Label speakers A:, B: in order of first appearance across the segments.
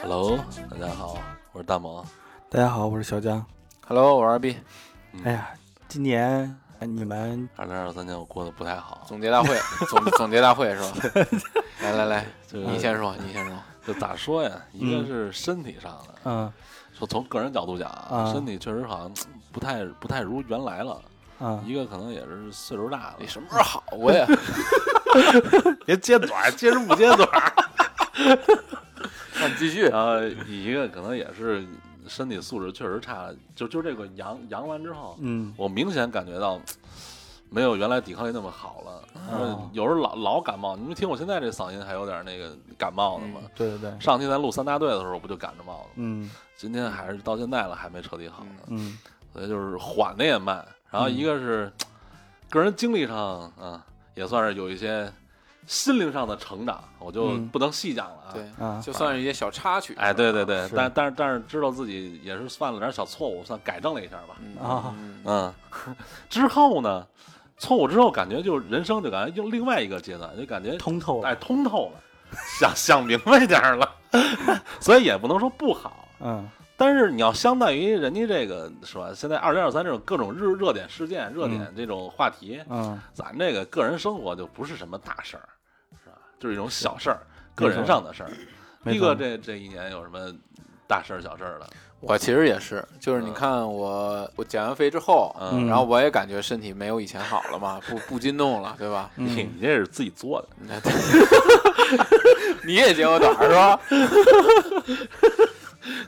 A: Hello，大家好，我是大萌。
B: 大家好，我是小江。
C: Hello，我是二 B。
A: 嗯
B: 哎呀，今年哎你们
A: 二零二三年我过得不太好，
C: 总结大会，总总结大会是吧？来来来，
A: 就
C: 你先说，你先说。
A: 就咋说呀？
C: 嗯
A: 一个是身体上的，
B: 嗯
A: 说从个人角度讲啊，
B: 啊
A: 身体确实好像嗯不太不太如原来了。
B: 嗯，
A: 一个可能也是岁数大了
C: 啊你，什么时候好啊过呀？
A: 别揭短，接着不揭短。
C: 那你继续。
A: 然后一个可能也是身体素质确实差了，就就这个阳阳完之后，
B: 嗯
A: 我明显感觉到嗯没有原来抵抗力那么好了。
C: 啊
A: 呃
B: 哦
A: 有时候老老感冒，你们听我现在这嗓音还有点那个感冒呢嘛。
B: 对对对，
A: 上期咱录三大队的时候，不就感着冒了吗？
B: 嗯
A: 今天还是到现在了，还没彻底好呢，
B: 嗯
A: 所以就是缓的也慢。然后一个是个人经历上啊，也算是有一些心灵上的成长，我就
B: 嗯
A: 不能细讲了啊。
C: 对，
B: 啊
C: 就算是一些小插曲。
A: 哎，对对对，
B: 是
A: 但但是但是知道自己也是犯了点小错误，算改正了一下吧。
C: 嗯
B: 啊，
C: 嗯
A: 嗯， 之后呢，错误之后感觉就人生就感觉用另外一个阶段，就感觉
B: 通透
A: 哎通透了，想想明白点儿了， 所以也不能说不好。
B: 嗯
A: 但是你要相对于人家这个是吧？现在二零二三这种各种热热点事
C: 嗯
A: 件、热点这种话题，
B: 嗯
A: 咱这个个人生活就不是什么大事儿，是吧？就是一种小事儿，
B: 没
A: 个
B: 错
A: 人上的事儿。
B: 没
A: 逼
B: 错
A: 哥这这一年有什么大事儿、小事儿的？
C: 我其实也是，就是你看我我减完肥之后，
A: 嗯
C: 然后我也感觉身体没有以前好了嘛，不不筋动了，对吧？
A: 你
B: 嗯
A: 你这是自己做的，
C: 你也剪过短儿是吧？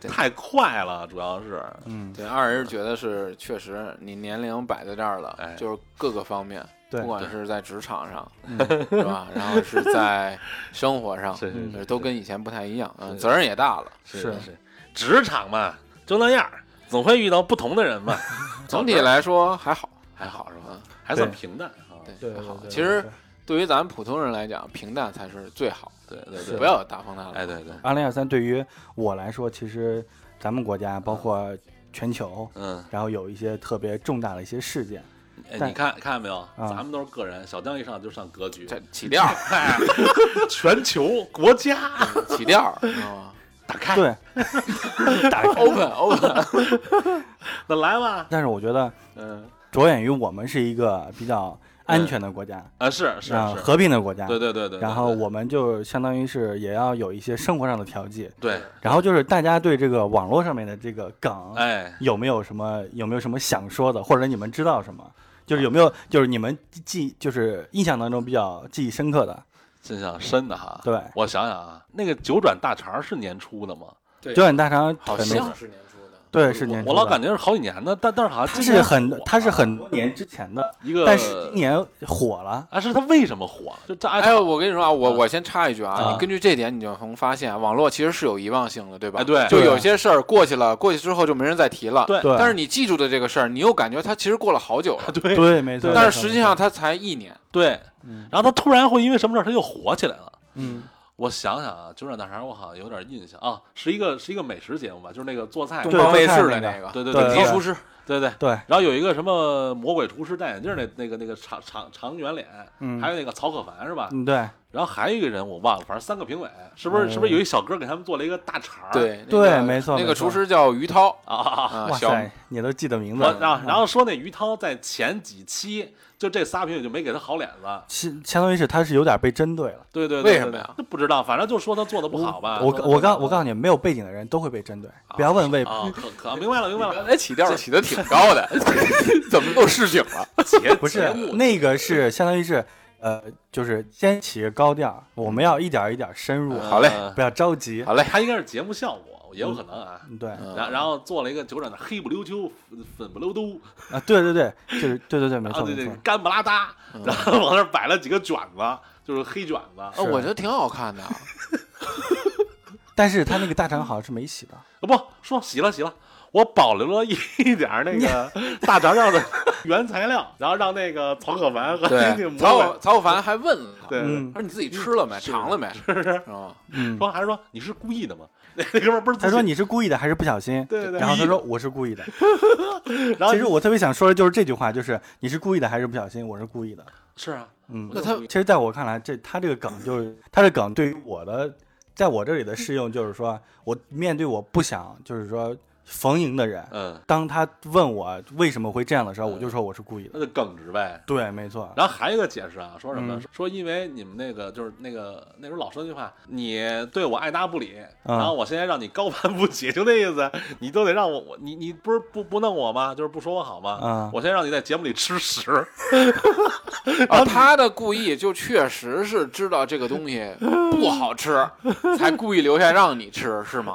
C: 对
A: 太快了，主要是
B: 嗯，
C: 对，二人觉得是确实你年龄摆在这儿了，
A: 哎
C: 就是各个方面，
B: 对
C: 不管是在职场上， 是吧？然后是在生活上，呃
A: 是是
C: 啊嗯都跟以前不太一样，
A: 是
C: 嗯，责任也大了。
A: 是
B: 是
A: 是，职场嘛，就那样儿，总会遇到不同的人嘛。
C: 总体来说还好，
A: 还好是吧
C: 嗯？
A: 还算平淡啊。
C: 对，
B: 对
C: 还好
B: 对。对
C: 其实对于咱们普通人来讲，平淡才是最好，
A: 对对对，
C: 不要有大风大浪。
A: 哎对对，
B: 二零二三对于我来说，其实咱们国家包括全球，
A: 嗯，
B: 然后有一些特别重大的一些事件，
A: 哎
B: 但
A: 你看看见没有？
B: 嗯
A: 咱们都是个人，小江一上就上格局，
C: 这起调儿，
A: 哎， 全球国家
C: 起调儿，你知道吗
A: 打开，
B: 对，打开
C: ？Open Open，
A: 那来吧，
B: 但是我觉得
A: 嗯
B: 着眼于我们是一个比较安全的国家，
A: 啊是是
B: 啊，
A: 是，
B: 和平的国家，
A: 对对对对，
B: 然后
A: 对对
B: 我们就相当于是也要有一些生活上的调剂，
A: 对，
B: 然后就是大家对这个网络上面的这个梗，
A: 哎
B: 有没有什么有没有什么想说的，或者你们知道什么？就是有没有就是你们记就是印象当中比较记忆深刻的？
A: 印象深的哈。
B: 对
A: 我想想啊，那个九转大肠是年初的吗？
C: 对
B: 九眼大肠
C: 好
B: 没
C: 像是年初的，
B: 对是年
A: 我老感
B: 觉
A: 觉是好几年的，但但是好像
B: 它
A: 今
B: 是
A: 年
B: 很
A: 火
B: 它是
A: 了
B: 很多年之前的，
A: 一个，
B: 但是今年火了。
A: 啊是他为什么火了？就这
C: 哎，我跟你说啊，我
A: 啊
C: 我先插一句啊
A: 啊，
C: 你根据这点，你就能发现啊网络其实是有遗忘性的，对吧？
A: 哎对
C: 就
B: 对
C: 有些事儿过去了，过去之后就没人再提了。
A: 对
B: 对
C: 但是你记住的这个事儿，你又感觉它其实过了好久了，
A: 对
B: 对，没错。
C: 但是实际上它才一年。
A: 对，
B: 嗯
A: 然后他突然会因为什么事儿他又火起来了。
B: 嗯，
A: 我想想啊，九转大肠我好像有点印象啊，是一个是一个美食节目吧，就是那个做菜，
C: 东
A: 对
B: 对
C: 方卫
B: 都看
C: 视的
B: 那
C: 那个，
A: 对对
B: 对
A: 对
C: 顶级
B: 对
C: 厨师，
A: 对对。
B: 对，
A: 然后有一个什么魔鬼厨师戴眼镜那那个那个长长长圆脸，
B: 嗯
A: 还有那个曹可凡是吧？
B: 嗯对
A: 然后还有一个人我忘了，反正三个评委是不是
B: 嗯
A: 是不是有一小哥给他们做了一个大肠？
C: 对啊那
B: 对
C: 个
B: 没错
C: 那
B: 没
C: 个
B: 错
C: 厨师叫于涛
A: 啊啊啊！
C: 啊，
B: 哇
C: 小
B: 塞，你都记得名字
A: 我
B: 了。
A: 然后然后说那于涛在前几期就这仨评委就没给他好脸子，
B: 相相当于是他是有点被针对了。
A: 对对对，对
C: 为什么
A: 对
C: 呀
A: 都不知道，反正就说他做的不好吧。
B: 我
A: 说他
B: 我告
A: 做
B: 我
A: 得
B: 告诉你，没有背景的人都会被针对，不要问为
A: 不好啊啊，可可明白了明白了，
C: 哎，起调起的挺高的， 怎么都市井 了？
A: 节
B: 不是
A: 哎节目
B: 那个是相当于是呃，就是先起个高调，我们要一点儿一点儿深入，
C: 好嘞
A: 嗯
B: 不要着急。
C: 好嘞，
A: 他应该是节目效果，也有可能啊。
B: 嗯对啊，
C: 嗯
A: 然然后做了一个九转的黑不溜秋、粉粉不溜兜，
B: 啊对对对，就是对对对，没
A: 然
B: 错
A: 啊后对
B: 没
A: 对
B: 错， 嗯
A: 干不拉搭，然后往那儿摆了几个卷子，就是黑卷子。哦
C: 啊我觉得挺好看 的，啊
B: 但是他那个大肠好像是没洗的，
A: 啊不说洗了洗了，我保留了一一点儿那个 大肠料 的原材料，然后让那个曹可凡 和那个
C: 曹
A: 魔
C: 小
A: 鬼
C: 曹小凡还问了，
A: 对对
B: 嗯
C: 他说你自己吃了没？尝了没？是不是？啊，
B: 嗯，
A: 说还是说你是故意的吗？ 那那哥们儿不是自
B: 他说
A: 己
B: 你是故意的还是不小心？
A: 对对对
B: 然后
A: 故意
B: 他
A: 的
B: 说我是故意的。
A: 然后
B: 其实我特别想说的就是这句话，就是你是故意的还是不小心？我是故意的。
A: 是啊，
B: 嗯
A: 我，
C: 那
A: 就
C: 他
A: 故意
B: 其实在我看来，这他这个梗就是他的梗对于我的在我这里的适用就是说，我面对我不想就是说逢迎的人，
A: 嗯，
B: 当他问我为什么会这样的时候，
C: 嗯
B: 我就说我是故意的。
A: 那就耿直呗。
B: 对，没错。
A: 然后还有一个解释啊，说什么？
B: 嗯
A: 说因为你们那个就是那个那时候老说那句话，你对我爱答不理，
B: 嗯
A: 然后我现在让你高攀不起，就那意思，你都得让我我你你不是不不弄我吗？就是不说我好吗？
B: 嗯
A: 我先让你在节目里吃屎，
C: 啊，他的故意就确实是知道这个东西不好吃，才故意留下让你吃，是吗？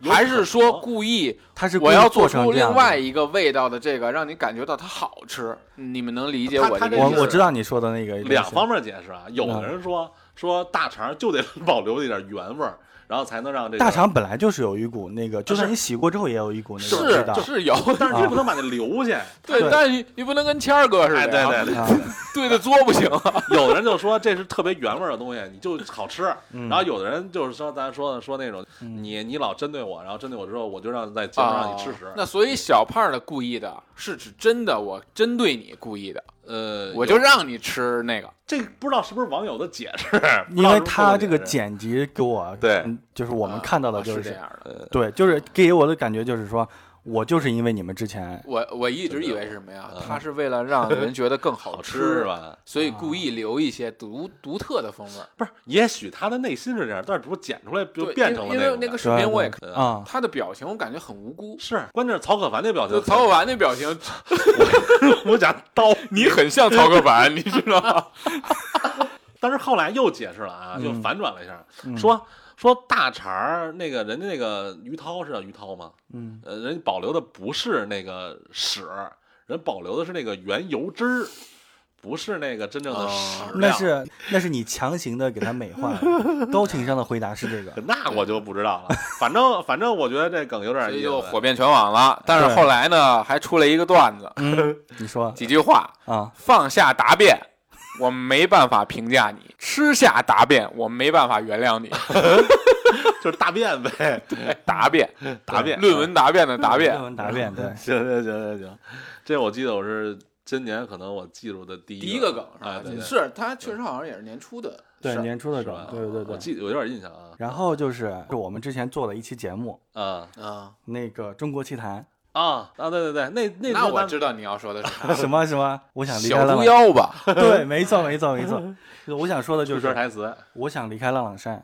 A: 有
C: 还是
A: 可
C: 说
A: 能
C: 故意
B: 他是故
C: 我
B: 意
C: 要
B: 做
C: 做
B: 成
C: 出
B: 这样
C: 另
B: 的
C: 外一个味道的这个，让你感觉到它好吃？你们能理解
A: 他
C: 我
A: 他这
C: 这个
A: 意
C: 意
A: 思
C: 思？
B: 我我知道你说的那个
A: 两方面解释啊，有的
B: 嗯
A: 人说、说大肠就得 保留一点原味儿，然后才能让这个
B: 大，肠本来就是有一股那个，就算你洗过之后也有一股那个味道
C: 是。是有，
A: 但是你
B: 啊
A: 不能把那留下。
C: 对
B: 对，
C: 但是你你不能跟谦儿哥似
A: 哎，
C: 的，
A: 对对，
B: 啊
A: 对，
C: 对的作不行啊。
A: 有的人 就说这是特别原味儿的东西，你就好吃。
B: 嗯
A: 然后有的人就是说咱说的说那种
B: 嗯
A: 你你老针对我，然后针对我之后，我就让在节目上让你吃屎
C: 哦。那所以小胖的故意的是指真的，我针对你故意的，
A: 呃，
C: 我就
A: 有
C: 让你吃那个。
A: 这个不知道是不是网友的解释，不知
B: 因
A: 道
B: 为
A: 是不是网
B: 他
A: 友的
B: 这个
A: 解释
B: 剪辑给我
A: 对
B: 嗯就是我们看到的
C: 啊
B: 就是是
C: 这样的。
B: 对，就是给我的感觉就是说，我就是因为你们之前
C: 我我一直以为是什么呀
A: 嗯？
C: 他是为了让人觉得更好
A: 好吃
C: 吃
A: 是？吧？嗯
C: 所以故意留一些独独特的风味儿。
A: 不是，也许他的内心是这样，但是不是剪出来就
C: 对
A: 变成了
C: 因为因为那
A: 那种
C: 个视频我也看，
A: 对啊
B: 啊，
C: 他的表情我感觉很无辜。
A: 是，关键是曹可凡那表
C: 就
A: 情，
C: 曹可凡那表情，
A: 我想刀
C: 你很像曹可凡，你知 道吗？哎
A: 但是后来又解释了啊，又
B: 嗯
A: 反转了一下，
B: 嗯
A: 说说大肠儿那个人家那个于涛是叫于涛吗？
B: 嗯
A: 呃，人家保留的不是那个屎，人保留的是那个原油汁儿，不是那个真正的屎
C: 哦
B: 那
A: 料。
B: 是那是你强行的给他美化，高情商的回答是这个，
A: 那我就不知道了， 反正反正我觉得这梗有点
C: 所
A: 意
C: 以
A: 思
C: 就。火遍全网了。但是
B: 对
C: 后来呢，还出了一个段子，
B: 嗯，你说
C: 几句话
B: 啊，
C: 放下答辩，我没办法评价你；吃下答辩，我没办法原 谅你。
A: 就是大便 呗，
C: 答辩，嗯
A: 答辩。
C: 论文答辩的答辩
B: 论，文答辩，对，
A: 行行行行行，这我记得我是今年可能我记住的第一
C: 第一个梗是
A: 哎，对
C: 吧？
A: 对
C: 是他确实好像也是年初的
B: 对
C: 事儿，
B: 年初的
A: 是
B: 梗
A: 吧，
B: 对对
A: 我
B: 对。
A: 记我有点印象啊
B: 然后就是是我们之前做的一期节目，
A: 啊
C: 啊。
B: 那个中国奇 谭
A: 啊啊！对对对，那那时
C: 那
A: 候
C: 我
A: 咱
C: 知道你要说的是啥
B: 什么什么，我想离开
C: 小
B: 浪
C: 猪
B: 浪，
C: 妖吧？
B: 对，没错没错没错。我想说的就
A: 就是
B: 是，
A: 台词啊、
B: 我想离开浪浪山，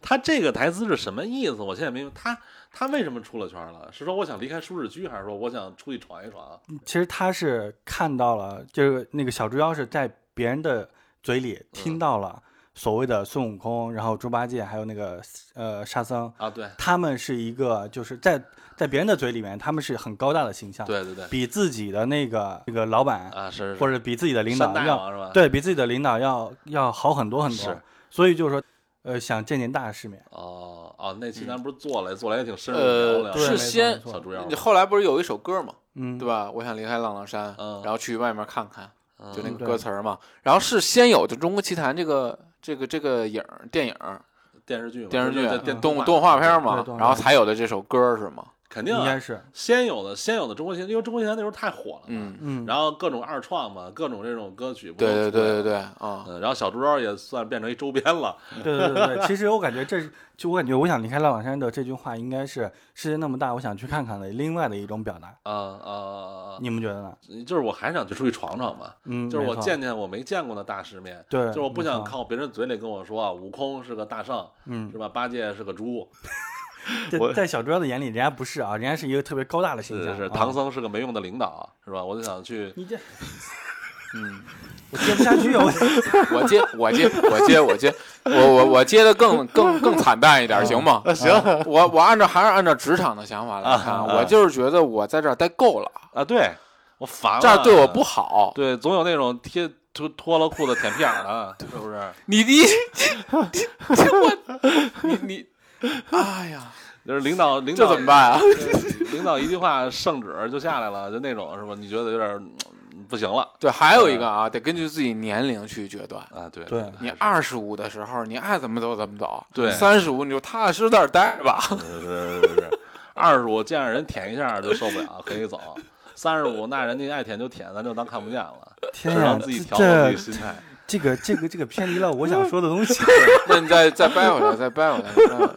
A: 他这个台词是什么意思？我现在没明白，他他为什么出了圈了？是说我想离开舒适区，还是说我想出去闯一闯？
B: 其实他是看到了，就是那个小猪妖是在别人的嘴里
A: 嗯
B: 听到了所谓的孙悟空，然后猪八戒，还有那个呃沙僧，
A: 啊，对
B: 他们是一个就是在在别人的嘴里面，他们是很高大的形象，，
A: 对对对，
B: 比自己的那个这个老板、
A: 啊是
B: 或
A: 者
B: 者比自己的领导要
A: 是吧？
B: 对比自己的领导要要好很多很多
A: 啊是，
B: 所以就是说，呃，想见见大世面，
A: 哦哦，那期咱不是做了，做了也挺深入聊
C: 呃，
A: 聊，
B: 对
C: 是
B: 没错
C: 先
B: 没错
A: 小猪妖
C: 你后来不是有一首歌嘛，
B: 嗯，
C: 对吧？我想离开浪浪山，
A: 嗯
C: 然后去外面看看，就那
A: 嗯
C: 个
B: 对
C: 歌词儿嘛。然后是先有的《中国奇谭》这个这个这个影儿电影儿
A: 嗯电视剧嘛
C: 电视剧啊嗯
A: 就是电
C: 动
A: 动
C: 动画片儿
B: 对
C: 嘛
B: 动，画
C: 然后
B: 片
C: 才有的这首歌儿是吗？
A: 肯定
B: 应
A: 啊
B: 该，是，
A: 先有的先有的中国新，因为中国新那时候太火了嘛，
C: 嗯，
B: 嗯，
A: 然后各种二创嘛，各种这种歌曲，
C: 对对对对，对啊，
A: 嗯，然后小猪妖也算变成一周边了，
B: 嗯对对对对，其实我感觉这是，就我感觉我想离开浪浪山的这句话，应该是世界那么大，我想去看看的另外的一种表达，
A: 啊啊啊啊
B: 你们觉得呢？
A: 啊！就是我还想去出去闯闯嘛，
B: 嗯，
A: 就是
B: 没
A: 我
B: 错，
A: 见见我没见过的大世面，
B: 对，
A: 就是我不
B: 没
A: 想
B: 错，
A: 靠别人嘴里跟我说啊，悟空是个大圣，
B: 嗯
A: 是，吧？八戒是个猪，我
B: 在在小猪妖的眼里，人家不是啊，人家是一个特别高大的形
A: 是
B: 象，
A: 是
B: 啊
A: 唐，僧是个没用的领导，是吧？我就想去，
B: 你这
C: 嗯，
B: 我接不下去啊，我
C: 我接我接我接我接我我我接的更更更惨淡一点儿，行吗？
B: 啊
C: 啊
A: 行
C: 我我按照还是按照职场的想法来看，
A: 啊啊
C: 我就是觉得我在这儿待够了，
A: 啊，对我烦了，
C: 这儿对我不，好。
A: 对，总有那种贴脱脱了裤子舔屁眼儿的，是不是？
C: 你你你你你 你，哎呀，
A: 就是领导领
C: 这
A: 导
C: 怎么办啊？
A: 领导一句话圣旨就下来了，就那种是吧？你觉得有点儿嗯不行了
C: 对，还有一个啊，得根据自己年龄去决断。
A: 啊？对
B: 对
C: 你二十五的时候，你爱怎么走怎么走。
A: 对
C: 三十五你就踏踏实实在这儿待着吧。
A: 是是是是，二十五见着人舔一下就受不了，可以走；三十五那人家爱舔就舔，咱就当看不见了，
B: 天
A: 只能
B: 呀，
A: 自己调
B: 啊这
A: 自己心态。
B: 这个这个这个偏离了我想说的 东西。
C: 那你再再掰回来，再掰回来，再掰回来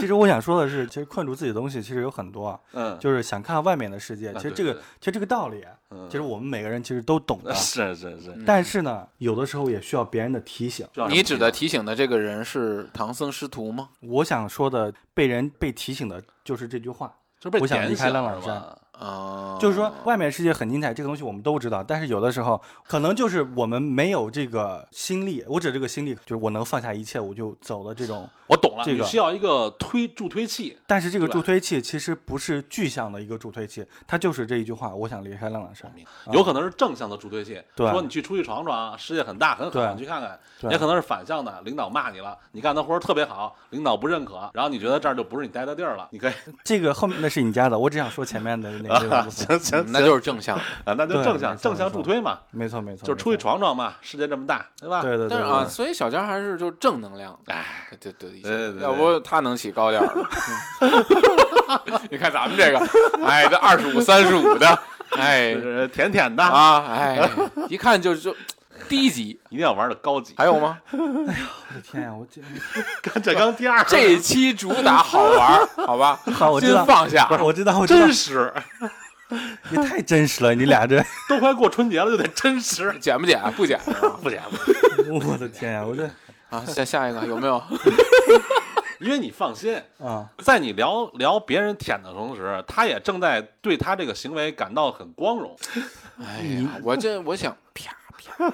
B: 其实我想说的是，其实困住自己的东西其实有很多啊，
A: 嗯，
B: 就是想看外面的世界。
A: 啊
B: 其实
A: 对
B: 这个
A: 对
B: 其实这个道理，
A: 嗯。
B: 其实我们每个人其实都懂的
A: 是嗯是是，
B: 但是呢，有的时候也需要别人的提醒。
A: 需要
C: 你
A: 什么
C: 指的提醒的这个人是唐僧师徒吗？
B: 我想说的，被人被提醒的就是这句话，
A: 就是被
B: 我想
A: 点
B: 离开
A: 醒
B: 浪浪
A: 是
B: 山
A: 吧
C: 啊、
A: 哦
B: 就是说外面世界很精彩，这个东西我们都知道。但是有的时候，可能就是我们没有这个心力，我指这个心力，就是我能放下一切，我就走的这 种。
A: 我懂了，
B: 这
A: 你
B: 个
A: 需要一个推助推器，
B: 但是这个
A: 对
B: 助推器其实不是具象的一个助推器，它就是这一句话：我想离开浪浪山。
A: 有可能是正向的助推器，
B: 啊对
A: 说你去出去闯闯，世界很大很好，
B: 对
A: 你去看看。
B: 对
A: 也可能是反向的，领导骂你了，你干的活儿特别好，领导不认可，然后你觉得这儿就不是你待的地儿了，你可以
B: 这个后面那是你家的，我只想说前面的那那个部分。
A: 啊行
C: 那就是正向的。
A: 啊，那就
B: 对
A: 正
B: 没
A: 向
B: 错
A: 正
B: 没
A: 向
B: 错
A: 助推嘛，
B: 没错没错，
A: 就是出
B: 没
A: 去
B: 错。
A: 闯闯嘛，世界这么大， 对吧？
B: 对对对
C: 但是
B: 对
C: 啊，
B: 对
C: 所以小江还是就是正能量，哎，对对
A: 对对对
C: 要不他能起高点儿了。嗯你看咱们这个，哎，这二十五、三十五的，哎
A: 就是甜甜的，
C: 啊，哎，一看就就低级。
A: 一定要玩的高级。
C: 还有吗？
B: 我的天呀，我这
A: 这刚第二，
C: 这 一期主打好玩儿，好吧？
B: 好我知
C: 先
B: 道
C: 放下，
B: 啊我知道我知道
A: 真，实，
B: 你太真实了，你俩这，
A: 都快过春节了，就得真实。
C: 剪不剪？ 啊不剪是吧
A: 不行，不行
B: 我的天呀，我这
C: 啊！下下一个有没有？
A: 因为你放心，
B: 啊，
A: 在你聊聊别人舔的同时，他也正在对他这个行为感到很光荣。
C: 哎呀，我这我想啪啪，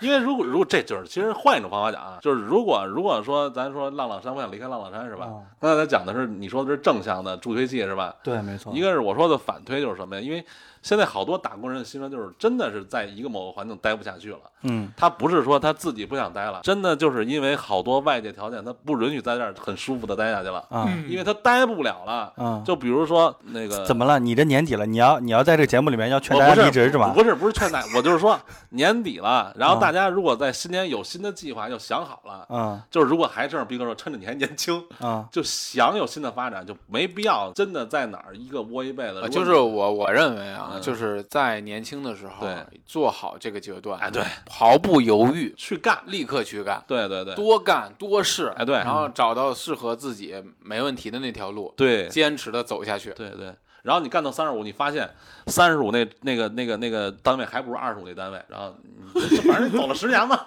A: 因为如果如果这就是，其实换一种方法讲啊，就是如果如果说咱说浪浪山，我想离开浪浪山是吧
B: 嗯？
A: 刚才咱讲的是你说的是正向的助推器是吧？
B: 对，没错，
A: 一个是我说的反推就是什么呀？因为现在好多打工人的新闻就是真的是在一个某个环境待不下去了。
B: 嗯，
A: 他不是说他自己不想待了，真的就是因为好多外界条件，他不允许在这儿很舒服的待下去了，
B: 啊
A: 因为他待不了了。
B: 啊，
A: 就比如说那个
B: 怎么了？你这年底了，你要你要在这个节目里面要劝
A: 我
B: 大
A: 不
B: 家
A: 是
B: 离职是吧？
A: 不是不是劝大家，我就是说年底了，然后
B: 啊
A: 大家如果在新年有新的计划，要想好了，
B: 嗯
A: 就是如果还这样，逼哥说，趁着你还年轻，
B: 嗯，
A: 就想有新的发展，就没必要真的在哪儿一个窝一辈子
B: 啊
C: 呃。就是
A: 如果
C: 我我认为啊，
A: 嗯
C: 就是在年轻的时候
A: 对
C: 做好这个阶段，
A: 哎，对，
C: 毫不犹豫，
A: 去干，
C: 立刻去干，
A: 对对对，
C: 多干多试，
A: 哎对
C: 然后找到适合自己没问题的那条路，
A: 对
C: 坚持的走下去。
A: 对对。然后你干到三十五，你发现三十五那那个那个那个单位还不如二十五那单位，然后 你反正你走了十年嘛，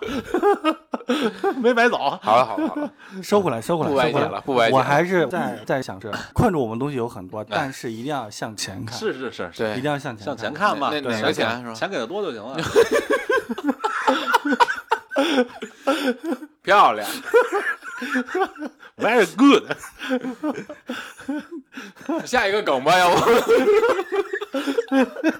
A: 没白走。
C: 好了好了好了，
B: 收回来，收回来，
C: 不歪
B: 收回
C: 解
B: 来
C: 了，不歪解
B: 我
C: 了。
B: 还是在在想着，困住我们东西有很多，但是一定要向前看，
A: 是是是，
B: 一
C: 对
B: 定，要向前
A: 向前
B: 看。
A: 看吧
C: 那，
B: 对
C: 哪个钱是吧？
A: 钱给的多就行 了。
C: 漂亮，
A: Very good，
C: 下一个梗吧，要不？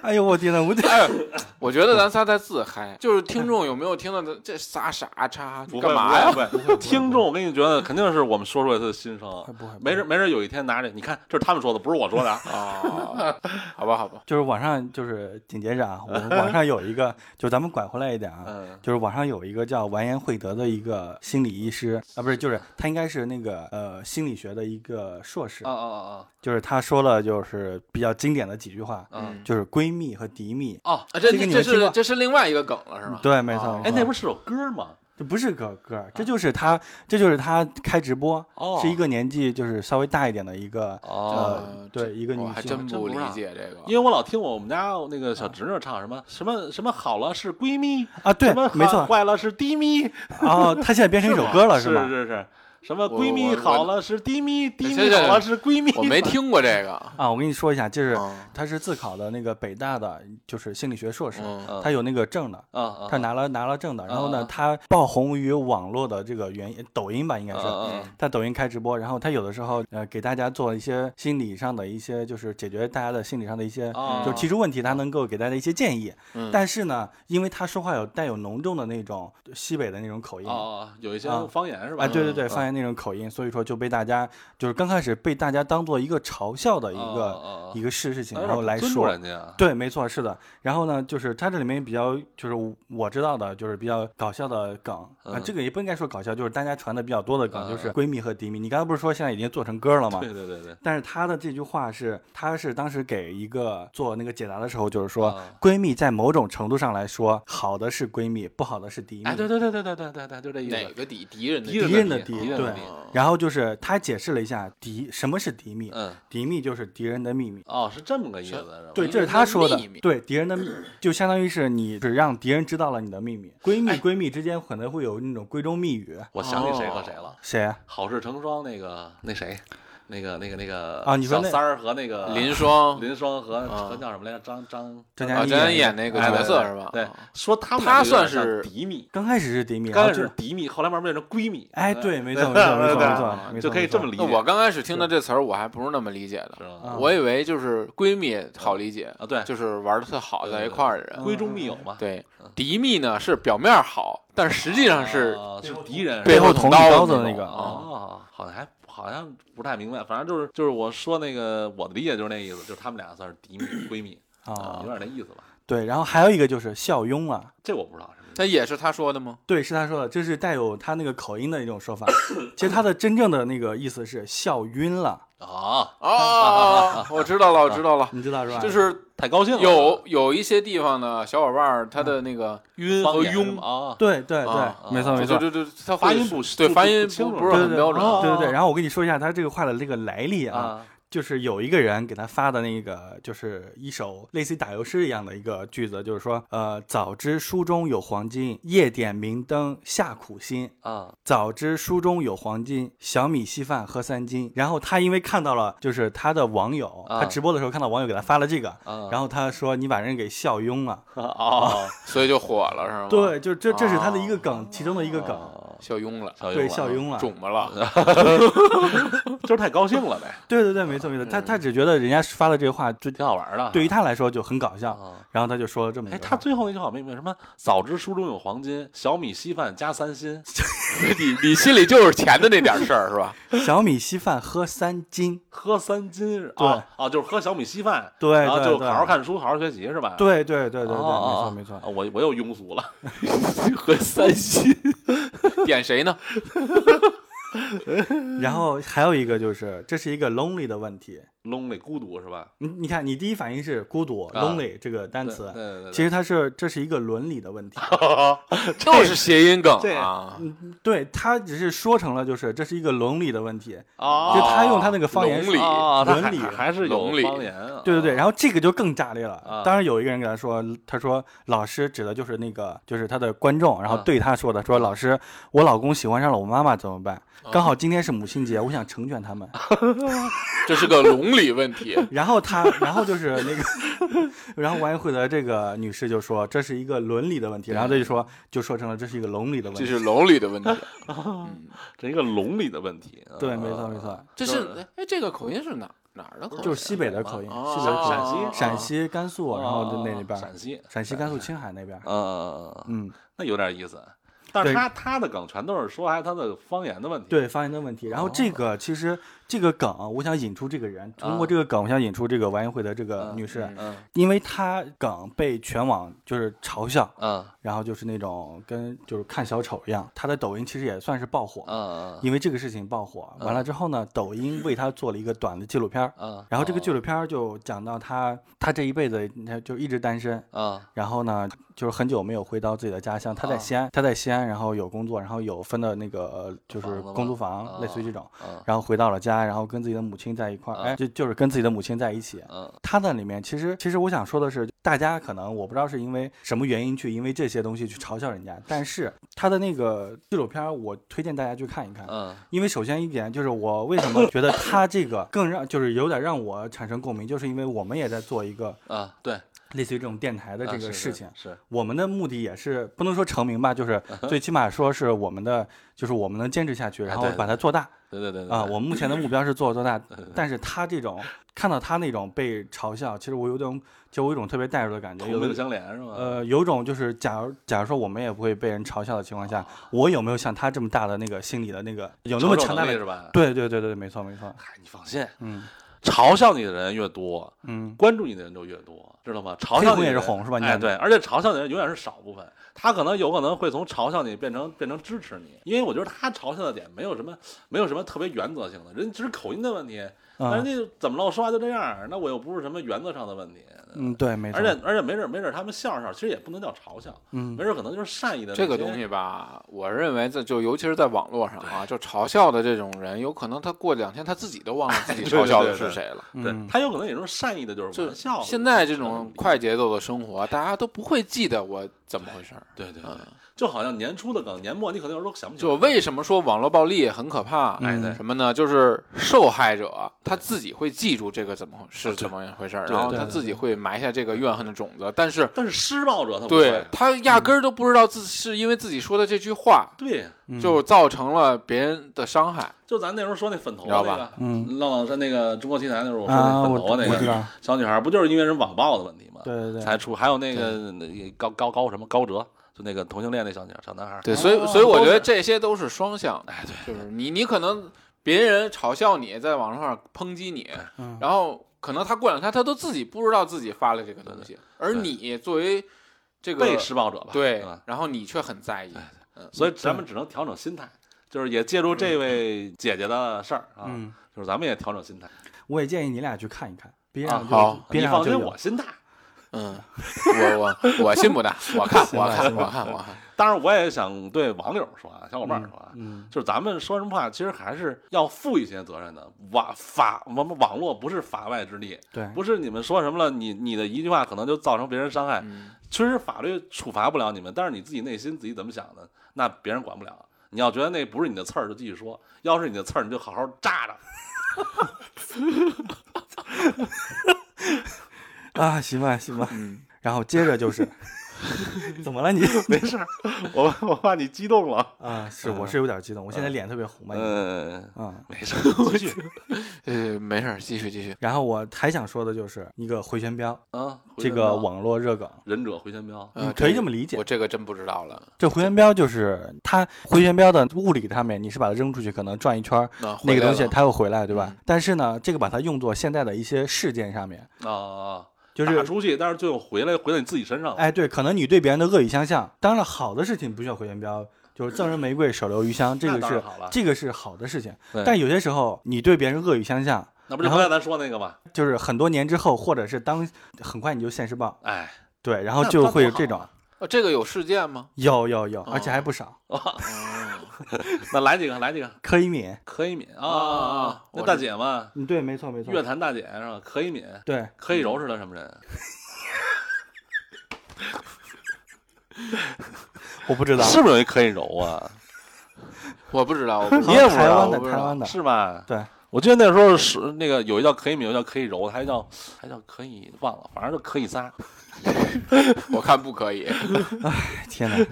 B: 哎呦，我天呐，我这
C: 哎， 我觉得咱仨在自嗨， 就是听众有没有听到的这仨傻叉
A: 不会
C: 干嘛呀？
A: 不会不 会，听众，我跟你觉得肯定是我们说出来他的心声，
B: 哎不会，
A: 没人没人有一天拿着，你看这是他们说的，不是我说 的啊。
C: 哦，好吧好吧，
B: 就是网上就是紧接着啊，我们网上有一个，就是咱们拐回来一点 啊，
A: 嗯
B: 就是网上有一个叫完颜慧德的一个心理医师啊，不是，就是他应该是那个呃心理学的一个硕士，
A: 啊啊
B: 就是他说了就是比较经典的几句话，
A: 啊啊！
B: 就是闺蜜和敌蜜。
A: 哦，
C: 啊，嗯这
B: 这个你
C: 这
B: 们听
C: 是
B: 过
C: 这是另外一个梗了是吗？
B: 对，没错
C: 哦。
A: 哎，那不
B: 是
A: 是首歌吗？
B: 这不是个歌儿，这就是他，这就是他开直播，
A: 哦
B: 是一个年纪就是稍微大一点的一个
A: 哦
B: 呃对一个女
C: 我还
B: 性
C: 真
A: 真
C: 不
A: 不
C: 理
A: 知道
C: 解这
B: 啊
C: 个，
A: 因为我老听我们家那个小侄女唱什么什么什么好了是闺蜜，
B: 啊，对
A: 什么，
B: 没错。
A: 坏了是低咪，
B: 哦，他现在变成一首歌 了，
A: 是
B: 吗？
A: 是是，什么
C: 我
A: 闺蜜
C: 我
A: 好了是低咪，低
C: 行
A: 咪
C: 行
A: 好了是闺蜜，
C: 我没听过这个。
B: 啊，我跟你说一下，就是
A: 哦
C: 嗯
B: 他是自考的那个北大的，就是心理学硕士，
C: 嗯
A: 嗯
B: 他有那个证的，
A: 啊啊，
B: 他拿了拿了证的。然后
A: 啊啊
B: 呢，他爆红于网络的这个原因，抖音吧嗯应该
A: 啊
B: 是，
A: 啊
C: 嗯
A: 啊
B: 在抖音开直播，然后他有的时候呃给大家做一些心理上的一些，就是解决大家的心理上的一些，
A: 啊
B: 就是提出问题，他能够给大家一些建议。
C: 嗯
B: 但是呢，因为他说话有带有浓重的那种西北的那种口音，
A: 哦，有一些
B: 啊
A: 方言是吧？
B: 啊，对对对，
A: 嗯
B: 方来那种口音，所以说就被大家就是刚开始被大家当做一个嘲笑的一个、
A: 个
B: 一个事事情，
A: 哦哎
B: 然后来
A: 尊
B: 说
A: 重。人家啊，
B: 对，没错，是的。然后呢，就是它这里面比较，就是我知道的，就是比较搞笑的梗啊、
A: 嗯
B: 这个也不应该说搞笑，就是大家传的比较多的梗，
A: 嗯
B: 就是闺蜜和迪蜜。你刚才不是说现在已经做成歌了吗？
A: 对对对对，
B: 但是她的这句话是，她是当时给一个做那个解答的时候，就是说、
A: 啊
B: 闺蜜在某种程度上来说，好的是闺蜜，不好的是敌蜜。
A: 哎，对对对对对对对对，就这意
C: 哪
A: 思。
C: 个嗯敌敌人的
A: 敌
B: 敌
A: 人
B: 人
A: 的
B: 的
A: 敌
B: 敌，
A: 敌人的
B: 对
A: 敌。
B: 然后就是她解释了一下敌什么是敌蜜，
A: 嗯，
B: 敌蜜就是敌人的秘密。
A: 哦，是这么个意思，
C: 是
A: 是吧
B: 对，
C: 敌
B: 这是
C: 人
B: 她
C: 的
B: 说的
C: 秘密。
B: 对，敌人的秘就相当于是你只让敌人知道了你的秘密。闺蜜闺蜜之间可能会有那种闺中密语。
A: 我想起谁和谁了，
B: 谁啊？
A: 好事成双那个那谁，那个那个那个
B: 啊你说
A: 小
B: 那
A: 三儿和那个
C: 呃林双
A: 林双和
C: 啊
A: 和叫什么来着？张张
B: 张嘉
C: 啊，
B: 译
C: 咱演那个
A: 哎
C: 角
A: 对
C: 色
A: 对
C: 是吧？
A: 对
C: 啊，
A: 说他们俩
C: 他
A: 就有点
C: 算是
A: 像敌蜜，
B: 刚开始是敌蜜，然
A: 刚
B: 后
A: 开始
B: 就是
A: 敌蜜，后来慢慢变成闺蜜。
B: 啊
A: 啊
B: 哎，对，没错，没错，没错，没错，没错，
A: 就可以
B: 没
A: 这
B: 错
A: 么理
C: 那
A: 解。
C: 我刚开始听到这词儿，我还不是那么理解的
A: 是，吗？
B: 啊
C: 我以为就是闺蜜好理解，
A: 啊，对，
C: 就是玩的特好
A: 对
C: 在
A: 对
C: 一
A: 对
C: 块儿的人。
A: 闺中密友嘛，
C: 对
A: 嗯，
C: 敌蜜呢是表面好，但实际上是
A: 啊是敌人，
C: 背后
B: 捅
C: 捅
B: 你
C: 刀
B: 刀
C: 的
B: 的
C: 那
B: 那个
C: 种
B: 啊。
A: 哦，好像还好像不太明白，反正就是就是我说那个我的理解就是那意思，就是他们俩算是敌蜜闺蜜
B: 啊
A: 有点那意思吧？
B: 对，然后还有一个就是笑拥了，
A: 这我不知道什么意思
C: 他也是他说的吗？
B: 对，是他说的，这是带有他那个口音的一种说法。其实他的真正的那个意思是笑晕了，
A: 啊，
C: 哦， 我知道了，我知道了，
B: 你知道是吧？
C: 就是
A: 太高兴了，
C: 有有一些地方呢，小伙伴儿他的那个晕
A: 方
C: 和
A: 言
C: 庸，
A: 啊，
B: 对对
C: 啊
B: 对，没错没错。
C: 对对对，他
A: 发
C: 会
A: 音不
C: 对
A: 不
C: 发
A: 不
C: 音
A: 不清
C: 不
A: 楚
C: 不是
B: 对
C: 很
B: 对
C: 标准。
A: 啊
B: 对对对，然后我跟你说一下他这个话的这个来历啊，
A: 啊
B: 就是有一个人给他发的那个，就是一首类似于打油诗一样的一个句子，就是说，呃，早知书中有黄金，夜点明灯下苦心。
A: 啊，
B: 早知书中有黄金，小米稀饭喝三斤。然后他因为看到了，就是他的网友，
A: 啊
B: 他直播的时候看到网友给他发了这个，
A: 啊
B: 然后他说你把人给笑晕了。啊
A: 哦，
C: 啊所以就火了是吗？，
B: 对，就这这是他的一
A: 啊
B: 个梗，其中的一个梗。
A: 哦
C: 笑慵了，啊
A: 小
B: 对，
A: 勇
B: 笑
A: 哎了
B: 晕了。
C: 肿么了？
A: 就是太高兴了呗，
B: 对对对，没错没错。他
A: 嗯
B: 他只觉得人家发了这个话，就
A: 挺好玩的，
B: 对于他来说就很搞笑，
A: 啊。
B: 然后他就说了这么一
A: 哎，
B: 个
A: 他
B: 话。
A: 最后那句好像没明白，什么“早知书中有黄金，小米稀饭加三心
C: 你你心里就是钱的那点事儿是吧？
B: 小米稀饭喝三斤。”，
A: 喝三斤是
B: 对
A: 啊啊，就是喝小米稀饭，
B: 对
A: 然后
B: 对
A: 就
B: 对，
A: 好好看书，好好学习是吧？
B: 对对对对对，没
A: 哦，
B: 错没
A: 啊
B: 错。
A: 我我又庸俗 了，和三心
C: 点谁呢？
A: 嗯
B: 然后还有一个就是，这是一个 lonely 的问题。
A: lonely 孤独是吧？
B: 你你看，你第一反应是孤独、
A: 啊
B: lonely 这个单
A: 对
B: 词，
A: 对对
B: 其
A: 对，
B: 实它是这是一个伦理的问 题。
C: 都是谐音梗
A: 这
C: 啊！
B: 对，它只是说成了就是这是一个伦理的问题，
A: 啊，
B: 就他用他那个方言
C: 伦理
B: 说。
A: 啊，他还
B: 伦理
A: 还是有
C: 伦理
A: 方言啊，
B: 对对对，然后这个就更炸裂了
A: 啊。
B: 当然有一个人给他说，他说老师指的就是那个就是他的观众，
A: 啊
B: 然后对他说的，说老师，我老公喜欢上了我妈妈怎么办？
A: 啊
B: 刚好今天是母亲节，我想成全他们。
C: 这是个伦理问题。
B: 然后他，然后就是那个， 然后王一慧的这个女士就说这是一个伦理的问题，然后他就说就说成了这是一个伦理的问
C: 这
B: 题。
C: 是伦理的问题。嗯，
A: 这一个龙里的问题，啊
B: 对，没错没错，
C: 这
A: 就是
C: 是哎，这个口音是哪哪儿
A: 呃
C: 的口音？
B: 就是西北的口音，
C: 啊
B: 西北的口音，
A: 陕西哦
B: 陕西、甘肃，然后就那
A: 啊
B: 那边儿，
A: 哦陕西
B: 陕西、甘肃、青海那边儿。
A: 呃，
B: 嗯，
A: 那有点意思。但是
B: 对
A: 他他的梗全都是说还他的方言的问题。
B: 对方言的问题。然后这个其实这个梗，啊我想引出这个人，通
A: 哦啊
B: 过这个梗，我想引出这个王一慧的这个
A: 嗯
B: 女士，
A: 嗯，
B: 因为她梗被全网就是嘲笑，
A: 嗯
B: 然后就是那种跟就是看小丑一样。她的抖音其实也算是爆火，
A: 嗯
B: 因为这个事情爆火，完
A: 啊
B: 了之后呢，抖音为他做了一个短的纪录片儿，
A: 嗯，
B: 然后这个纪录片儿就讲到他，他这一辈子他就一直单身，
A: 啊
B: 然后呢，就是很久没有回到自己的家乡，他在西安，他在西安，然后有工作，然后有分的那个呃就是
A: 房子吗
B: 公租房，类似于这种，
A: 啊
B: 然后回到了家，然后跟自己的母亲在一块儿，哎，就就是跟自己的母亲在一起。
A: 嗯
B: 他在里面，其实其实我想说的是，大家可能我不知道是因为什么原因去因为这些东西去嘲笑人家，但是他的那个纪录片儿，我推荐大家去看一看。
A: 嗯
B: 因为首先一点就是我为什么觉得他这个更让就是有点让我产生共鸣，就是因为我们也在做一个
A: 啊，对，
B: 类似于这种电台的这个事情。
A: 啊是是
B: 我们的目的也是不能说成名吧，就是
A: 嗯
B: 最起码说是我们的，就是我们能坚持下去，然后
A: 啊对
B: 把它做大
A: 对对对对
B: 啊。我目前的目标是做做大
A: 对对，
B: 但是他这种看到他那种被嘲笑，其实我有种就我有种特别代入的感觉，
A: 同
B: 有
A: 病相怜是吧？
B: 呃，有种就是，假如假如说我们也不会被人嘲笑的情况下，我有没有像他这么大的那个心理的那个有那么
A: 啊承受
B: 强大
A: 能力
B: 的？
A: 是吧？
B: 对对对对，没错没错，
A: 嗨，你放心，
B: 嗯
A: 嘲笑你的人越多，
B: 嗯，
A: 关注你的人就越多，知道吗？嘲
B: 黑
A: 笑
B: 红
A: 你
B: 也
A: 的
B: 是
A: 人
B: 红是吧你
A: 哎，
B: 看
A: 对，而且嘲笑你的人永远是少部分，他可能有可能会从嘲笑你变成变成支持你，因为我觉得他嘲笑的点没有什么没有什么特别原则性的，人只是口音的问题，但是
B: 嗯
A: 那怎么了？我说话就这样儿，那我又不是什么原则上的问题，
B: 嗯，对，没错，
A: 而且而且没准没准他们笑一笑，其实也不能叫嘲笑，
B: 嗯
A: 没准可能就是善意的
C: 嗯这个
A: 那些
C: 东西吧，我认为这就尤其是在网络上啊，就嘲笑的这种人，有可能他过两天他自己都忘了自己
A: 对对
C: 嘲笑
A: 对
C: 的是
A: 对
C: 谁了。
A: 对
B: 嗯
A: 他有可能也是善意的，就是
C: 就
A: 玩笑的。
C: 现在这种快节奏的生活，大家都不会记得我怎么回事儿。
A: 对对对
C: 嗯，
A: 就好像年初的梗，年末你可能有时候想不起来。
C: 就为什么说网络暴力很可怕？
A: 嗯
B: 哎对
C: 什么呢？就是受害者他自己会记住这个怎么是怎么回事儿，
A: 啊对
C: 然后
A: 对
C: 他
A: 对
C: 自己会埋下这个怨恨的种子。但是，
A: 但是施暴者他不
C: 对
A: 会。
C: 他压根儿都不知道自是因为自己说的这句话，
A: 对，
B: 嗯
C: 就造成了别人的伤害。
A: 就咱那时候说那粉头
C: 知道
A: 那
C: 吧
A: 个，
B: 嗯
A: 浪浪山那个中国奇谭那时候我说
B: 啊，
A: 那粉
B: 我
A: 头
B: 我
A: 那个
B: 知道，
A: 小女孩，不就是因为人网暴的问题吗？
B: 对对对，
A: 才出，还有那个那高高高什么高哲，就那个同性恋那小女孩小男孩。
C: 对，所以
B: 哦
C: 所以我觉
A: 都
C: 得
A: 是
C: 这些都是双向的，
A: 哎，对，
C: 就是你你可能别人嘲笑你，在网络上抨击你，
B: 嗯
C: 然后可能他过两天他都自己不知道自己发了这个东西，而
A: 对
C: 你作为这个
A: 被施暴者吧。
C: 对
A: 吧，
C: 然后你却很在意，
A: 所以咱们只能调整心态，就是也借助这
C: 嗯
A: 位姐姐的事儿啊，
B: 嗯，
A: 就是咱们也调整心态。
B: 我也建议你俩去看一看，别
A: 啊
B: 让
C: 好
B: 别
A: 你
B: 让
A: 放
B: 就
A: 心，
B: 有
A: 我心大。
C: 嗯，我我我信不大，我 看
B: 行
C: 我
B: 吧
C: 看
B: 行吧
C: 我看我看，
A: 当然，我也想对网友说啊，小伙伴儿说啊，
B: 嗯
A: 就是咱们说什么话，其实还是要负一些责任的。网法我们网络不是法外之地，
B: 对，
A: 不是你们说什么了，你你的一句话可能就造成别人伤害。
C: 嗯，
A: 确实法律处罚不了你们，但是你自己内心自己怎么想的，那别人管不了。你要觉得那不是你的刺儿，就继续说；要是你的刺儿，你就好好扎着。
B: 啊，行吧行吧
C: 嗯，
B: 然后接着就是， 怎么了你？
A: 没事儿， 我我怕你激动了。
B: 啊，是我是有点激动，我现在脸特别红吧？你
A: 嗯，
B: 嗯，
A: 没事儿，继续
C: 呃，没事儿，继续继续，
B: 然后我还想说的就是一个回旋镖，
A: 啊。回
B: 这
A: 旋
B: 个
A: 镖
B: 网络热梗，
A: 忍者回旋镖，
C: 呃
B: 你可以
C: 个
B: 这么理解
C: 我。这个真不知道了，
B: 这回旋镖就是它回旋镖的物理上面，你是把它扔出去，可能转一圈儿，
C: 那
B: 那
C: 回
B: 个
C: 来
B: 东西
C: 了
B: 它又回来，对吧
C: 嗯？
B: 但是呢，这个把它用作现在的一些事件上面，
A: 啊啊，啊
B: 就
A: 打
B: 是。
A: 出去，但是最后回来回到你自己身上了。
B: 哎，对，可能你对别人的恶语相向，当然了好的事情不需要回旋镖，就是赠人玫瑰，手留余香，这
A: 那
B: 个
A: 当然
B: 是
A: 好了
B: 这个是好的事情。
A: 对
B: 但有些时候，你对别人恶语相向，
A: 那不就
B: 然后
A: 刚才咱说那个吗？
B: 就是很多年之后，或者是当很快你就现世报，
A: 哎，
B: 对，然后
A: 那
B: 就
A: 那
B: 会有
A: 多
B: 这
A: 好
B: 种
A: 啊，
C: 呃这个有事件吗？
B: 有有有，而且还不少。
C: 哦，
A: 那来几个，来几个，
B: 柯以敏，
A: 柯以敏啊
C: 啊啊
A: 啊
C: 啊，
A: 那
C: 我
A: 大
C: 知
A: 姐嘛，
B: 嗯，对，没错没错，
A: 乐坛大姐是吧？柯以敏，
B: 对，
A: 柯以柔是她什么人？
B: 我不 知道，
A: 是不是有一柯以柔啊？
C: 我不知道，我不 知道
A: 你也不知
B: 台
A: 道
B: 湾
A: 啊我
B: 的
C: 不知
B: 台
C: 道
B: 湾的，
A: 是吧？
B: 对，
A: 我记得那时候是那个有一叫柯以敏，有一叫柯以柔，还叫还叫柯以忘了，反正就柯以
B: 啊
A: 仨。
C: 我看不可以，
B: 天哪，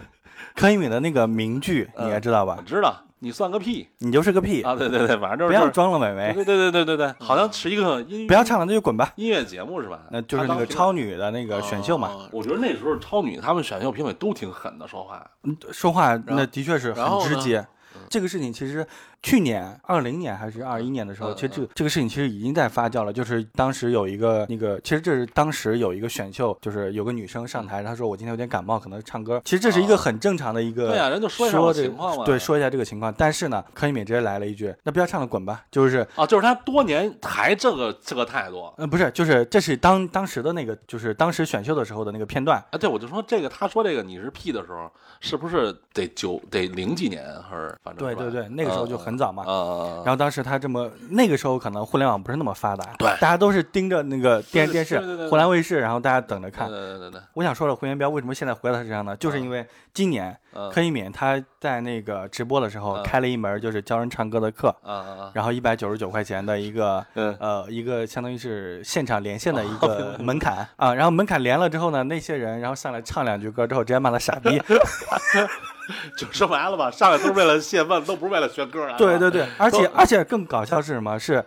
B: 柯以敏的那个 名句你
A: 嗯
B: 也知道
A: 我
B: 吧？
A: 知道你算个屁
B: 你就是个屁，
A: 啊！对对对，反正就是
B: 不要装了，美眉，
A: 对对对对对对，好像是一个音
B: 哎嗯不要唱了，那就滚吧。
A: 音乐节目是吧？
B: 那就
A: 她
B: 是那
A: 当
B: 个
A: 评
B: 超女的那个选秀嘛，
C: 哦。
A: 我觉得那时候超女他们选秀评委都挺狠的，说话
B: 说话
C: 然
B: 那
C: 后
B: 的确是
C: 然
B: 很
C: 后
B: 直
C: 呢
B: 接。这个事情其实去年二零年还是二一年的时候，
A: 嗯嗯
B: 其实这这个事情其实已经在发酵了。就是当时有一个那个，其实这是当时有一个选秀，就是有个女生上
A: 嗯
B: 台，她说我今天有点感冒，可能唱歌。其实这是一个
A: 啊
B: 很正常的一个。
A: 对呀，人就说一下
B: 说
A: 我
B: 这
A: 情况嘛，
B: 对，说一下这个情况。但是呢，柯以敏直接来了一句：“那不要唱了，滚吧！”就是，
A: 啊，就是他多年还这个这个态度啊
B: 呃，不是，就是这是当当时的那个，就是当时选秀的时候的那个片段。
A: 啊。对，我就说这个，他说这个你是屁的时候，是不是得九得零几年还是反正
B: 对
A: 嗯是吧
B: 对对，那个时候就很很早嘛。
A: 啊
B: 然后当时他这么，那个时候可能互联网不是那么发达，
A: 对
B: 大家都是盯着那个电
A: 对
B: 电视
A: 对对对、对
B: 湖南卫视，然后大家等着看。
A: 对对对对，
B: 我想说了，胡元彪为什么现在回到他身上呢？就是因为今年
A: 嗯
B: 柯一敏他在那个直播的时候
A: 嗯
B: 开了一门就是教人唱歌的课，
A: 啊啊
B: 然后一百九十九块钱的一个
A: 嗯哦
B: 呃一个相当于是现场连线的一个门槛啊，然后门槛连了之后呢，那些人然后上来唱两句歌之后，直接骂他傻 逼。
A: 啊，就说白了吧，上来都是为了泄愤，都不是为了学歌啊。
B: 对对对，而且
A: 都
B: 而且更搞笑是什么？是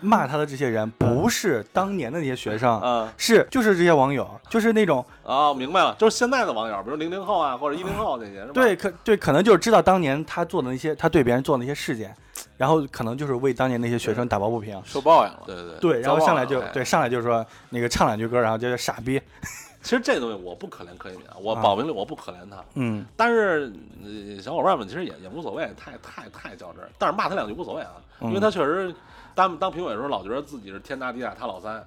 B: 骂他的这些人不是当年的那些学生，
A: 啊
B: 是就是这些网友，就是那种
A: 啊，明白了，就是现在的网友，比如零零后啊，或者一零后那些，是吧？
B: 对，可对，可能就是知道当年他做的那些，他对别人做的那些事件，然后可能就是为当年那些学生打抱不平。
C: 受报应了。
A: 对对对
B: 对，然后
A: 交往
B: 上
A: 嗯了
B: 来就
A: 哎
B: 对上来就说那个唱两句歌，然后就是傻逼。
A: 哎其实这东西我不可怜柯一敏啊，我
B: 啊
A: 保明了我不可怜他，
B: 嗯，
A: 但是、呃小伙伴们其实也也无所谓，太太太较真儿，但是骂他两句无所谓啊，因为他确实当当评委的时候老觉得自己是天大地大他老三，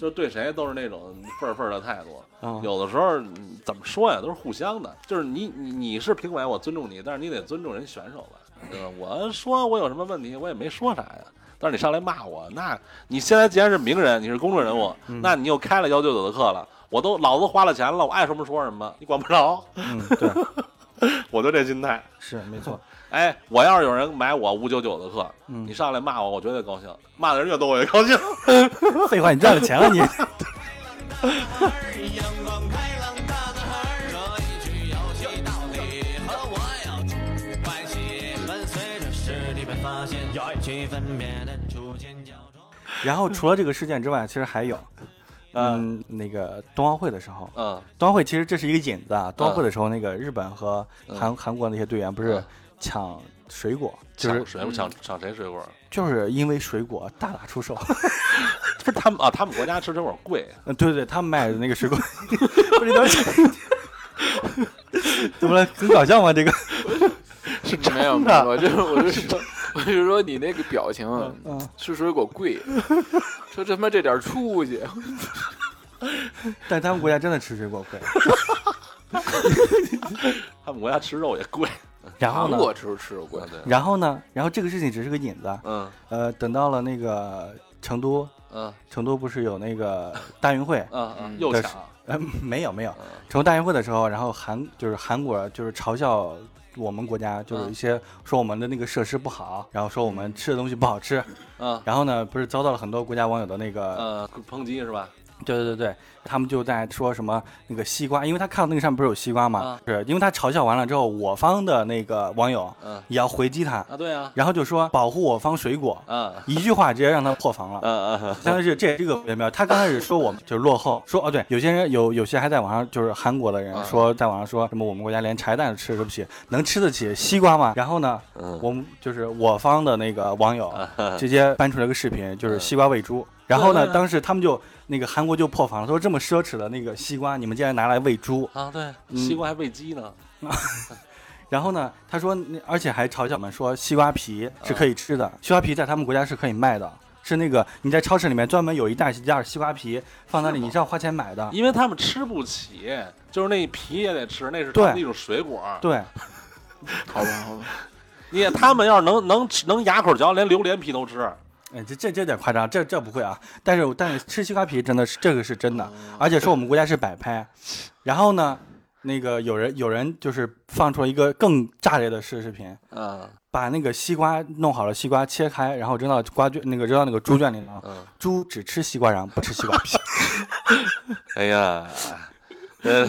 A: 就是对谁都是那种份儿份儿的态度。
B: 啊
A: 有的时候嗯怎么说呀，都是互相的，就是你你你是评委，我尊重你，但是你得尊重人选手吧，对吧？我说我有什么问题，我也没说啥呀。但是你上来骂我，那你现在既然是名人，你是公众人物，那你又开了幺九九的课了，我都老子花了钱了，我爱什么说什么，你管不着。
B: 嗯，对，
A: 我就这心态。
B: 是没 错。
A: 哎，我要是有人买我五九九的课，
B: 嗯
A: 你上来骂我，我绝对高兴。骂的人越多，我越高兴。
B: 废话，你赚了钱了你。
D: 阳光开朗大男孩儿，这一句有戏道理和我有关系。伴随着实地被发现，有气分别的逐渐交错。
B: 然后除了这个事件之外，其实还有，嗯，那个冬奥会的时候，
A: 嗯
B: 冬奥会其实这是一个引子啊。冬奥会的时候，那个日本和韩韩国那些队员不是
A: 嗯
B: 抢水果，就是
A: 抢水抢抢谁水果？
B: 就是因为水果大打出手。
A: 不是他们啊，他们国家吃水果贵，
B: 嗯，对对，他们卖的那个 水果，不是都是怎么了？很搞笑吗？这个，
C: 是没有没有，我就我就是说，我就是说你那个表情啊，
B: 嗯，
C: 吃水果贵，说他妈这点出息，
B: 但他们国家真的吃水果贵。
A: 他们国家吃肉也贵。
B: 然后
C: 韩
B: 呢？
C: 国吃吃肉贵
A: 啊，对，
B: 然后呢？然后这个事情只是个引子。
A: 嗯
B: 呃，等到了那个成都，
A: 嗯？
B: 成都不是有那个 大运会
A: 嗯嗯，
C: 嗯
A: 又
B: 但是
A: 抢。
B: 呃，没有没有
A: 嗯，
B: 成都大运会的时候，然后韩就是韩国就是嘲笑我们国家，就是一些说我们的那个设施不好，然后说我们吃的东西不好吃，
A: 嗯
B: 然后呢，不是遭到了很多国家网友的那个
A: 呃，抨击是吧？
B: 对对对对，他们就在说什么那个西瓜，因为他看到那个上面不是有西瓜嘛，
A: 啊
B: 是因为他嘲笑完了之后，我方的那个网友
A: 嗯
B: 也要回击他，
A: 啊，对啊，
B: 然后就说保护我方水果，
A: 嗯
B: 一句话直接让他破防了。
A: 嗯嗯
B: 相当于是这这个不妙，他刚开始说我们就是落后，说哦对，有些人有有些还在网上就是韩国的人
A: 啊
B: 说在网上说什么我们国家连柴蛋都吃不起，能吃得起西瓜吗？然后呢，
A: 嗯
B: 我们就是我方的那个网友
A: 嗯，
B: 直接搬出来个视频，就是西瓜喂猪。然后
A: 对
B: 呢
A: 对，对
B: 当时他们就那个韩国就破防了，说这么奢侈的那个西瓜，你们竟然拿来喂猪。
A: 啊，对，西瓜还喂鸡呢。
B: 然后呢，他说，那而且还嘲笑我们说西瓜皮是可以吃的，西瓜皮在他们国家是可以卖的，是那个你在超市里面专门有一袋一袋西瓜皮放那里，你是要花钱买的。
A: 因为他们吃不起，就是那皮也得吃，那是
B: 对
A: 他们一种水果。
B: 对，
C: 好吧好吧，
A: 你他们要是能能吃能牙口嚼，连榴莲皮都吃。
B: 哎，这这这有点夸张，这这不会啊。但是但是吃西瓜皮真的是这个是真的，而且说我们国家是摆拍。然后呢，那个有人有人就是放出一个更炸裂的视视频，
A: 嗯
B: 把那个西瓜弄好了，西瓜切开，然后扔到瓜圈那个扔到那个猪圈里了。
A: 嗯，
B: 猪只吃西瓜瓤，不吃西瓜皮。
A: 哎呀， 呃，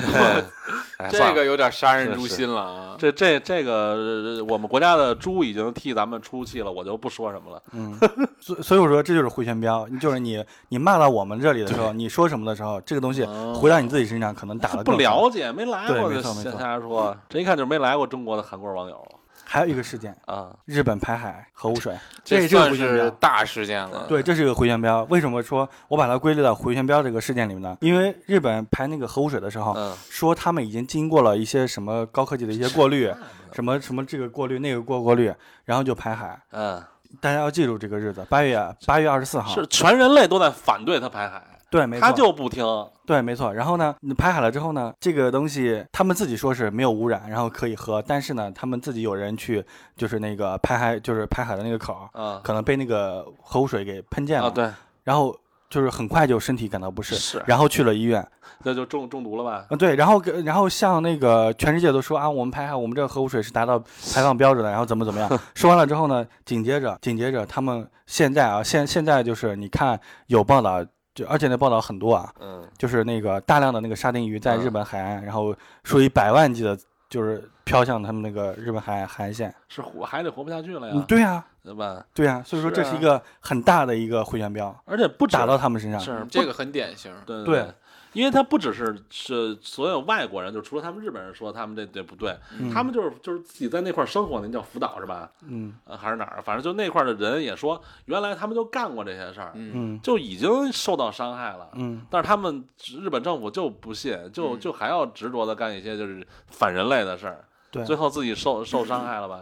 A: 哎
C: 这
A: 算
C: 个
A: 了
C: 有点杀人诛心了啊。
A: 这这这个，呃我们国家的猪已经替咱们出气了，我就不说什么了。
B: 嗯，所所以我说这就是回旋镖，就是你你骂到我们这里的时候，你说什么的时候，这个东西
C: 哦
B: 回到你自己身上，可能打了
A: 不了解，没来过的
B: 对没错没错
A: 瞎瞎说，这一看就是没来过中国的韩国网友
B: 还有一个事件，
A: 啊。
B: 日本排海核污水，也是个
C: 算
B: 回旋镖
C: 是。大事件了。
B: 对，这是一个回旋镖。为什么说我把它归类到回旋镖这个事件里面呢？因为日本排那个核污水的时候，
A: 嗯
B: 说他们已经经过了一些什么高科技的一些过滤，什么什么这个过滤那个过过滤，然后就排海。
A: 嗯，
B: 大家要记住这个日子，八月八月二十四号。
A: 是全人类都在反对他排海，
B: 对，没错，
A: 他就不听。
B: 对，没错。然后呢，你拍海了之后呢，这个东西他们自己说是没有污染，然后可以喝，但是呢，他们自己有人去就是那个拍海，就是拍海的那个口儿，
A: 啊
B: 可能被那个核污水给喷溅了，
A: 啊，，对，
B: 然后就是很快就身体感到不适，
A: 是
B: 然后去了医院，
A: 那就中中毒了吧？
B: 嗯，对，然后跟然后像那个全世界都说啊，我们排海，我们这个核污水是达到排放标准的，然后怎么怎么样。说完了之后呢，紧接着紧接着他们现在啊，现现在就是你看有报道，就而且那报道很多啊，
A: 嗯，
B: 就是那个大量的那个沙丁鱼在日
A: 嗯
B: 本海岸，然后数以百万计的，就是飘向他们那个日本海岸海岸线。
A: 是活还得活不下去了
B: 嗯，
A: 呀，
B: 对啊，
A: 对吧？
B: 对啊，所以说
A: 是
B: 这是一
A: 啊
B: 个很大的一个回旋镖，
A: 而且不止
B: 打到他们身上。
A: 是
C: 嗯这
A: 个，
C: 个很典型。
A: 对
B: 对
A: 对，因为他不只是是所有外国人，就除了他们日本人说他们这这不对，他们就是就是自己在那块儿生活，那叫福岛是吧？
B: 嗯
A: 呃还是哪儿？反正就那块儿的人也说，原来他们就干过这些事儿，
C: 嗯
B: 嗯
A: 就已经受到伤害了。
B: 嗯，
A: 但是他们日本政府就不信，就
C: 嗯
A: 就还要执着的干一些就是反人类的事儿，
B: 对，
A: 最后自己受受伤害了吧？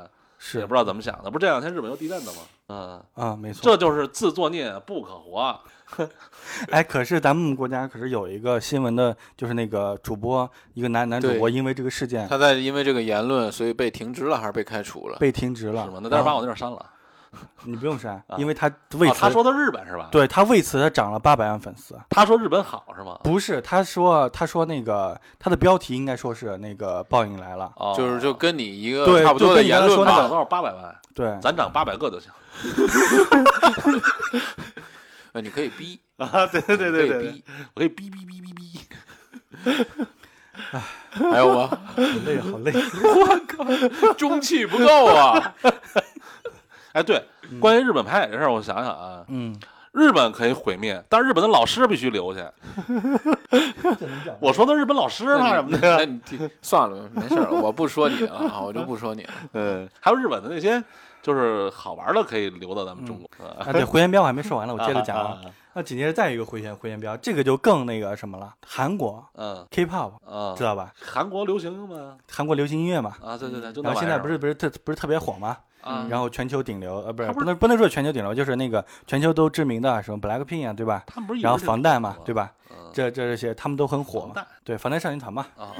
A: 也
B: 是
A: 不知道怎么想的。不是这两天日本又地震的吗？嗯，
B: 啊，没错。
A: 这就是自作孽不可活。
B: 哎，可是咱们国家可是有一个新闻的，就是那个主播，一个男男主
C: 对
B: 播，因为这个事件
C: 他在因为这个言论，所以被停职了，还是被开除了？
B: 被停职了。
A: 是吗？那待会儿把我
B: 然
A: 那儿删了。
B: 后你不用删
A: 啊，
B: 因为他为
A: 哦
B: 此，
A: 他说的日本是吧？，
B: 对他为此他涨了八百万粉丝。
A: 他说日本好是吗？
B: 不是，他说他说那个他的标题应该说是那个报应来了，
A: 哦，
C: 就是就跟你一个
B: 对
C: 差不多
B: 就
C: 的
B: 跟你
C: 言
B: 刚才
C: 论
B: 说
A: 他
B: 那
A: 涨
B: 个
A: 多
C: 吧。
A: 少八百万，
B: 对，
A: 咱涨八百个就行。
C: 呃，你可以逼，
A: 啊，对对对
C: 可以逼，哎
A: 我可以哔哔哔哔哔。
C: 还有吗？
B: 好累好 累。
C: 中气不够 啊！
A: 哎，对，关于日本拍这事儿，我想想啊，
B: 嗯，
A: 日本可以毁灭，但是日本的老师必须留下。 我说的日本老师
B: 嗯
A: 怕什么的
C: 那
A: 呀？
C: 你听算了，没事儿，我不说你了啊，我就不说你了。
A: 嗯，还有日本的那些就是好玩的，可以留到咱们中国。啊
B: 啊，对，回旋镖我还没说完了，我接着讲啊。
A: 啊啊
B: 那紧接着再有一个回旋回旋镖，这个就更那个什么了，韩国
A: 嗯
B: K-pop
A: 嗯
B: 知，道吧？
A: 韩国流行吗？
B: 韩国流行音乐嘛，
A: 啊，对对对，就那
B: 然后现在
A: 玩意儿
B: 不是不是特不是特别火吗？
A: 啊，
B: 然后全球顶流呃，不是
A: 他不
B: 不
A: 是
B: 能不能说全球顶流，就是那个全球都知名的什么 Blackpink 啊，对吧？
A: 他们不是一直
B: 然后
A: 就
B: 防弹嘛，对吧？
A: 嗯
B: 这这这些他们都很火
A: 防
B: 嘛
A: 弹，
B: 对，防弹少年团嘛
A: 啊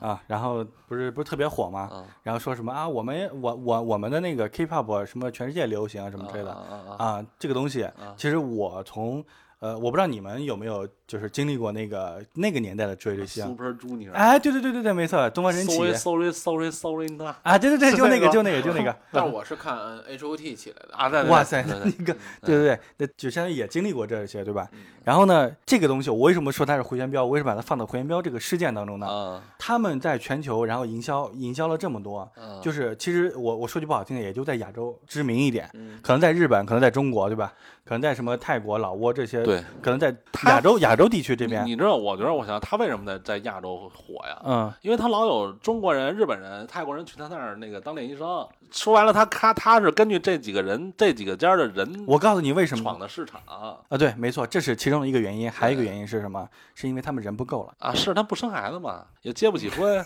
A: 啊
B: 啊，然后不是不是特别火嘛，
A: 啊
B: 然后说什么啊，我们我我我们的那个 K-pop 什么全世界流行啊什么之类的
A: 啊啊
B: 啊，这个东西其实我从呃，我不知道你们有没有就是经历过那个那个年代的追追星，
A: ！Super Junior，
B: 哎，对对对对对，没错，东方神起
A: sorry sorry sorry sorry 那
B: 啊，对对对，
A: 是
B: 就
A: 那
B: 那个
A: 个
B: 就那个就 那个，
C: 但我是看 H O T 起来的啊，
A: 啊，对对
B: 哇塞，
A: 对
B: 那
A: 对 对
B: 个对
A: 嗯
B: 对对，那就相当于也经历过这些，对吧？然后呢，这个东西我为什么说它是回旋镖？我为什么把它放到回旋镖这个事件当中呢？
A: 啊，
B: 他们在全球然后营销营销了这么多，
A: 嗯
B: 就是其实我我说句不好听的，也就在亚洲知名一点，
A: 嗯
B: 可能在日本，可能在中国，对吧？可能在什么泰国、老挝这些，
A: 对，
B: 可能在
A: 他
B: 亚洲亚洲地区这
A: 你
B: 边，
A: 你知道，我觉得我想他为什么在在亚洲火呀？
B: 嗯，
A: 因为他老有中国人、日本人、泰国人去他那儿那个当练习生。说白了，他他他是根据这几个人、这几个家的人
B: 我告诉你为什
A: 闯
B: 么。
A: 的市场
B: 啊，对，没错，这是其中的一个原因，还有一个原因是什么？是因为他们人不够了。
A: 啊，是他不生孩子嘛，也结不起婚，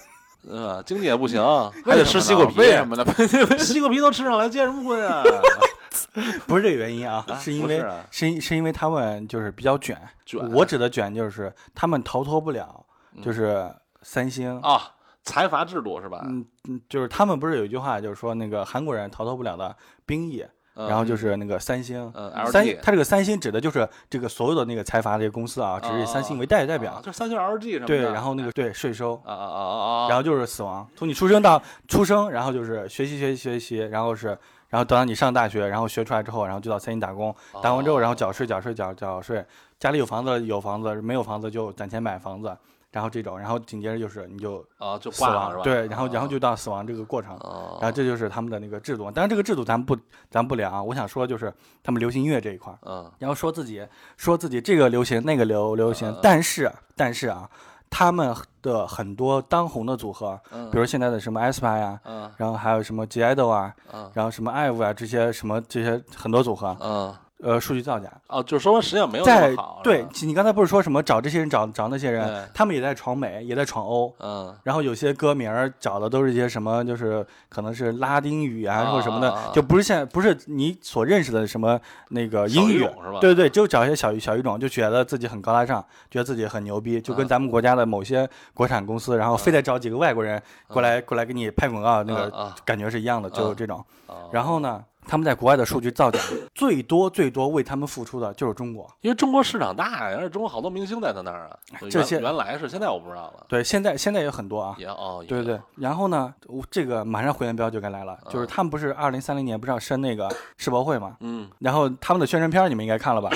A: 呃，经济也 不行，还得吃西瓜皮，
C: 为什么呢？
A: 西瓜皮都吃上来，结什么婚啊？
B: 不是这个原因啊，
A: 啊
B: 是因
A: 不
B: 为
A: 是啊
B: 是因是因为他们就是比较卷。
A: 卷
B: 我指的卷就是他们逃脱不了，就是三星。
A: 啊，财阀制度是吧？
B: 嗯嗯，就是他们不是有一句话，就是说那个韩国人逃脱不了的兵役，
A: 嗯
B: 然后就是那个三星。
A: 嗯
B: 三
A: ，LG，
B: 他这个三星指的就是这个所有的那个财阀这些公司啊，只是以三星为代代表。
A: 啊就是三星 LG 什么的。
B: 对，然后那个对税收，
A: 啊啊啊啊啊，
B: 然后就是死亡，从你出生到出生，然后就是学习学习学习，然后是，然后等到你上大学，然后学出来之后，然后就到三星打工，打工之
A: 哦
B: 后，然后缴税缴税缴缴税，家里有房子有房子，没有房子就攒钱买房子，然后这种，然后紧接着就是你就
A: 啊就
B: 死
A: 挂了
B: 亡，
A: 是吧？
B: 对，然后然后
A: 啊
B: 就到死亡这个过程，
A: 啊
B: 然后这就是他们的那个制度，但是这个制度咱不咱不聊啊，我想说就是他们流行音乐这一块儿，
A: 嗯
B: 然后说自己说自己这个流行那个流流行
A: 嗯，
B: 但是但是啊，他们的很多当红的组合，
A: 嗯
B: 比如现在的什么 aespa 呀、
A: 嗯
B: 然后还有什么 g i d o 啊，
A: 嗯
B: 然后什么 IVE 啊，这些什么这些很多组合，
A: 嗯
B: 呃数据造假，
A: 哦，就是说实际上没有那
B: 在
A: 么好，是
B: 对
A: 吧
B: 你刚才不是说什么找这些人找找那些
A: 对
B: 人，他们也在闯美，也在闯欧，
A: 嗯，
B: 然后有些歌名儿找的都是一些什么，就是可能是拉丁语啊
A: 啊
B: 或者什么
A: 啊啊
B: 的，就不是现在不是你所认识的什么那个
A: 小
B: 英
A: 语
B: 语
A: 种是吧啊
B: 对对，就找一些小语小语种，就觉得自己很高大上，觉得自己很牛逼，就跟
A: 啊
B: 咱们国家的某些国产公司，然后
A: 嗯
B: 非得找几个外国人过来过来给你拍广告，那
A: 啊
B: 个
A: 啊
B: 感觉是一样的，就是这种。
A: 哦
B: 然后呢，他们在国外的数据造假，最多最多为他们付出的就是中国。
A: 因为中国市场大呀，而且中国好多明星在他那儿啊，原
B: 这些
A: 原来是，现在我不知道了，
B: 对，现在现在有很多啊，
A: 也哦，也
B: 对对，然后呢，我这个马上回旋镖就该来了，就是他们不是二零三零年不是要申那个世博会嘛，
A: 嗯，
B: 然后他们的宣传片儿你们应该看了吧？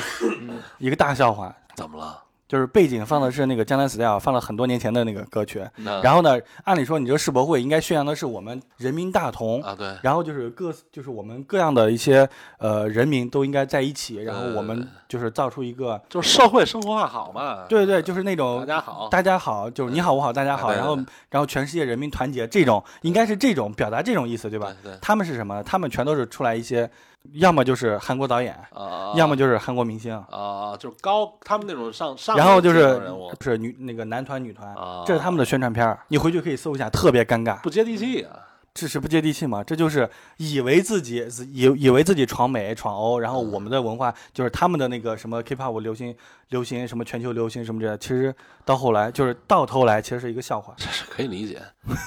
B: 一个大笑话，
A: 怎么了？
B: 就是背景放的是那个江南 style，放了很多年前的那个歌曲。
A: 那
B: 然后呢，按理说你这个世博会应该宣扬的是我们人民大同，
A: 啊，对，
B: 然后就是各就是我们各样的一些呃人民都应该在一起，然后我
A: 对嗯
B: 们就是造出一个，
A: 就是社会生活化好嘛，
B: 对对，就是那种
A: 大家好，啊
B: 大家好，就是你好，我好，大家好，
A: 对对
B: 然后
A: 对
B: 然后全世界人民团结，这种应该是这种表达这种意思，对吧？
A: 对对
B: 他们是什么？他们全都是出来一些，要么就是韩国导演，
A: 啊，
B: 要么就是韩国明星，
A: 啊，就是高他们那种上上，
B: 然后就是
A: 人物
B: 是女那个男团女团，
A: 啊
B: 这是他们的宣传片儿，你回去可以搜一下，特别 尴尬，
A: 不接地气啊，
B: 这是不接地气嘛？这就是以为自己以以为自己闯美闯欧，然后我们的文化就是他们的那个什么 K-pop 流行流行什么全球流行什么这些，其实到后来就是到头来其实是一个笑话。
A: 这是可以理解，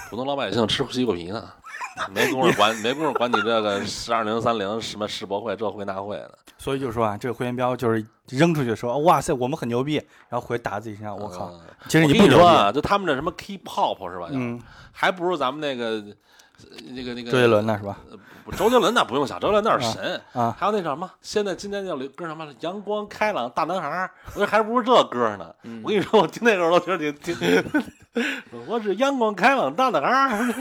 A: 普通老百姓吃西瓜皮 呢。没工夫管，没工夫管你这个十二零三零什么世博会这会那会的，
B: 所以就说啊，这个回旋镖就是扔出去说，哦哇塞，我们很牛逼，然后回打自己身上，我靠，
A: 嗯
B: 其实
A: 我
B: 你
A: 跟
B: 不
A: 你
B: 牛
A: 说
B: 逼，
A: 啊，就他们这什么 K-pop 是吧？叫
B: 嗯，
A: 还不如咱们那个呃那个那个
B: 周杰伦呢是吧？
A: 呃，不周杰伦那不用想，周杰伦那是神
B: 啊
A: 还有那叫什么，现在今天叫歌什么《阳光开朗大男孩》，我觉得还不如这歌呢。
B: 嗯
A: 我跟你说，我听那歌我都觉得挺挺，我是阳光开朗大男孩。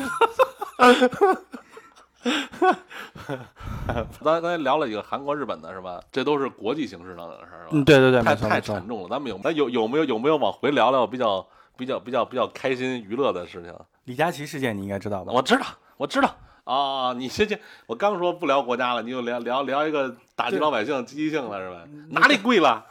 A: 咱咱聊了几个韩国、日本的是吧？这都是国际形式的事儿吧？
B: 嗯，对对对，
A: 太
B: 没错
A: 太
B: 没错
A: 沉。重了。咱们有咱有有没有有没有往回聊聊比较比较比较比较开心娱乐的事情？
B: 李佳琦事件你应该知道吧？
A: 我知道，我知道啊！你这这，我刚说不聊国家了，你又聊聊聊一个打击老百姓积极性了是吧？
B: 嗯
A: 哪里贵了？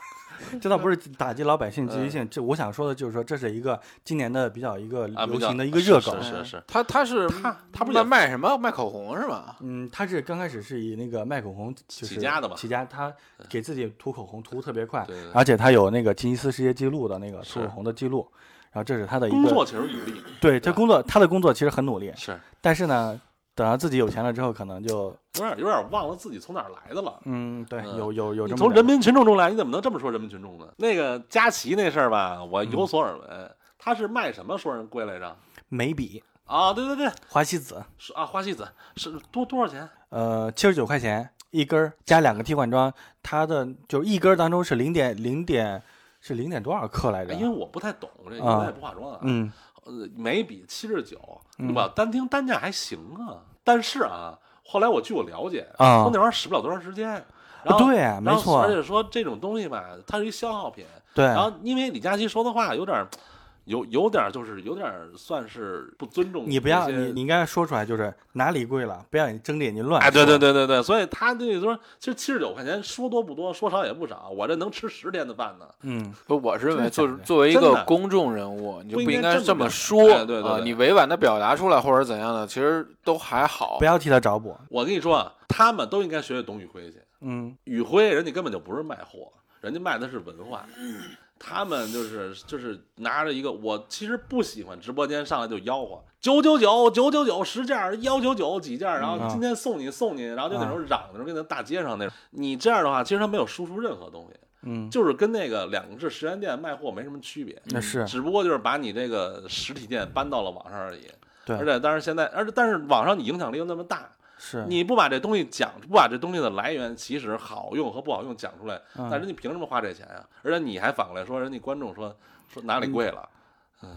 B: 这倒 不是打击老百
A: 嗯
B: 姓积极性，这我想说的就是说，这是一个今年的比较一个
A: 啊，比
B: 嗯流
A: 较
B: 行的一个热
A: 是
B: 梗。
A: 是是
C: 他他是
A: 他他不是
C: 在
A: 也
C: 卖什么卖口红是吧？
B: 嗯，他是刚开始是以那个卖口红就是
A: 起家的吧嗯
B: 起家他给自己涂口红涂得特别快
A: 对对对，
B: 而且他有那个吉尼斯世界纪录的那个
A: 是
B: 涂口红的记录，然后这是他的一
A: 工作
B: 个
A: 其实有利
B: 对这工作他的工作其实很努力，
A: 是
B: 但是呢，等到自己有钱了之后，可能就
A: 有点有点忘了自己从哪儿来的了。
B: 嗯，对，
A: 嗯
B: 有有有
A: 你
B: 这么
A: 从
B: 点
A: 人民群众中来，你怎么能这么说人民群众呢？那个佳琪那事儿吧，我
B: 嗯
A: 有所耳闻，他是卖什么说人贵来着？
B: 眉笔
A: 啊，对对对，
B: 花西子，
A: 是啊，花西子是多多少钱？
B: 呃，七十九块钱一根儿，加两个替换装，它的就是一根儿当中是零点零点是零点多少克来着
A: 因？为我不太懂这，因为
B: 啊
A: 我也不化妆啊。
B: 嗯，
A: 呃，眉笔七十九，我单听单价还行啊。但是啊，后来我据我了解，
B: 啊
A: 说那玩意儿使不了多长时间。然后
B: 对啊
A: 然
B: 没
A: 后
B: 错哎
A: 而且说这种东西吧，它是一消耗品。
B: 对
A: 然后因为李佳琦说的话有点儿，有有点儿就是有点儿算是不尊重
B: 你不要
A: 这些
B: 你你应该说出来，就是哪里贵了，不要你睁着眼睛乱
A: 哎，对
B: 说
A: 对，对对对，所以他那个说，其实七十九块钱说多不多，说少也不少，我这能吃十天的饭呢。
B: 嗯，
C: 不，我是认为
B: 真
C: 作
B: 的假的
C: 作为一
A: 真
C: 个
A: 的
C: 公众人物，你就
A: 不
C: 啊不
A: 应
C: 应
A: 该
C: 该
A: 这么
C: 这么
A: 表
C: 说
A: 哎对对
C: 啊！
A: 对
C: 你委婉的表达出来或者怎样的，其实都还好
B: 不。要替他找补，
A: 我跟你说啊，他们都应该学学董宇辉去。
B: 嗯，
A: 宇辉人家根本就不是卖货，人家卖的是文化。他们就是就是拿着一个，我其实不喜欢直播间上来就吆喝九九九九九九十件儿幺九九几件儿，然后
B: 嗯
A: 今天送你送你，然后就那种嚷的时候跟那大街上那种。你这样的话，其实他没有输出任何东西，
B: 嗯
A: 就是跟那个两个是实体店卖货没什么区别，
B: 那是
A: 只不过就是把你这个实体店搬到了网上而已。
B: 对
A: 而且当然现在，而且但是网上你影响力又那么大，
B: 是嗯
A: 你不把这东西讲，不把这东西的来源其实好用和不好用讲出来，
B: 嗯
A: 那人家凭什么花这钱啊？而且你还反过来说，人家观众说说哪里贵了， 嗯，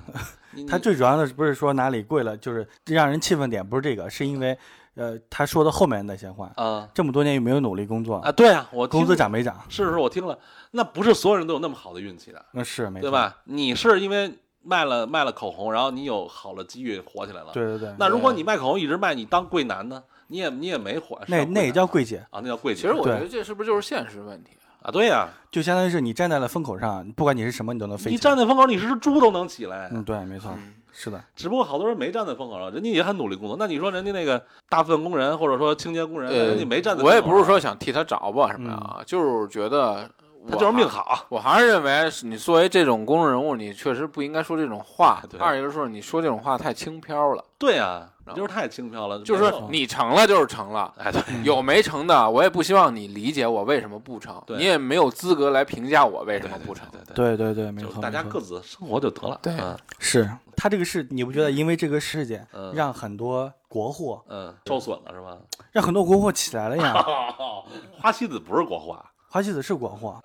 A: 你
B: 他最主要的是不是说哪里贵了，就是让人气愤点不是这个，是因为呃他说的后面那些话，
A: 啊
B: 这么多年有没有努力工作
A: 啊，，对啊，我听
B: 工资涨没涨？
A: 是是，我听了，那不是所有人都有那么好的运气的，
B: 那是没
A: 对
B: 错？
A: 吧？你是因为卖了卖了口红，然后你有好的机遇火起来了，
B: 对对对，
A: 那如果你卖口红一直卖，你当贵男呢？你也你也没火，是
B: 那
A: 要跪
B: 那也
A: 的
B: 叫柜姐，
A: 啊，那叫跪
C: 其
A: 姐。
C: 实我觉
B: 对
C: 得这是不是就是现实问题？
A: 啊，对呀、
B: 就相当于是你站在了风口上，不管你是什么，你都能飞
A: 你
B: 起。
A: 站在风口，你是猪都能起来。
B: 嗯，对，没错
C: 嗯，
B: 是的，
A: 只不过好多人没站在风口上，人家也很努力工作。那你说人家那个大部分工人或者说清洁工人，
C: 呃
A: 人嗯家没站在风口上，
C: 我也不是说想替他着吧什么啊，就是觉得我
A: 他就是命
C: 还。
A: 好，
C: 我还是认为是你作为这种公众人物，你确实不应该说这种话
A: 啊对。
C: 二一个是你说这种话太轻飘了，
A: 对呀、你就是太轻飘了，
C: 就是
A: 没
C: 说
A: 错
C: 你成了就是成了，
A: 哎对。
C: 有没成的我也不希望你理解我为什么不成，
A: 对
C: 你也没有资格来评价我为
A: 对
C: 什么
A: 对
C: 不成。
A: 对对
B: 对对对，没
A: 对，就是
B: 错，
A: 大家
B: 没错
A: 各自生活就得了。
C: 对
A: 嗯
B: 是他这个事，你不觉得因为这个事件
A: 嗯
B: 让很多国货，
A: 嗯，受损了是吧？
B: 让很多国货起来 了呀？
A: 哦，花西子不是国画，
B: 花西子是国货，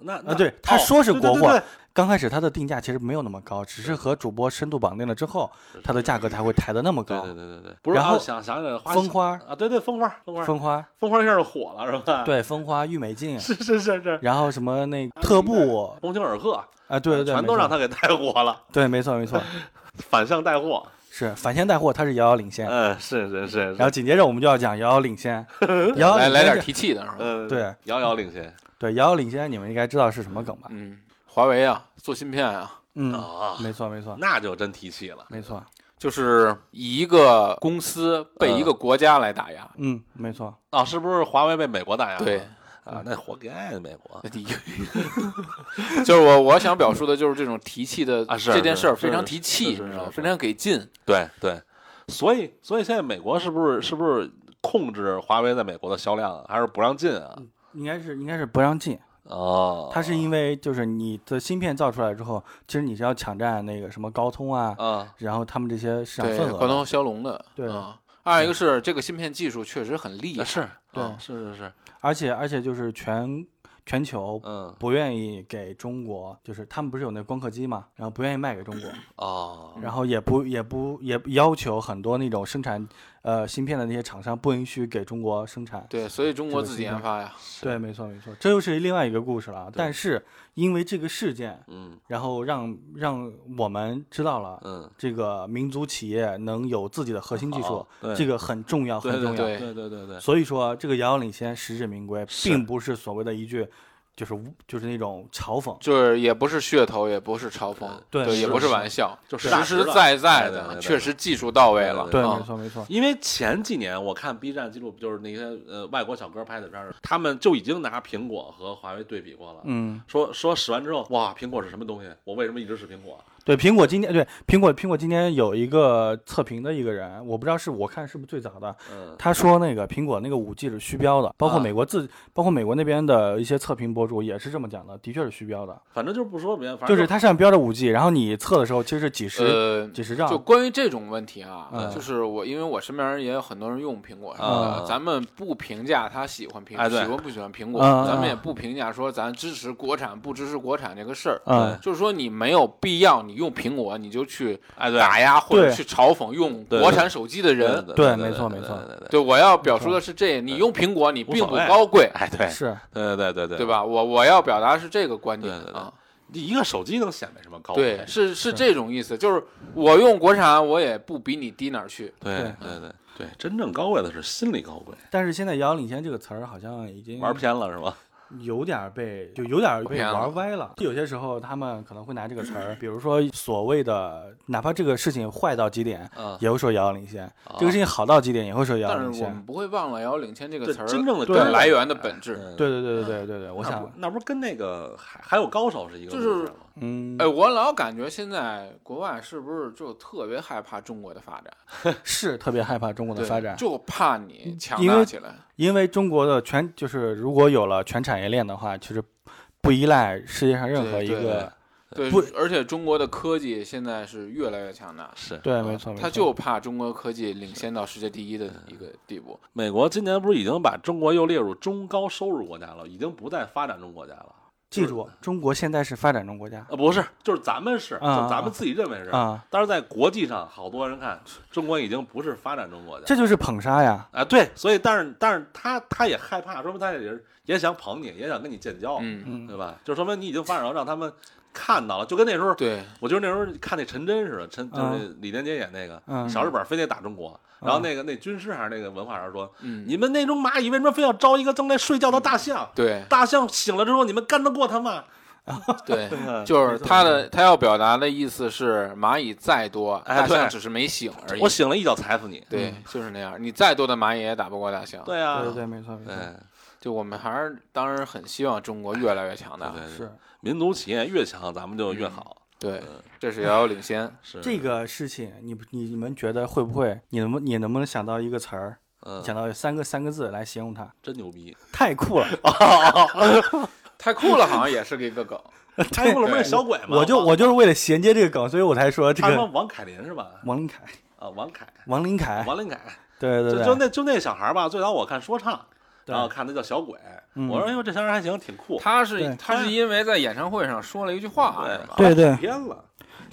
A: 那
B: 啊
A: 啊
B: 对他说是国
A: 对
B: 货
A: 对对
B: 刚开始它的定价其实没有那么高，只是和主播深度绑定了之后，它的价格才会抬得那么
A: 对
B: 高
A: 对。对对对，不是
B: 哦然后
A: 啊想想想花西
B: 蜂花
A: 啊，对对蜂花蜂花
B: 蜂花，
A: 蜂花一下就火了是吧？，
B: 对，蜂花、郁美净，
A: 是是是是，
B: 然后什么那特步
A: 红丘尔克，
B: 啊，对对对，
A: 全都
B: 没错
A: 让他给带火了，
B: 对，没错 没错，
A: 反向带货。
B: 是反先带货，它是遥遥领先。
A: 嗯，是是是，
B: 然后紧接着我们就要讲遥遥领 先，遥遥
C: 来
B: 领
C: 来
B: 先
C: 点
B: 这
C: 提气的是吧？
A: 嗯，
B: 对，
A: 遥遥领先
B: 对遥遥领先，你们应该知道是什么梗
A: 哦
B: 吧？
C: 嗯，华为啊，做芯片啊，
B: 嗯，
A: 啊，
B: 没错没错
A: 那就真提气了。
B: 没错，
C: 就是以一个公司
A: 呃
C: 被一个国家来打压。
B: 嗯没错，
A: 啊，是不是华为被美国打压了？
C: 对，
B: 嗯
A: 啊，那活该美国。
C: 就是我我想表述的就是这种提气的
A: 啊是
C: 这件事儿
A: 是是
C: 非常提气，
A: 是是
C: 你知道吗
A: 是
C: 非常给劲。
A: 对对，所以所以现在美国是不是是不是控制华为在美国的销量啊，还是不让进啊？
B: 应该是应该是不让进，
A: 哦，
B: 嗯它是因为就是你的芯片造出来之后，其实你是要抢占那个什么高通啊，
A: 啊，
B: 然后他们这些市场
C: 对
B: 份，额
C: 华
B: 的，
C: 东骁龙的。
B: 对
A: 嗯
C: 啊，二一个是这个芯片技术确实很厉害。
A: 是，
B: 对
A: 啊是是是，
B: 而且而且就是全全球
A: 嗯，
B: 不愿意给中国，就是他们不是有那光刻机嘛，然后不愿意卖给中国，
A: 哦，
B: 然后也不也不也要求很多那种生产呃芯片的那些厂商不允许给中国生产。
C: 对，所以中国
B: 这个
C: 自己
B: 芯片
C: 研发呀。
B: 对，没错没错，这又是另外一个故事了啊。但是因为这个事件，
A: 嗯
B: 然后让让我们知道了。
A: 嗯，
B: 这个民族企业能有自己的核心技术
A: 哦，对
B: 这个很重要，很
A: 对
B: 重要
A: 对。对对对对对，
B: 所以说，这个遥遥领先实至名归，
A: 是
B: 并不是所谓的一句，就是无就是那种嘲讽。
C: 就是也不是噱头，也不是嘲讽，
B: 对是
C: 也不是
A: 是
C: 玩笑，
A: 就
C: 实
A: 实打
C: 实
A: 实的
C: 在在
A: 对对对
C: 的，
A: 对
C: 确实技术到位了。
A: 对
B: 对，
C: 啊
B: 没错没错，
A: 因为前几年我看 B 站记录，就是那些呃外国小哥拍的片儿，他们就已经拿苹果和华为对比过了。
B: 嗯，
A: 说说使完之后，哇，苹果是什么东西？我为什么一直使苹果？
B: 对，苹果今天对苹果苹果今天有一个测评的一个人，我不知道是我看是不是最早的，
A: 嗯，
B: 他说那个苹果那个五 G 是虚标的，包括
A: 啊
B: 美国自、包括美国那边的一些测评博主也是这么讲的，的确是虚标的，
A: 反正就是不说别人，反
B: 就
A: 正
B: 是它上面标着五 G，然后你测的时候其实是几十、
C: 呃，
B: 几
A: 啊
B: 十
C: 就
B: 兆，
C: 关于这种问题啊，
B: 嗯
C: 就是我因为我身边人也有很多人用苹果什么的，
A: 嗯
C: 咱们不评价他喜欢苹、
A: 哎
C: 喜
A: 对
C: 欢不喜欢苹果，
B: 嗯嗯
C: 咱们
B: 嗯
C: 也不评价说咱支持国产不支持国产这个事儿。
B: 嗯，
C: 就是说，你没有必要，你用苹果你就去
A: 哎对，
C: 打压或者
B: 对
C: 去嘲讽用
A: 对
C: 国产手机的人。
A: 对
B: 对没错没错
A: 对对对
C: 对，我要表述的是这，你用苹果你并不
A: 无所谓
C: 高贵，
A: 哎对
B: 是
A: 对对对对
C: 对？吧？我我要表达是这个观点
A: 对对对
C: 啊，
A: 你一个手机能显摆什么高贵？嗯
C: 对，是是这种意思，就是我用国产，我也不比你低哪儿去。
A: 对对对对，真正高贵的是心理高贵，
B: 但是现在遥遥领先这个词儿好像已经
A: 玩偏了是吧？
B: 有点儿被就有点儿被
C: 偏了
B: 玩歪了。有些时候他们可能会拿这个词儿，比如说所谓的，哪怕这个事情坏到极点，
C: 嗯
A: 啊，
B: 也会说遥遥领先；
C: 哦
B: 这个事情好到极点，也会说遥遥
C: 但
B: 领
C: 是我
B: 先
C: 们。不会忘了“遥遥领先”这个
A: 这
C: 词儿
A: 真正的
B: 对
A: 根
C: 来源的本质。
A: 嗯
B: 对对对对对对对，我
A: 那
B: 想
A: 不，那不是跟那个还还有高手是一个
C: 就
A: 路
C: 是
A: 子吗
B: 嗯
C: 哎，，我老感觉现在国外是不是就特别害怕中国的发展？
B: 是特别害怕中国的
C: 对，
B: 发展，
C: 就怕你强
B: 因
C: 大
B: 为
C: 起来。
B: 因为中国的全就是如果有了全产业链的话，其实不依赖世界上任何
C: 对
B: 一
C: 对
B: 个，
C: 对
B: 呃不，
C: 而且中国的科技现在是越来越强大。
A: 是
B: 对，没错，没错
C: 他嗯就怕中国科技领先到世界第一的一个地步。
A: 美国今年不是已经把中国又列入中高收入国家了，已经不再发展中国家了。
B: 记住，中国现在是发展中国家
A: 呃，不是，就是咱们是，
B: 啊
A: 就咱们自己认为是。
B: 啊，
A: 但是在国际上，好多人看中国已经不是发展中国家
B: 这就是捧杀呀。
A: 啊，对，所以但是但是他他也害怕，说明他也是也想捧你，也想跟你建交，
C: 嗯，
A: 对吧？就说明你已经发展到让他们看到了，就跟那时候，
C: 对，
A: 我觉得那时候看那陈真似的，陈就
B: 啊
A: 是李连杰演那个
B: 嗯
A: 小日本非得打中国，然后那个那军师还是那个文化人说，
C: 嗯
A: 你们那种蚂蚁为什么非要招一个正在睡觉的大象？
C: 对
B: 嗯
A: 大象醒了之后，你们干得过它吗？
C: 对，
A: 嗯
C: 就是他的他要表达的意思是，蚂蚁再多，
A: 哎
C: 大象
A: 对
C: 只是没醒而已
A: 我。醒了一脚踩死你。
C: 对，就是那样，你再多的蚂蚁也打不过大象。
A: 对啊，
B: 嗯对对对，没错没错，
A: 哎
C: 就我们还是当时很希望中国越来越强大。
A: 对对
B: 是嗯
A: 民族企业越强，咱们就越好。
C: 对，这是遥遥领先。
A: 是
B: 这个事情，你不你你们觉得会不会？你能不你能不能想到一个词儿，
A: 嗯，
B: 想到三个三个字来形容它？
A: 真牛 逼！
B: 太酷 了！
C: 太酷了，好像也是一 个梗。
A: 他用了不是小鬼吗？
B: 我就我就是为了衔接这个梗，所以我才说这
A: 他说
B: 个
A: 王凯林是吧？
B: 王林凯，
A: 啊，王凯，
B: 王林凯，
A: 王林凯，
B: 对对
A: 就就
B: 对，
A: 那就那小孩吧。最早我看说唱，
B: 对
A: 然后看他叫小鬼，
B: 嗯
A: 我说哎呦这小孩还行，挺酷。
C: 他
B: 对
C: 是他是因为在演唱会上说了一句话，啊是吧？
B: 对对
A: 偏了，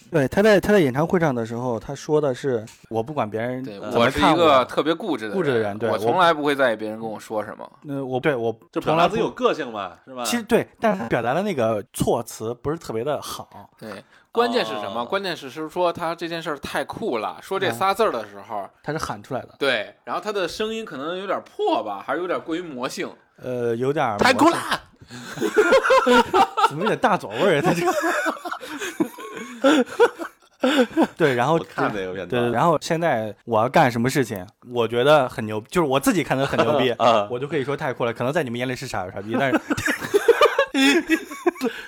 B: 对，他在他在演唱会上的时候，他说的是我不管别人
C: 对，
B: 怎么
C: 我是
B: 看
C: 一个特别固执的
B: 固执的人对
C: 我
B: 我
C: 从来不会在意别人跟我说什么。
B: 呃我对我
A: 就
B: 从
A: 表
B: 来
A: 达
B: 不
A: 自己有个嗯性嘛，是吧？
B: 其实对，但是他表达的那个措辞不是特别的好，
C: 对，关键是什么？
A: 哦
C: 关键是是说他这件事儿太酷了。说
B: 嗯
C: 这仨字儿的时候，
B: 他是喊出来的，
C: 对，然后他的声音可能有点破吧，还是有点过于魔性。
B: 呃，有点儿
A: 太
B: 模
A: 酷
B: 式
A: 了，，
B: 怎么有点大左味儿啊？他这个，对，然后
A: 我看嗯那个片
B: 对，
A: 段，，
B: 然后现在我要干什么事情，我觉得很牛，就是我自己看的很牛逼
A: 啊，
B: 我就可以说太酷了。可能在你们眼里是傻傻逼，但 是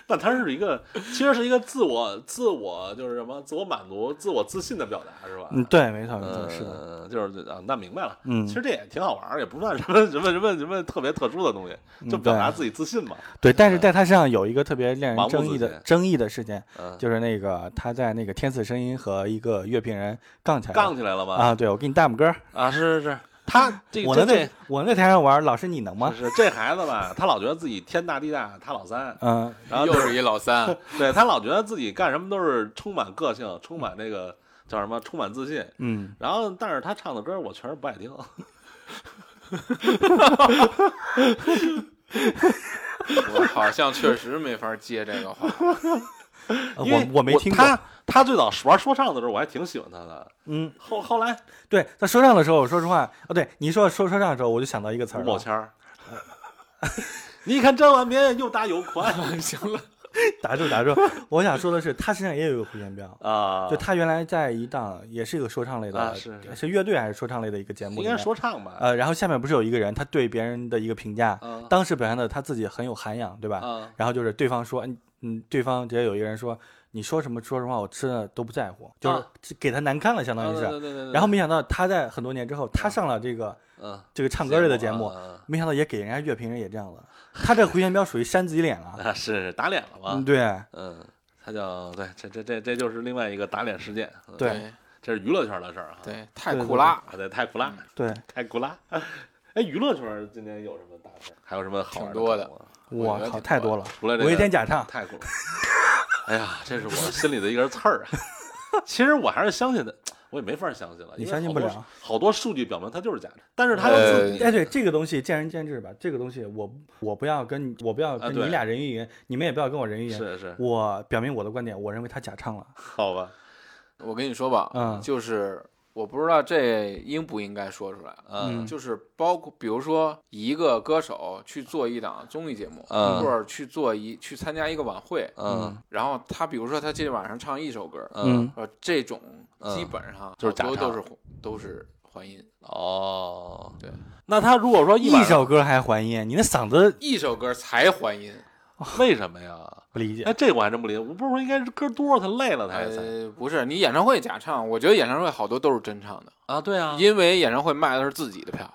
A: 但他是一个，其实是一个自我、自我就是什么自我满足、自我自信的表达，是吧？
B: 嗯，对，没错，没错，
A: 嗯，
B: 是的，
A: 就是啊，那明白了。
B: 嗯
A: 其实这也挺好玩儿，也不算什么什么什么什么特别特殊的东西，就
B: 嗯
A: 表达
B: 对
A: 自己自信嘛。
B: 对。但是在他身上有一个特别令人
A: 盲目
B: 争
A: 自
B: 议的
A: 信
B: 争议的事情，
A: 嗯，
B: 就是那个他在那个天赐声音和一个乐评人杠起来了，
A: 杠起来了吗？
B: 啊！对，我给你大拇哥儿，
A: 啊，是是是，他这
B: 我
A: 这
B: 能
A: 这
B: 在我能在台上玩，老师你能吗？
A: 是这孩子吧，他老觉得自己天大地大，他老三，
B: 嗯，
A: 然后
C: 又是一老三，
A: 对他老觉得自己干什么都是充满个性，充满那个叫什么，充满自信。
B: 嗯，
A: 然后，但是他唱的歌我全是不爱听。
B: 啊
C: 我好像确实没法接这个话。
B: 呃
A: 因为
B: 我我没听过。
A: 他他最早玩说唱的时候，我还挺喜欢他的。
B: 嗯，
A: 后后来
B: 对，他说唱的时候，我说实话，哦，对，你一说说说唱的时候，我就想到一个词
A: 吴
B: 儿
A: 宝
B: 了，
A: 谦儿，你看这碗面又大又宽
C: 行了，
B: 打住 打住，我想说的是，他身上也有一个胡彦彪。
A: 啊，
B: 就他原来在一档也是一个说唱类的，
A: 啊是是
B: 乐队还是说唱类的一个节目里
A: 应
B: 面，
A: 该说唱吧。
B: 呃，然后下面不是有一个人，他对别人的一个评价，
A: 啊
B: 当时表现的他自己很有涵养，对吧？
A: 啊
B: 然后就是对方说，嗯嗯，对方直接有一个人说，你说什么说实话，我吃的都不在乎，就
A: 啊
B: 是给他难堪了，相当于是。
A: 对对对对。
B: 然后没想到他在很多年之后，他上了这个、
A: 嗯，
B: 这个唱歌类的节目，
A: 啊
B: 没想到也给人家乐评人也这样了。他这胡彦彪属于扇自己脸了，
A: 啊是打脸了
B: 嗯，
A: 吗？
B: 对
A: 嗯，他叫对，这这这这就是另外一个打脸事件。嗯
B: 对
C: 对
A: 这是娱乐圈的事儿啊。
C: 对，太酷啦！
A: 啊，对，太酷啦，
B: 对，
A: 太酷啦。 哎，娱乐圈儿今年有什么大事儿？还有什么好玩
C: 挺多
A: 的
C: 的
A: 梗吗？
B: 我
C: 觉得
B: 靠，
C: 挺呃
B: 太
C: 多
B: 多了。
A: 啊除了这
B: 我一
A: 个
B: 天假 唱，
A: 太酷了！ 哎呀，这是我心里的一根刺儿啊。 其实我还是相信的，我也没法相信了，
B: 你
A: 因为
B: 相信
A: 好
B: 不
A: 多
B: 了。
A: 好多数据表明它就是假的，但是它又自己
B: 哎，对这个东西见仁见智吧。这个东西我我不要跟你我不要
A: 啊
B: 跟你
A: 对
B: 俩人云亦云，你们也不要跟我人云亦云。
A: 是是
B: 我表明我的观点，我认为他假唱了。
A: 好吧？
C: 我跟你说吧，
B: 嗯
C: 就是我不知道这应不应该说出来，
A: 嗯
C: 就是包括比如说一个歌手去做一档综艺节目，
A: 嗯
C: 或者去做一去参加一个晚会，
A: 嗯
C: 然后他比如说他今天晚上唱一首歌，
A: 嗯
C: 呃，这种基本上
A: 就是假
C: 好多
A: 唱
C: 都是都是还音，
A: 哦，
C: 对，
A: 那他如果说
B: 一
A: 晚上
B: 首歌还还音，你那嗓子
C: 一首歌才还音，
A: 为什么呀？
B: 不理解
A: 哎，。这我还真不理解，我不是说应该是歌多了他累了他才才
C: 呃，不是你演唱会假唱，我觉得演唱会好多都是真唱的，
A: 啊？对啊，
C: 因为演唱会卖的是自己的票，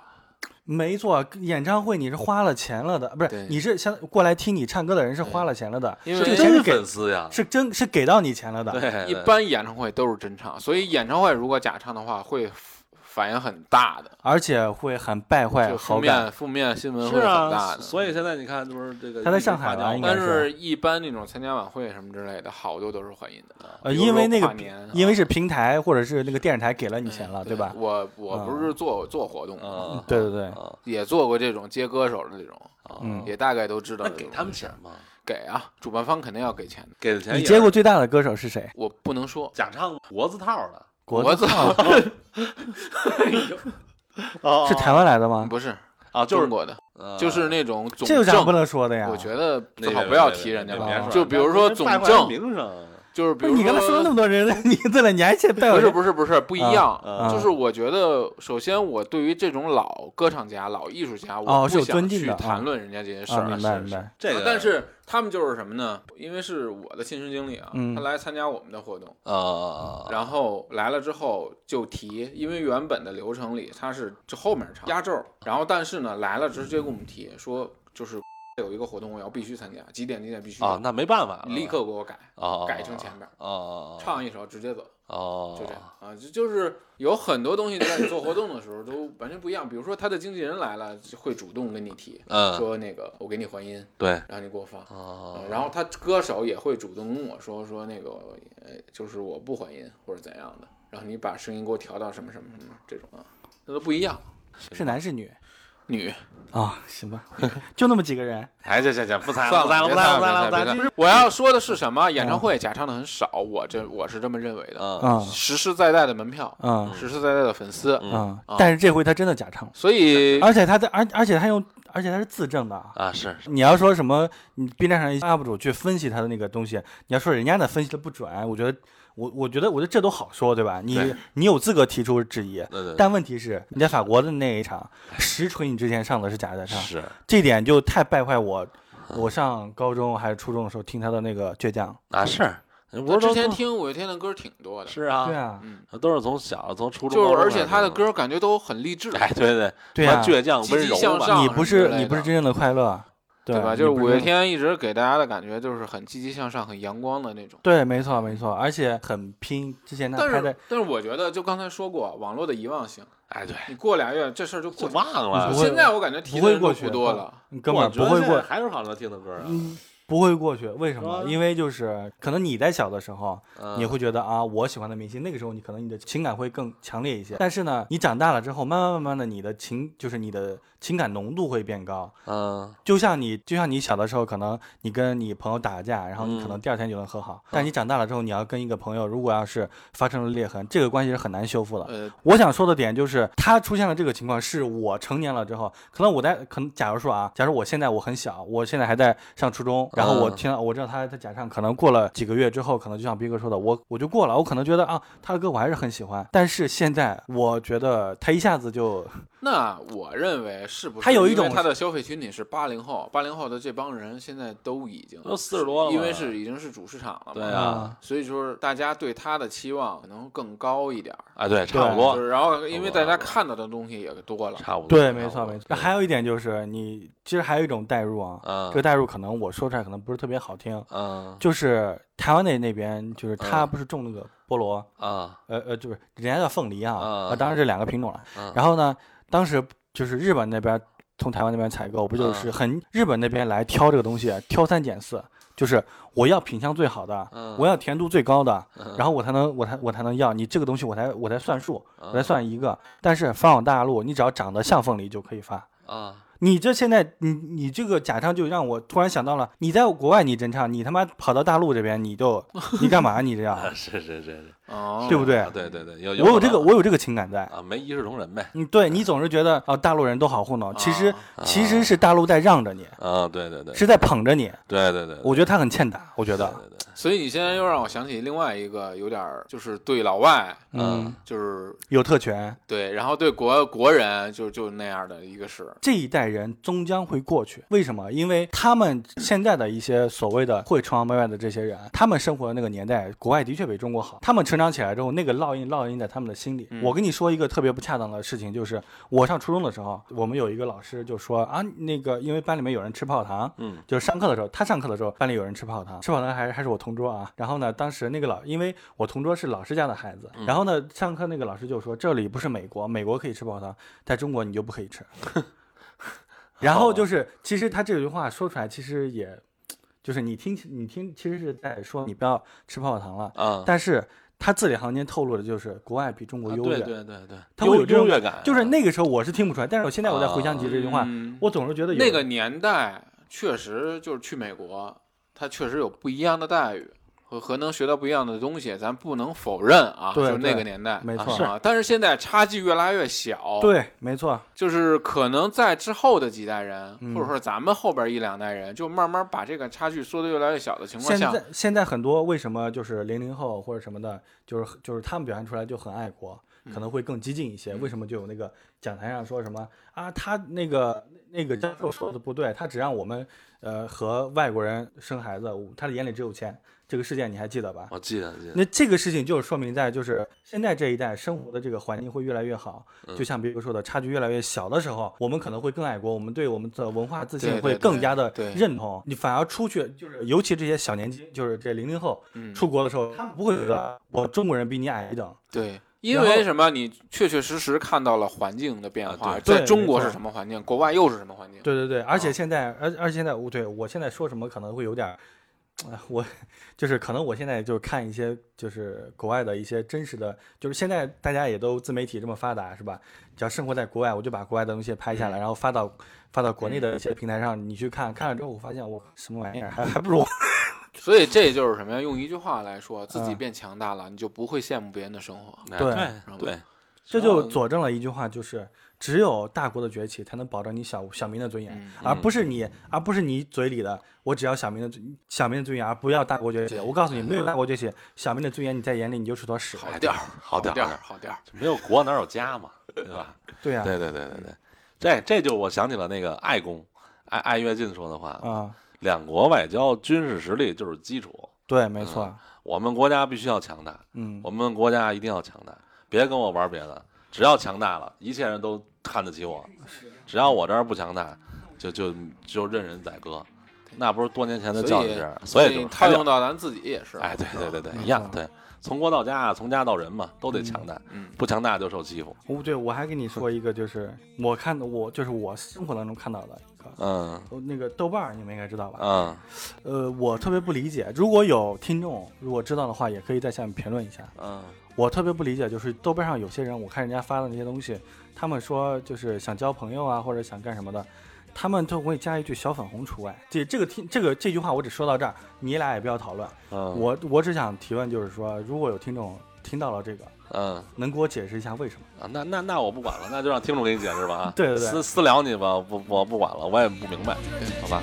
B: 没错，演唱会你是花了钱了的，不是
C: 对？
B: 你是像过来听你唱歌的人是花了钱了的，
C: 因
B: 这
A: 是
B: 个
C: 为
B: 钱
A: 真
B: 是给
A: 粉丝呀，
B: 是啊真是给到你钱了
A: 对
B: 的。
A: 对，
C: 一般演唱会都是真唱，所以演唱会如果假唱的话，会反应很大的，
B: 而且会很败坏
C: 就
B: 哎好
C: 负
B: 感，
C: 面负面新闻
A: 是
C: 会很大
A: 啊，
C: 的。
A: 所以现在你看就是这个
B: 他在上海吧
A: 了，
B: 应该
C: 但是，一般那种参加晚会什么之类的，好多都是还音的。
B: 呃，
C: 比如说
B: 因为那
C: 跨
B: 个
C: 年啊
B: 因为是平台或者是那个电视台给了你钱了，
C: 对
B: 啊对吧？
C: 我我不是做做活动，
A: 嗯，
B: 对对对，
A: 啊
C: 也做过这种接歌手的这种，
B: 嗯
C: 也大概都知道
A: 那
C: 这种。
A: 给他们钱吗？
C: 给啊，主办方肯定要给钱的。
A: 给的钱
B: 你
A: 也
B: 接过最大的歌手是谁？
C: 我不能说，
A: 假唱脖子套的，
B: 国
C: 子
B: 号
A: 哦
B: 是台湾来的吗？
C: 不是
A: 啊， 就
C: 中
A: 是
C: 国的，
A: 呃
C: 就是那种总
B: 这有啥不
C: 政。
B: 能啊说的呀？
C: 我觉得
A: 那
C: 最好
A: 个
C: 不要
A: 那个
C: 提人家啊
A: 那个别
B: 了
A: 说
C: 就比如说总
A: 败坏
C: 政
A: 名声，啊
C: 就是
B: 不
C: 比
B: 是
C: 如
B: 你刚才说了那么多人的 名字了，你还去背我
C: 不是
B: 这？
C: 不是不是不一样，
A: 啊
C: 就是我觉得，首先我对于这种老歌唱家、老艺术家，
B: 哦
C: 我
B: 是
C: 不
B: 有
C: 想
B: 尊敬
C: 去
B: 的啊
C: 谈论人家这些事
B: 啊，
C: 儿。
B: 明白明白。
A: 这个，
C: 但是他们就是什么呢？因为是我的亲身经历啊，
B: 嗯
C: 他来参加我们的活动，
A: 呃，
C: 然后来了之后就提，因为原本的流程里他是这后面唱压轴，然后但是呢来了直接跟我们提说，就是 有一个活动我要必须参加，几点几点必须
A: 啊，那没办法了，
C: 你立刻给我改，
A: 哦
C: 改成前面
A: 哦，
C: 唱一首直接走。
A: 哦，
C: 就这样啊，就就是有很多东西在你做活动的时候都完全不一样。比如说他的经纪人来了，就会主动跟你提，
A: 嗯，
C: 说那个我给你还音，
A: 对，
C: 然后你给我放。
A: 哦
C: 嗯，然后他歌手也会主动跟我说说那个，呃，就是我不还音或者怎样的，然后你把声音给我调到什么什么什么这种啊，那都不一样。
B: 是男是女
C: 女，
B: 啊？行吧，就那么几个 人。
A: 哎，这这这不猜
C: 算
A: 不猜
C: 了，
A: 不
C: 别
A: 猜
C: 猜
A: 不猜了，
C: 了，
A: 不猜
C: 别
A: 了
C: 猜。了。我要说的是什么？演唱会假唱的很少，我这我是这么认为的。
A: 嗯，
B: 嗯
C: 实实在在的门票，
B: 嗯
C: 实实在在的粉丝，
B: 嗯
C: 啊，
B: 但是这回他真的假唱了，
C: 所以
A: 哎
B: 而且他在，而而且他用，而且他是自证的啊。
A: 啊是是
B: 你要说什么，你 B 站上一些 UP 主去分析他的那个东西，你要说人家的分析的不准，我觉得，我我觉得，我觉得这都好说，对吧？你
A: 对
B: 你有资格提出质疑，
A: 对对对
B: 但问题是，你在法国的那一场，实锤你之前上的是假的唱，
A: 是
B: 这点就太败坏我。我上高中还是初中的时候听他的那个倔强，
A: 啊是，人不是
C: 我之
A: 都
C: 前听五月天的歌挺多的，
A: 是啊，
B: 对啊，
C: 嗯，
A: 都是从小从初中，
C: 就
A: 高
C: 是
A: 中
C: 而
A: 开
C: 且
A: 始
C: 他的
A: 听
C: 歌感觉都很励志，
A: 哎，对对
B: 对
A: 什么
B: 啊
A: 倔强
C: 积极
A: 温柔
C: 向
A: 吧，
C: 上
B: 你不是
C: 之类
B: 你不是
C: 的
B: 真正的快乐，对
C: 对吧？
B: 你
C: 就是
B: 不
C: 五月
B: 真
C: 天一直给大家的感觉就是很积极向上、很阳光的那种。
B: 对，没错没错，而且很拼。之前他
C: 但
B: 拍的
C: 是，但是我觉得，就刚才说过，网络的遗忘性，
A: 哎对，
C: 你过俩月这事儿就
A: 就
C: 过去了。
A: 忘了
B: 不。会
C: 现在我感觉提
B: 不
C: 的
B: 会
C: 人
B: 过
C: 都
B: 去嗯
C: 不多
B: 不
C: 了，
B: 你根本
A: 我觉
B: 不
A: 得
B: 会
A: 现在
B: 过，
A: 还是好多听的歌啊。
B: 嗯，不会过去。为什么？
A: 是吧
B: 因为就是可能你在小的时候，
A: 哦嗯
B: 你会觉得啊，我喜欢的明星，那个时候你可能你的情感会更强烈一
A: 嗯
B: 些。但是呢，你长大了之后，慢慢慢慢的，你的情就是你的情感浓度会变高。
A: 嗯
B: 就像你，就像你小的时候，可能你跟你朋友打架，然后你可能
A: 嗯
B: 第二天就能和好。但你长大了之后，你要跟一个朋友，如果要是发生了裂痕，这个关系是很难修复的。
C: 呃，
B: 我想说的点就是，他出现了这个情况，是我成年了之后，可能我在，可能假如说啊，假如我现在我很小，我现在还在上初中，然后我
A: 嗯
B: 听到我知道他在假唱，可能过了几个月之后，可能就像斌哥说的，我我就过了，我可能觉得啊，他的歌我还是很喜欢，但是现在我觉得他一下子就
C: 那我认为是不是
B: 他有一
C: 因为
B: 种
C: 他的消费群体是八零后，八零后的这帮人现在都已经
A: 都40多了
C: 因为
A: 嘛
C: 是已经是主市场了
A: 对
C: 嘛，
A: 啊，
C: 所以说大家对他的期望可能更高一点儿。
A: 哎对，差
B: 啊
A: 不
C: 就
A: 多，
C: 是然后因为大
A: 差
C: 家
A: 不多
C: 看到的东西也多了，
A: 差不多。
B: 对，
A: 差
B: 没
A: 不
B: 错
A: 多
B: 没错。那还有一点就是，你其实还有一种代入啊，
A: 嗯
B: 这个代入可能我说出来可能不是特别好听，
A: 嗯
B: 就是台湾那那边，就是他
A: 嗯
B: 不是种那个菠萝，
A: 啊
B: 呃呃，就是人家叫凤梨啊，
A: 啊
B: 呃当然这两个品种了。
A: 嗯
B: 然后呢，当时就是日本那边从台湾那边采购，不
A: 啊
B: 就是很、日本那边来挑这个东西，挑三拣四，就是我要品相最好的，
A: 嗯
B: 我要甜度最高
A: 啊
B: 的，然后我才能我才我才能要你这个东西，我才我才算数，
A: 嗯
B: 我
A: 啊
B: 才算一个。但是发往大陆，你只要长得像凤梨就可以发。
A: 啊
B: 你这现在，你你这个假唱就让我突然想到了，你在国外你真唱，你他妈跑到大陆这边你就你干嘛你这 样，
A: 啊，是是是是，
C: 哦，
B: 对不对
A: 啊？对对对，有
B: 我有
A: 可
B: 这个
A: 能
B: 我有这个情感在，
A: 啊，没一视同仁呗。
B: 嗯，对你总是觉得啊、大陆人都好糊弄，其实、
A: 啊
B: 其实是大陆在让着你，
A: 啊，对对对，
B: 是在捧着你。
A: 对对对，
B: 我觉得他很欠打，我觉得，
A: 对对对，
C: 所以你现在又让我想起另外一个有点儿就是对老外，
A: 嗯
B: 嗯，
C: 就是
B: 有特权，
C: 对，然后对国国人就就那样的一个事。
B: 这一代人终将会过去。为什么？因为他们现在的一些所谓的会崇洋媚外的这些人，他们生活的那个年代，国外的确比中国好。他们成长起来之后，那个烙印烙印在他们的心里。
C: 嗯
B: 我跟你说一个特别不恰当的事情，就是我上初中的时候，我们有一个老师就说啊，那个因为班里面有人吃泡糖，
A: 嗯
B: 就是上课的时候，他上课的时候，班里有人吃泡糖，吃泡糖还是还是我同桌啊。然后呢，当时那个老，因为我同桌是老师家的孩子，然后呢，上课那个老师就说，这里不是美国，美国可以吃泡糖，在中国你就不可以吃。然后就是，其实他这句话说出来，其实也，就是你听，你听，其实是在说你不要吃泡泡糖了，
A: 啊，
B: 但是他字里行间透露的就是国外比中国
A: 啊
B: 优
A: 对
B: 越，
A: 对对对，
B: 他会有
A: 优
B: 这
A: 优
B: 种
A: 越感，啊
B: 就是那个时候我是听不出来，但是我现在我在回想起这句话，
C: 嗯
B: 我总是觉得有
C: 那个年代确实就是去美国，他确实有不一样的待遇。和和能学到不一样的东西，咱不能否认啊，
B: 对
C: 就是那
B: 对
C: 个年代，
B: 没
A: 啊
B: 错，
A: 是
C: 啊，但是现在差距越拉越小，，
B: 对，没错，
C: 就是可能在之后的几代人，
B: 嗯
C: 或者说咱们后边一两代人，就慢慢把这个差距缩得越来越小的情况
B: 现
C: 下，
B: 在现在很多为什么就是零零后或者什么的，就是就是他们表现出来就很爱国，可能会更激进一些。为什么就有那个讲台上说什么啊？他那个那个教授说的不对，他只让我们呃和外国人生孩子，他的眼里只有钱。这个事件你还记得吧？
A: 我记得记得，
B: 那这个事情就是说明在就是现在这一代生活的这个环境会越来越好，
C: 嗯
B: 就像比如说的差距越来越小的时候，我们可能会更爱国，我们对我们的文化自
C: 对
B: 信
C: 对
B: 会
C: 对
B: 更加的
C: 对
B: 认同。你反而出去就是尤其这些小年轻，就是这零零后
C: 嗯
B: 出国的时候，他们不会觉得我中国人比你矮一等，
C: 对。因
B: 然后
C: 为什么？你确确实实看到了环境的变
A: 啊
C: 化，
A: 对
C: 在
B: 对
C: 中
B: 没
C: 国
B: 错
C: 是什么环境，国外又是什么环境？
B: 对对对，而且
C: 啊
B: 现在，而、而且现在，我对我现在说什么可能会有点儿， 哎我就是可能我现在就是看一些就是国外的一些真实的，就是现在大家也都自媒体这么发达是吧？只要生活在国外，我就把国外的东西拍下来，然后发到发到国内的一些平台上，你去看看了之后，我发现我什么玩意儿，还还不如我
C: 所以这就是什么呀？用一句话来说，自己
B: 嗯
C: 变强大了，你就不会羡慕别人的生活。
A: 哎对
B: 对
A: 对，
B: 这就佐证了一句话，就是只有大国的崛起，才能保证你小小民的尊严，
C: 嗯
B: 而不是你，而不是你嘴里的我只要小民的尊小民的尊严，而不要大国崛起。
C: 对
B: 我告诉你，没有大国崛起，小民的尊严你在眼里你就是坨屎。
C: 好点儿，
A: 好点儿
C: 点儿，好点儿。
A: 没有国哪有家嘛，对吧？
B: 对啊呀、
A: 对对对对对，这这就我想起了那个爱公爱爱跃进说的话，
B: 啊，
A: 两国外交军事实力就是基础，
B: 对，没错，
A: 我们国家必须要强大，
B: 嗯，
A: 我们国家一定要强大，别跟我玩别的，只要强大了，一切人都看得起我，只要我这儿不强大，就就就任人宰割，那不是多年前的教
C: 所
A: 训
C: 以
A: 是，所以
C: 以
A: 就是
C: 套
A: 还
C: 用
A: 得
C: 到咱自己也是。啊
A: 哎，对对对对，
B: 没
A: 一样
B: 错
A: 对，从国到家，从家到人嘛，都得强大，
C: 嗯
A: 不强大就受欺负，
B: 哦，对，我还跟你说一个，就是我看的，我就是我生活当中看到的一个。
A: 嗯
B: 呃那个豆瓣儿你们应该知道吧？
C: 啊
A: 嗯
B: 呃，我特别不理解，如果有听众如果知道的话，也可以在下面评论一下。
A: 嗯
B: 我特别不理解，就是豆瓣上有些人，我看人家发的那些东西，他们说就是想交朋友啊，或者想干什么的，他们都会加一句“小粉红除外”。这这个听这个这句话我只说到这儿，你俩也不要讨论。
A: 嗯，
B: 我我只想提问，就是说，如果有听众听到了这个，
A: 嗯。
B: 能给我解释一下为什么？。
A: 啊，那那那我不管了，那就让听众给你解释吧啊
B: 对对对
A: 私私聊你吧，不我不管了，我也不明白，好吧？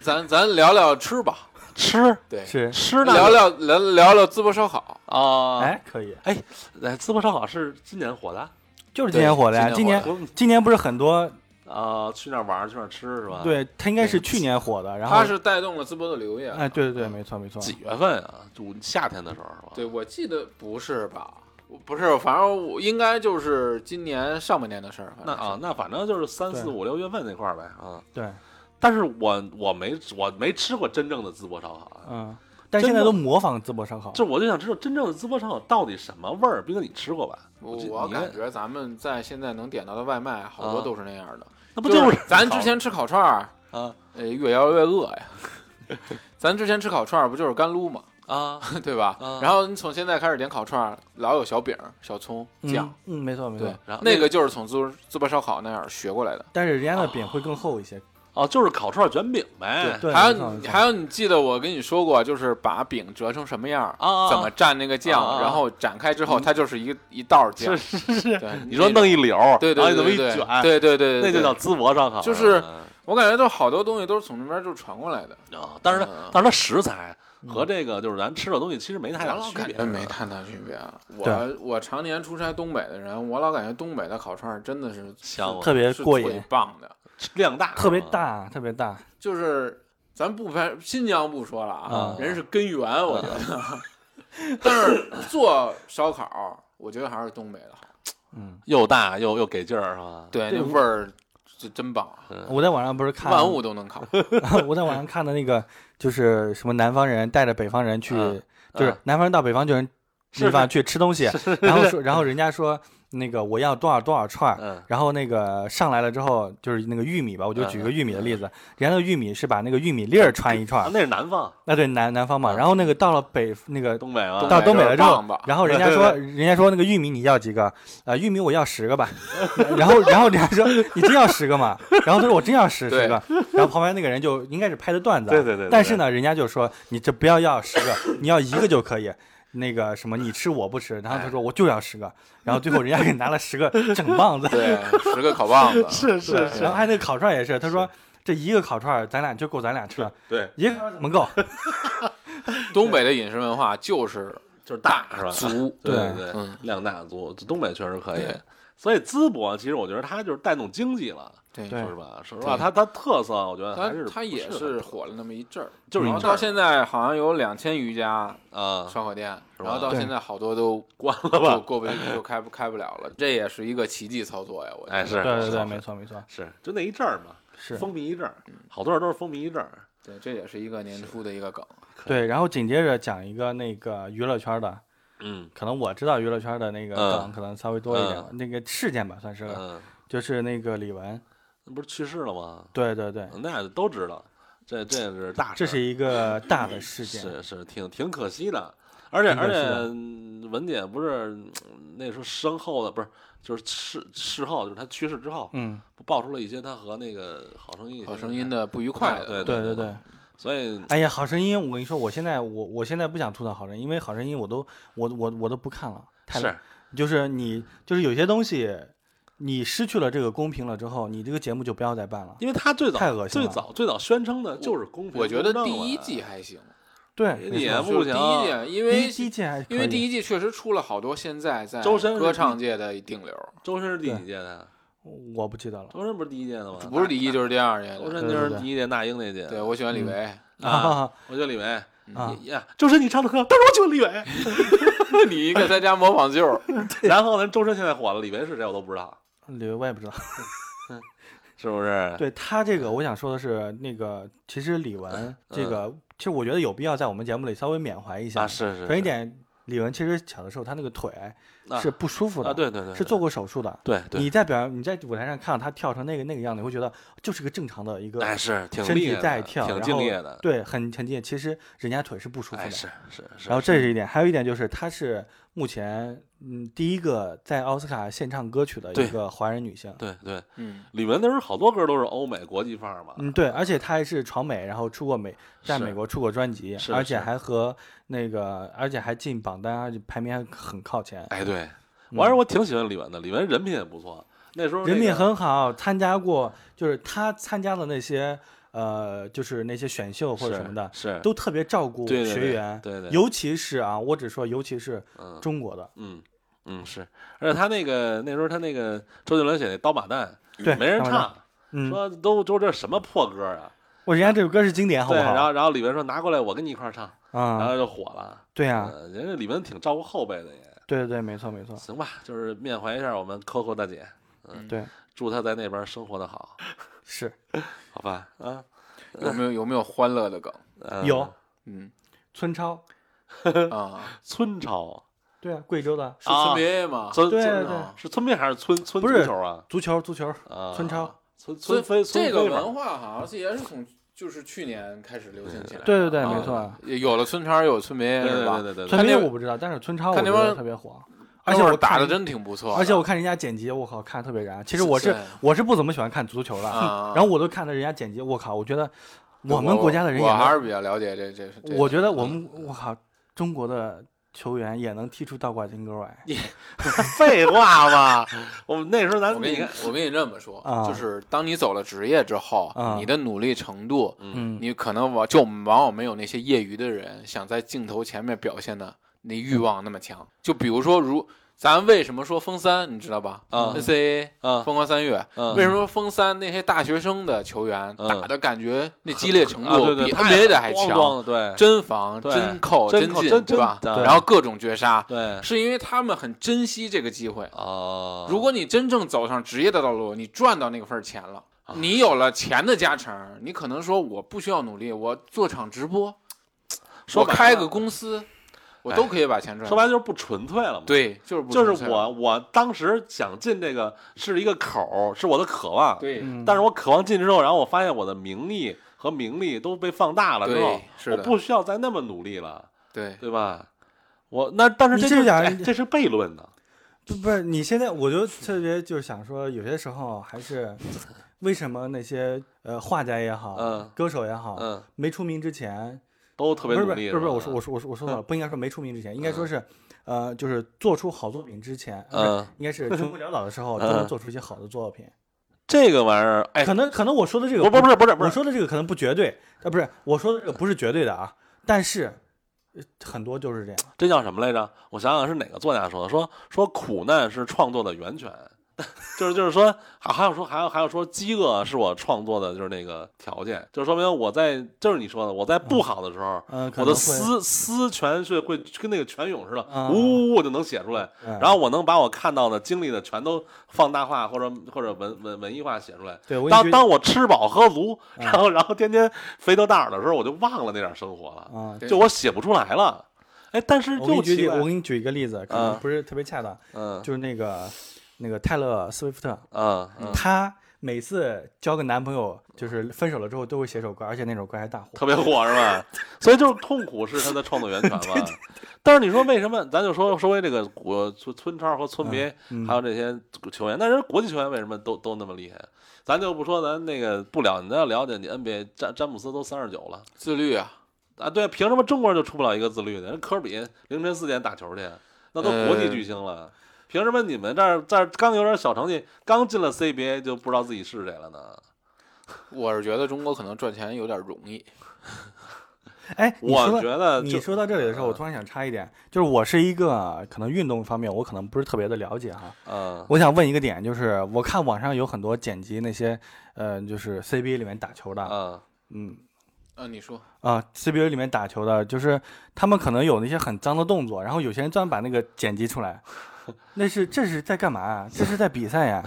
C: 咱咱聊聊吃吧，
A: 吃
C: 对，
B: 是
A: 吃那个
C: 聊聊聊聊聊淄博烧烤，
A: 啊，
B: 哎，可以，
A: 哎，哎，淄博烧烤是今年火的
B: 就是今年火的呀。今
C: 对今年
B: 年
C: 火
B: 今年不是很多，
A: 啊，去那儿玩儿去那儿吃是吧？，
B: 对，它应该是去年火的，然后
C: 它是带动了淄博的流业。啊
B: 哎，对对对，没错没错，
A: 几月份啊？就夏天的时候是吧？
C: 对，我记得不是吧？啊我不是，反正我应该就是今年上半年的事儿。反
A: 那
C: 正
A: 啊，那反正就是三四
B: 对
A: 五六月份那块儿呗啊。
B: 对，
A: 但是我我没我没吃过真正的淄博烧烤啊，
B: 嗯，但现
A: 真
B: 在
A: 的
B: 都模仿淄博烧烤，
A: 这我就想知道真正的淄博烧烤到底什么味儿。斌哥，你吃过吧？
C: 我
A: 记
C: 我
A: 你应该
C: 感觉咱们在现在能点到的外卖，好多
A: 啊
C: 都是那样的。
A: 那不
C: 就是咱
A: 烤
C: 之前吃烤串儿，
A: 啊
C: 呃，越聊越饿呀。 咱之前吃烤串儿不就是干撸嘛，
A: 啊
C: 对吧？
A: 嗯
C: 然后你从现在开始点烤串儿，老有小饼儿、小葱、酱
B: 嗯，，嗯，没错没
C: 对
B: 错。，
A: 然后
C: 那个就是从淄淄博烧烤那儿学过来的。
B: 但是人家的饼会更厚一些。
A: 哦，就是烤串卷饼呗。
B: 对，
C: 还有
B: 没错没
C: 你，
B: 错
C: 还有你记得我跟你说过，就是把饼折成什么样儿，
A: 啊啊啊
C: 怎么蘸那个酱，
A: 啊啊啊
C: 然后展开之后，它就是一一道儿酱。
A: 是是是，
C: 对，
A: 你说弄一绺，
C: 对对
A: 然后你这
C: 对
A: 么
C: 对
A: 一
C: 对
A: 卷，
C: 对对对，
A: 那
C: 对
A: 就叫淄博烧烤了。
C: 就是
A: 啊、
C: 我感觉都好多东西都是从那边儿就传过来的。
A: 但是它
C: 嗯，
A: 但是它食材
B: 嗯
A: 和这个就是咱吃的东西其实没太大
C: 我老
A: 哎区
C: 感
A: 别
C: 觉，没太大区别。我
B: 对
C: 我常年出差东北的人，我老感觉东北的烤串儿真的是
A: 香
B: 特别
C: 是
B: 过
C: 最
B: 瘾，
C: 棒的。
A: 量大，啊
B: 特别。大，特别大。
C: 就是咱不拍新疆不说了啊
A: 啊，
C: 人是根源，我觉得。 但是做烧烤，我觉得还是东北的好。
B: 嗯，
A: 又大又又给劲儿是吧？
C: 对，
B: 对
C: 那味儿就真棒啊，
B: 我在网上不是看
C: 万物，都能 烤。
B: 我在网上看的那个就是什么南方人带着北方人去，
A: 嗯
B: 就是
A: 嗯
B: 南方人到北方就是
A: 是
B: 地方去吃东西，然后说，然后人家说那个我要多少多少串儿，
A: 嗯
B: 然后那个上来了之后就是那个玉米吧，
C: 嗯
B: 我就举个玉米的例子，人家的玉米是把那个玉米粒儿串一串
A: 啊
B: 儿，
C: 嗯
A: 那是南方，
B: 那对南南方嘛，
A: 嗯
B: 然后那个到了北那个
A: 东北嘛
C: 东，
B: 到东北了之后
C: 棒棒，
B: 然后人家说，人家说那个玉米你要几个？呃，玉米我要十个吧。 然后，然后人家说你真要十个吗？然后他说我真要十
C: 对
B: 十个。然后旁边那个人就应该是拍的段子啊，
A: 对对对对
B: 但是呢，人家就说你这不要要十个，你要一个就可以。那个什么，你吃我不吃，然后他说我就要十个，然后最后人家给拿了十个整棒子，
C: 对，十个烤棒子，
A: 是是
B: 然后还有那个烤串也是，他说这一个烤串咱俩就够咱俩吃了，
A: 对，
B: 一个烤串怎么够？
C: 东北的饮食文化就是
A: 就是大是吧？
C: 足，
A: 对对，
B: 对
C: 嗯
A: 量大足，这东北确实可以
C: 对。
A: 所以淄博其实我觉得它就是带动经济了，
C: 对
B: 对
A: 说实话，说实话，
C: 对
A: 它它特色我觉得
C: 它
A: 还是
C: 它也
A: 不
C: 是
A: 很
C: 火了那么一阵儿，
A: 就是一
C: 然后
A: 阵儿
C: 到现在好像有两千余家
A: 啊
C: 烧烤店，
A: 是吧
C: 然后到
B: 对
C: 现在好多都
A: 关了
C: 就
A: 吧？
C: 过不就开不开不了了，这也是一个奇迹操作呀，我觉得
A: 哎，是
B: 对对对，没错没错，
A: 是嗯就那一阵儿嘛，
B: 是。
A: 风靡一阵儿，好多人都是风靡一阵儿。
C: 对，这也是一个年初的一个梗，
B: 对，然后紧接着讲一个那个娱乐圈的，
A: 嗯
B: 可能我知道娱乐圈的那个
A: 嗯
B: 梗可能稍微多一点吧，那个事件吧算是，
A: 嗯，
B: 就是那个李玟，
A: 那不是去世了吗？
B: 对对对，
A: 那都知道，这这是嗯大
B: 这
A: 事
B: 是一个大的事件，
A: 是是挺挺可惜的，而且
B: 挺
A: 而
B: 可惜
A: 且
B: 的
A: 嗯文姐不是嗯那时候身后的不是就是事事后就是她去世之后，
B: 嗯，
A: 不爆出了一些她和那个《好声音》
C: 好声音的不愉快的，
A: 对
B: 对
C: 嗯
A: 对
B: 对对，
A: 所以
B: 哎呀，好声音，我跟你说，我现在我我现在不想吐槽好声音，因为好声音我都我我我都不看了，太
A: 是
B: 就是你就是有些东西，你失去了这个公平了之后，你这个节目就不要再办了，
A: 因为她最
B: 太
A: 早
B: 恶心
A: 最
B: 了
A: 早最早宣称的就是公平，
C: 我觉得
A: 公
B: 啊
C: 第
A: 正
C: 一
A: 了
C: 季还行，
B: 对，
A: 也
B: 没
A: 也
B: 错
A: 不
C: 就是
A: 行
C: 第一季，因
B: 第
C: 为
B: 一第一季还可以
C: 因为第一季确实出了好多现在在
A: 周深是
C: 歌唱界的顶流，
A: 周深是第几届的呀？
B: 我不记得了
A: 周深不是第一届的
B: 哦
A: 吗？
C: 不是第一
A: 那
C: 就是第二届
A: 周
C: 的。
A: 深
B: 对
A: 就
B: 对
A: 是
B: 对
A: 第一届那英那届。
C: 对，我喜
B: 嗯
C: 欢李维，
A: 啊，
B: 啊
A: 我觉得李维。
B: 啊，
A: 也呀，周深你唱的歌，但是我喜欢李维。
C: 你一个 在家模仿 秀儿，
A: 然后呢，周深现在火了，李维是谁我都不知道，
B: 李维我也不知道。
A: 是不是？
B: 对他这个，我想说的是，那个其实
A: 嗯
B: 李玟这个，其实我觉得有必要在我们节目里稍微缅怀一下。
A: 啊，是是
B: 首先一
A: 是
B: 点，李玟其实小的时候她那个腿
A: 啊
B: 是不舒服的，
A: 啊，对对对，
B: 是做过手术的。
A: 对对，
B: 你在表演，你在舞台上看到她跳成那个那个样子，你会觉得就是个正常的一个
A: 哎是挺
B: 身
A: 厉
B: 体
A: 害
B: 在
A: 的
B: 跳，
A: 挺
B: 然
A: 敬
B: 后
A: 业的，
B: 对，很很敬业。其实人家腿是不舒服
A: 哎
B: 的。
A: 是是是，
B: 然后这是一点，还有一点就是，她是目前嗯第一个在奥斯卡献唱歌曲的
A: 对
B: 一个华人女性。
A: 对对，
C: 嗯，
A: 李玟那时候好多歌都是欧美国际范儿嘛，
B: 嗯，对，而且他还是闯美，然后出过美，在
A: 是
B: 美国出过专辑，
A: 是
B: 而且
A: 是
B: 还和那个，而且还进榜单，而且排名还很靠前。
A: 哎对，
B: 嗯
A: 我还是我挺喜欢李玟的，李玟人品也不错，那时候
B: 人
A: 那
B: 品
A: 个
B: 很好，参加过，就是他参加的那些，呃，就是那些选秀或者什么的，
A: 是
B: 都特别照顾
A: 对对对
B: 学员，
A: 对对
B: 尤其是啊，我只说尤其是
A: 嗯
B: 中国的，
A: 嗯嗯是，而且他那个那时候他那个周杰伦写那《刀马旦》
B: 对
A: 没人
B: 刀马旦
A: 唱，
B: 嗯，
A: 说都都这什么破歌啊？
B: 我人家这首歌是经典，好
A: 对，
B: 不
A: 然
B: 好？
A: 后然后李玟说拿过来，我跟你一块儿唱，然
B: 啊，
A: 后就火了。
B: 对啊，
A: 嗯，人家李玟挺照顾后辈的也。
B: 对对对，没错没错，
A: 行吧，就是缅怀一下我们 Coco 大姐，嗯
B: 对，
A: 祝她在那边生活的好，
B: 是
A: 好吧？啊，
C: 有没有有没有欢乐的梗？
A: 嗯
B: 有
C: 嗯
B: 村超，
C: 啊，
A: 村超，
B: 对嗯啊，贵州的
C: 是村 BA 吗？
A: 村
B: 啊对
A: 村
B: 对
A: 是村民还是村村
B: 不是
A: 足球啊？
B: 足球足球，
A: 啊，
B: 村超，
A: 村
C: 所以
A: 村飞，
C: 这
A: 村
C: 个
A: 飞
C: 文
A: 吧。
C: 化好像是也是从就是去年开始流行起来的。
B: 对对对，
C: 啊
B: 没错。
C: 也有了村超，有村民
A: 对对
C: 是吧？
A: 对对对
B: 村
A: 对，
B: 民
C: 看那
B: 我不知道，但是村超我
C: 看
B: 觉
C: 那
B: 得
C: 帮
B: 特别火，而
C: 而
B: 且
C: 且
B: 我
C: 我打的
B: 看，
C: 真挺不错的，
B: 而且我看人家剪辑，我靠，看得特别燃。其实我是
C: 对
B: 我是不怎么喜欢看足球的，
C: 啊
B: 然后我都看的人家剪辑，我靠，我觉得我们国家的人
C: 我
B: 也
C: 还
B: 能，
C: 是比较了解这这。这嗯
B: 我觉得我们我靠，中国的球员也能踢出倒挂金钩哎，
A: 废话吧。 我们那时候咱
C: 我跟
A: 你
C: 你
A: 看，
C: 我跟你这么说
B: 啊，
C: 就是当你走了职业之后
B: 啊，
C: 你的努力程度，
B: 嗯，
C: 你可能往就往往没有那些业余的人想在镜头前面表现的那欲
B: 嗯
C: 望那么强。就比如说，如咱为什么说封三，你知道吧？
A: 啊
C: ，NCAA
A: 啊
C: 疯狂三月，
A: 嗯
C: 为什么封三那些大学生的球员
A: 嗯
C: 打的感觉那激烈程
A: 啊
C: 度
A: 对对
C: 比
A: 太
C: NBA 的还
A: 咣
C: 强？
A: 咣的，对
C: 真防、
A: 对
C: 真扣、
A: 真扣真
C: 进，对吧？
A: 真对
C: 然后各种绝杀，
A: 对
C: 是因为他们很珍惜这个机会。
A: 哎哦，
C: 如果你真正走上职业的道路，你赚到那份儿钱了，
A: 啊
C: 你有了钱的加成，你可能说我不需要努力，我做场直播，
A: 说
C: 我
A: 白
C: 开
A: 了哎
C: 个公司，我都可以把钱赚。
A: 说白了就是不纯粹了嘛。
C: 对，就是不
A: 就
C: 纯
A: 是
C: 粹
A: 我，我当时想进这个是一个口儿，是我的渴望。，
C: 对、
B: 嗯
A: 但是我渴望进去之后，然后我发现我的名利和名利都被放大了之后
C: 对，是
A: 我
C: 的
A: 不需要再那么努力了，
C: 对，
A: 对吧？我那但是
B: 你
A: 这
B: 这
A: 就是
B: 讲
A: 哎这是悖论呢。
B: 不不是，你现在我就特别就是想说，有些时候还是为什么那些呃画家也好，
A: 嗯
B: 歌手也
C: 呃
B: 好，
A: 嗯，
B: 没出名之前，
A: 都特
B: 哦不
A: 别
B: 是
A: 努
B: 不
A: 力
B: 是
A: 吧。
B: 不是不是，我说我说我说
A: 嗯
B: 我说错了，不应该说没出名之前，应该说是呃就是做出好作品之前，不是
A: 嗯，
B: 应该是 穷困潦倒的时候，
A: 嗯
B: 都能做出一些好的作品。
A: 这个玩意儿，哎，
B: 可能可能我说的这个
A: 不不不是不是不
B: 我
A: 是，
B: 说的这个可能不绝对，呃，不是我说的这个不是绝对的啊，但是呃很多就是这样。
A: 这叫什么来着？我想想是哪个作家说的？说说苦难是创作的源泉， 就是就是说，还还有说还有还有说饥饿是我创作的就是那个条件，就说明我在就是你说的我在不好的时候，
B: 嗯，可
A: 我
B: 能
A: 的
B: 会，
A: 思思泉是会跟那个泉涌似的，
B: 啊
A: 呜呜呜就能写出来。
B: 嗯
A: 然后我能把我看到的、经历的全都放大化或者或者文文文艺化写出来。
B: 对我
A: 当
B: 一直
A: 当我吃饱喝足，
B: 嗯
A: 然后然后天天肥头大耳的时候，我就忘了那点生活了，
B: 啊，
C: 对
A: 就我写不出来了。哎，但是
B: 我给你
A: 又
B: 举
A: 奇
B: 例，
A: 怪
B: 我，给你举一个例子，可
A: 啊
B: 能不是特别恰当，
A: 嗯
B: 就是那个那个泰勒·斯威夫特，
A: 嗯嗯，
B: 她每次交个男朋友，就是分手了之后都会写首歌，而且那首歌还大火。
A: 特别火是吧？所以就是痛苦是他的创作源泉嘛。但是你说为什么？咱就说说回这个国村村超和村民，
B: 嗯
A: 还有这些球员，但是国际球员为什么都都那么厉害？咱就不说咱那个不了，咱要了解你 NBA 詹詹姆斯都三十九了
C: 自律啊，
A: 啊，对，凭什么中国人就出不了一个自律的？人科比凌晨四点打球去，那都国
C: 呃
A: 际巨星了，凭什么你们这儿这儿刚有点小成绩，刚进了 CBA 就不知道自己是谁了呢？
C: 我是觉得中国可能赚钱有点容易。
B: 哎，你
A: 我
B: 说
A: 觉
B: 到
A: 得
B: 你
A: 就
B: 说到这里的时候，我突然想插一点，就是我是一个可能运动方面我可能不是特别的了解哈，
A: 嗯
B: 我想问一个点，就是我看网上有很多剪辑那些，呃，就是 CBA 里面打球的，
A: 嗯
B: 嗯
C: 啊，你说
B: 啊，CBA 里面打球的，就是他们可能有那些很脏的动作，然后有些人专门把那个剪辑出来， 那是这是在干嘛啊？这是在比 赛呀、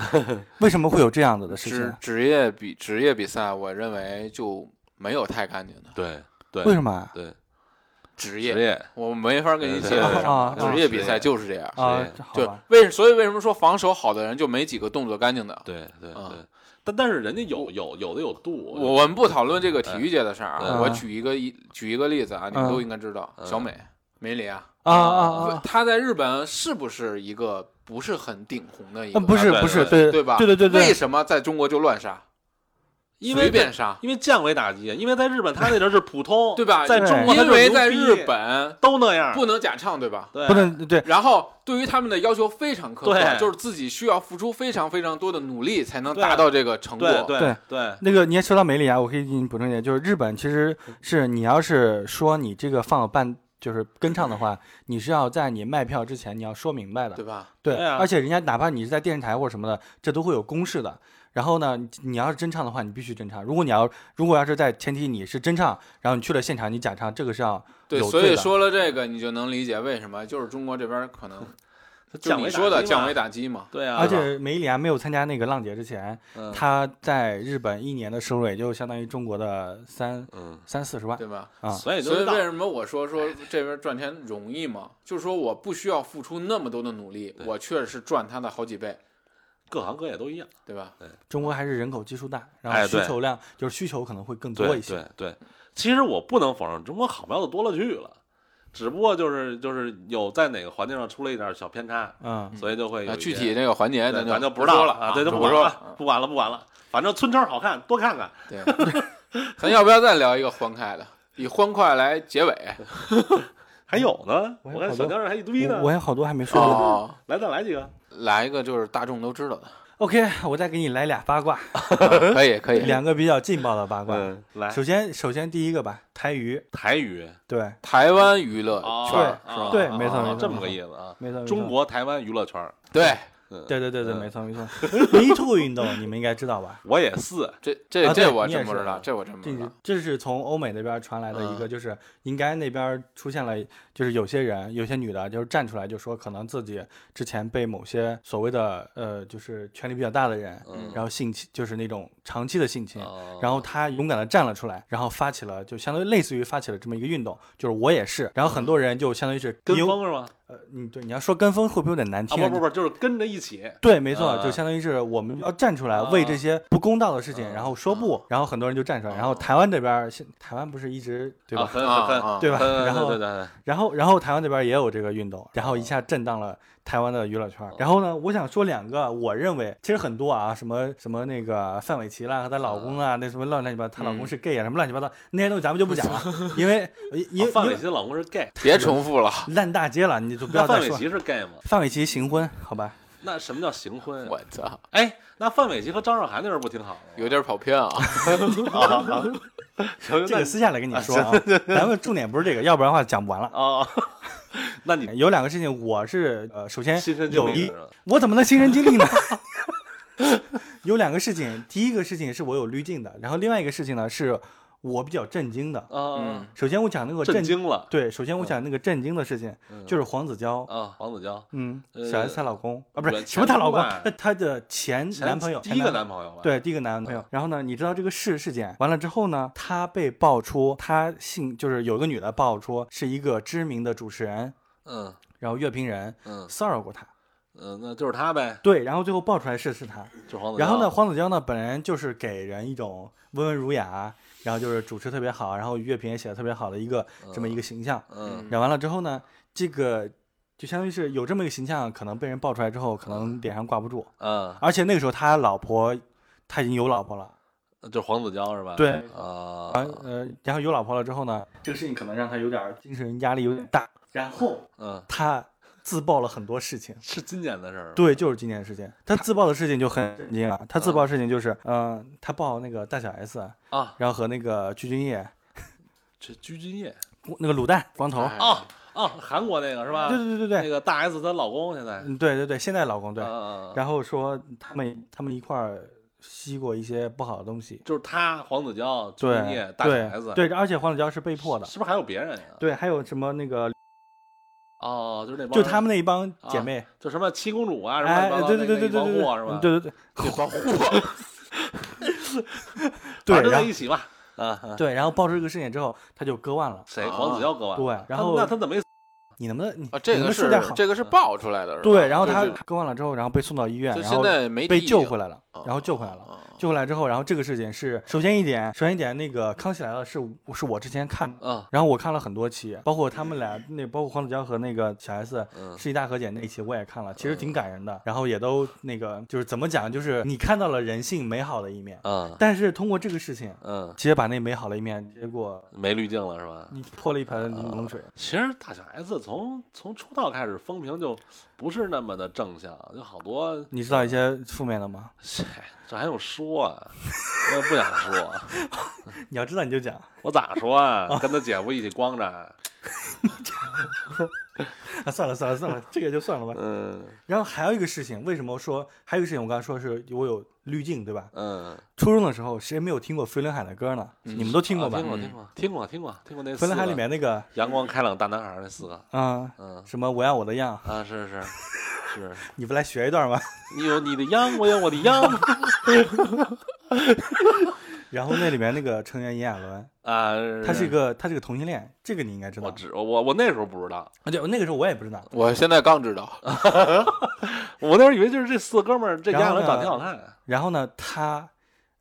B: 为什么会有这样子的事
C: 职
B: 情？啊
C: 职业比职业比赛，我认为就没有太干净的
A: 对对
B: 为什么啊？
A: 对
C: 职
A: 职
C: 业，
A: 业
C: 我没法跟
A: 对
C: 你解
A: 对
C: 释
A: 对
B: 啊啊
C: 什么。职业比
A: 职业
C: 赛就是这样，
B: 啊
A: 谁，
B: 这好
C: 就
B: 吧，
C: 为所以为什么说防守好的人就没几个动作干净的？
A: 对对
C: 啊
A: 对，但但是人家有有有的有度，
C: 我我们不讨论这个体育界的事儿
B: 嗯
C: 啊，我举一个一举一个例子啊，你们
B: 嗯
C: 都应该知道，
A: 嗯
C: 小美梅里啊，
B: 啊啊啊！
C: 她在日本是不是一个不是很顶红的一
B: 啊
C: 个？
B: 不是
A: 对
B: 不是，
A: 对
B: 对
C: 对吧？
B: 对对对
C: 为
B: 对，
C: 什么在中国就乱杀，
A: 因
C: 随
A: 为
C: 便杀，
A: 因为降维打击，因为在日本他那阵儿是普通，
C: 对吧？
A: 在中国他
C: 因
A: 就是
C: 为
A: 牛
C: 在
A: 逼
C: 日本
A: 都那样，
C: 不能假唱，对吧？
A: 对
B: 不能对
C: 然后对于他们的要求非常苛刻，
A: 对
C: 就是自己需要付出非常非常多的努力才能
A: 对
C: 达到这个成果。
A: 对对
B: 对
A: 对
B: 那个你也说到梅里啊，我可以给你补充一点，就是日本其实是你要是说你这个放伴就是跟唱的话，你是要在你卖票之前你要说明白的
C: 对，吧？
B: 对，
A: 对啊
B: 而且人家哪怕你是在电视台或者什么的，这都会有公示的。然后呢，你你要是真唱的话，你必须真唱。如果你要如果要是在前提你是真唱，然后你去了现场你假唱，这个是要
C: 对，
B: 有
C: 所
B: 罪
C: 以
B: 的
C: 说了这个，你就能理解为什么就是中国这边 可能就
A: 降维
C: 你
A: 打
C: 说的
A: 击嘛
C: 降维打击嘛。
A: 对啊，
B: 而且梅里安没有参加那个浪姐之前，
A: 嗯
B: 她在日本一年的收入也就相当于中国的三
A: 嗯，
B: 三四十万
C: 对吧？
B: 啊。
A: 所以就
C: 所以
A: 是
C: 为什么我说说这边赚钱容易嘛？就是说我不需要付出那么多的努力，我确实赚他的好几倍，
A: 各行各业都一样，
C: 对吧？
B: 中国还是人口基数大，然
A: 哎
B: 后
A: 对
B: 需求量、就是需求可能会更多
A: 对
B: 一些。
A: 对对。其实我不能否认，中国好苗子多了去了，只不过就是就是有在哪个环境上出了一点小偏差，
B: 嗯，
A: 所以就会有
C: 啊，
A: 一
C: 具
A: 些
C: 体这个环节
A: 对
C: 咱
A: 咱
C: 就
A: 不知道
C: 说
A: 了
C: 了
A: 啊，
C: 啊
A: 对，就
C: 不
A: 管
C: 说
A: 了，
C: 了。
A: 不管了，不管了。反正村超好看，多看看。
C: 对， 咱要不要再聊一个欢快的？以欢快来结尾
A: 还有呢，
B: 我
A: 我
B: 还
A: 看
B: 好
A: 小
B: 多
A: 江这还一堆呢
B: 我我。还有好多还没说呢。
C: 哦，
A: 来，再来几个。
C: 来一个就是大众都知道的，
B: OK，我再给你来俩八卦，
C: 可以可以。
B: 两个比较劲爆的八卦。
A: 嗯，来
B: 首先，首先第一个吧，台娱，
A: 台语
B: 对，
C: 台湾娱乐圈
A: 哦
B: 呃
C: 儿
A: 啊
C: 是吧？
B: 对没错
A: 啊
B: 没错
A: 这么个意思啊。
B: 没错，没错
A: 中国台湾娱乐圈儿，
C: 对，
A: 嗯
B: 对对对对，
A: 嗯
B: 没错没错。迷兔运动你们应该知道 吧？
A: 我也是，
C: 这
B: 啊
C: 这
B: 对
C: 这我
B: 你也
C: 真不
B: 是
C: 知道，这我真不
B: 这
C: 知道
B: 是。这是从欧美那边传来的一
A: 嗯
B: 个，就是应该那边出现了，就是有些人有些女的，就是站出来就说，可能自己之前被某些所谓的呃，就是权力比较大的人，
A: 嗯
B: 然后性侵，就是那种长期的性侵，
A: 哦
B: 然后她勇敢的站了出来，然后发起了就相当于类似于发起了这么一个运动，就是我也是，然后很多人就相当于是
A: 跟
B: 因为，
A: 风是吗？
B: 呃，你对你要说跟风会不会有点难
A: 啊
B: 听？
A: 不不不，就是跟着一起。
B: 对，没错，
A: 啊
B: 就相当于是我们要站出来为这些不公道的事情，
A: 啊
B: 然后说不，然后很多人就站出来，然后台湾这边儿，现台湾不是一直对吧？
A: 啊很
C: 啊
A: 很
C: 啊
A: 很，
B: 对吧？
A: 很
B: 然后
A: 对对对，
B: 然后然后台湾那边也有这个运动，然后一下震荡了台湾的娱乐
A: 哦
B: 圈。然后呢，我想说两个，我认为其实很多啊，什么什么那个范玮琪啦和她老公啊，那什么乱七八糟，她老公是 gay 啊，什么乱七八糟那些东西咱们就不讲了， 因为因
A: 啊
B: 为
A: 范
B: 因
A: 玮
B: 为
A: 琪老公是 gay，
C: 别重复了，
B: 烂大街了，你就不
A: 那
B: 要再
A: 范玮
B: 说了。
A: 琪是 gay 吗？
B: 范玮琪行婚，好吧？
A: 那什么叫行 婚？
C: 我操，
A: 哎，那范玮琪和张韶涵那时候不挺好的吗？
C: 有点跑偏啊。
A: 行
B: 这个私下来跟你说啊，咱们重点不是这个，要不然的话讲不完了。
A: 啊，那你
B: 有两个事情，我是呃，首先
A: 亲身经
B: 有
A: 历
B: 一
A: 的是，吧
B: 我怎么能亲身经历呢？ 有两个事情，第一个事情是我有滤镜的，然后另外一个事情呢是我比较震惊的。
A: 啊
C: 嗯，
B: 首先我讲那个
A: 哦震
B: 震，
A: 惊了，
B: 对，首先我讲那个震惊的事情，就是黄子佼，
A: 啊，黄子佼
B: 嗯，
A: 呃
B: 小 S 她老公啊，不
A: 原
B: 是什么她老公
A: 前夫吧，
B: 她她的前
A: 前
B: 男朋友，
A: 第一个
B: 前
A: 男朋友吧？，嗯
B: 对，第一个男朋友。然后呢，你知道这个事事件完了之后呢，他被爆出他性就是有个女的爆出是一个知名的主持人，
A: 嗯
B: 然后乐评人
A: 嗯
B: 骚扰过他。
A: 嗯，那就是他呗，
B: 对，然后最后爆出来是是他。
A: 就是黄子佼。
B: 然后呢，黄子佼呢本人就是给人一种温文儒雅，然后就是主持特别好，然后乐评也写的特别好的一个这么一个形象。
A: 嗯，
B: 然后完了之后呢，这个就相当于是有这么一个形象，可能被人爆出来之后，可能脸上挂不住。
A: 嗯
B: 而且那个时候他老婆他已经有老婆了。
A: 嗯，就是黄子佼是吧？
B: 对
A: 啊，
B: 啊呃，然后有老婆了之后呢，这个事情可能让他有点儿精神压力有点大，然后
A: 嗯，
B: 他自曝了很多事情。
A: 是今年的事儿。，
B: 对，就是今件事情，他自曝的事情就很震惊啊。他自曝的事情就是，嗯、他爆那个大小 S，
A: 啊，
B: 然后和那个鞠婧祎、
A: 这鞠婧祎
B: 那个卤蛋、光头，
C: 哎
A: 啊啊，韩国那个是吧？
B: 对对对对
A: 那
B: 对，
A: 个大 S 她老公现在。
B: 嗯对对对，现在老公对，
A: 啊，
B: 然后说他们他们一块儿吸过一些不好的东西，
A: 就是他黄子佼、朱
B: 对
A: 丽叶、大孩子，
B: 对，对，而且黄子佼是被迫的，
A: 是不是还有别人呀？
B: 对，还有什么那个
A: 哦，就是那帮
B: 就
A: 人
B: 他们那一帮姐
A: 啊
B: 妹，
A: 就什么七公主啊，什
B: 哎，
A: 么
B: 对对对对对
A: 那
B: 对嗯
A: 一帮货是吧？
B: 对对对
C: 这帮货，
B: 对，
A: 反正
B: 然
A: 在
B: 后
A: 一起吧。啊，
B: 对，然后爆出这个事情之后，他就割腕了。
A: 谁？黄子佼割腕。
B: 啊对，然
A: 他
B: 后
A: 那他怎么没死？
B: 你能不能你
C: 啊，这
B: 你
C: 个
B: 们说
C: 是
B: 点好？
C: 这个是爆出啊来的，是吧？
B: 对，然后他
C: 对对
B: 割腕了之后，然后被送到医院，
C: 就
B: 然
C: 现
B: 后
C: 在没
B: 被
C: 提
B: 救
C: 醒
B: 回来了，然后救回来了。
C: 啊
B: 救回来之后，然后这个事情是首先一点，首先一点，那个《康熙来了》是我是我之前看的，
A: 啊，
B: 然后我看了很多期，包括他们俩那包括黄子佼和那个小 S
A: 嗯
B: 世纪大和解那一期我也看了，其实
C: 嗯
B: 挺感人的，然后也都那个就是怎么讲，就是你看到了人性美好的一面，
A: 啊，
B: 但是通过这个事情，
A: 嗯，
B: 直接把那美好的一面，结果
A: 没滤镜了是吧？
B: 你泼了一盆
C: 啊
B: 柠檬水。
A: 其实大小 S 从从出道开始风评就不是那么的正向，就好多，
B: 你知道一些负面的吗？
A: 哎这还用说啊？我也不想说，
B: 你要知道你就讲，
A: 我咋说 啊？跟他姐夫一起光着，
B: 啊，算了算了算了，这个就算了吧。
A: 嗯
B: 然后还有一个事情，为什么说还有一个事情？我刚才说是我有滤镜，对吧？
A: 嗯，
B: 初中的时候谁没有听过飞轮海的歌呢？你们都听过吧？
A: 啊听过听过听过听过听过那
B: 飞
A: 四
B: 轮海里
A: 个
B: 面那个，
A: 阳光开朗大男孩儿那四个，
B: 嗯、
A: 嗯
B: 什么我要我的样，
A: 啊是是是，
B: 你不来学一段吗？
A: 你有你的秧，我有我的秧
B: 然后那里面那个成员炎亚纶，
A: 啊，
B: 他是一
A: 个。
B: 个他是个同性恋，这个你应该知
A: 我
B: 道。
A: 知我我我那时候不知道，
B: 啊，对，那个时候我也不知道。
C: 我现在刚知道，
A: 我那时候以为就是这四哥们儿，这
B: 然
A: 丫
B: 后
A: 头
B: 呢
A: 长挺好看的，
B: 然后呢，他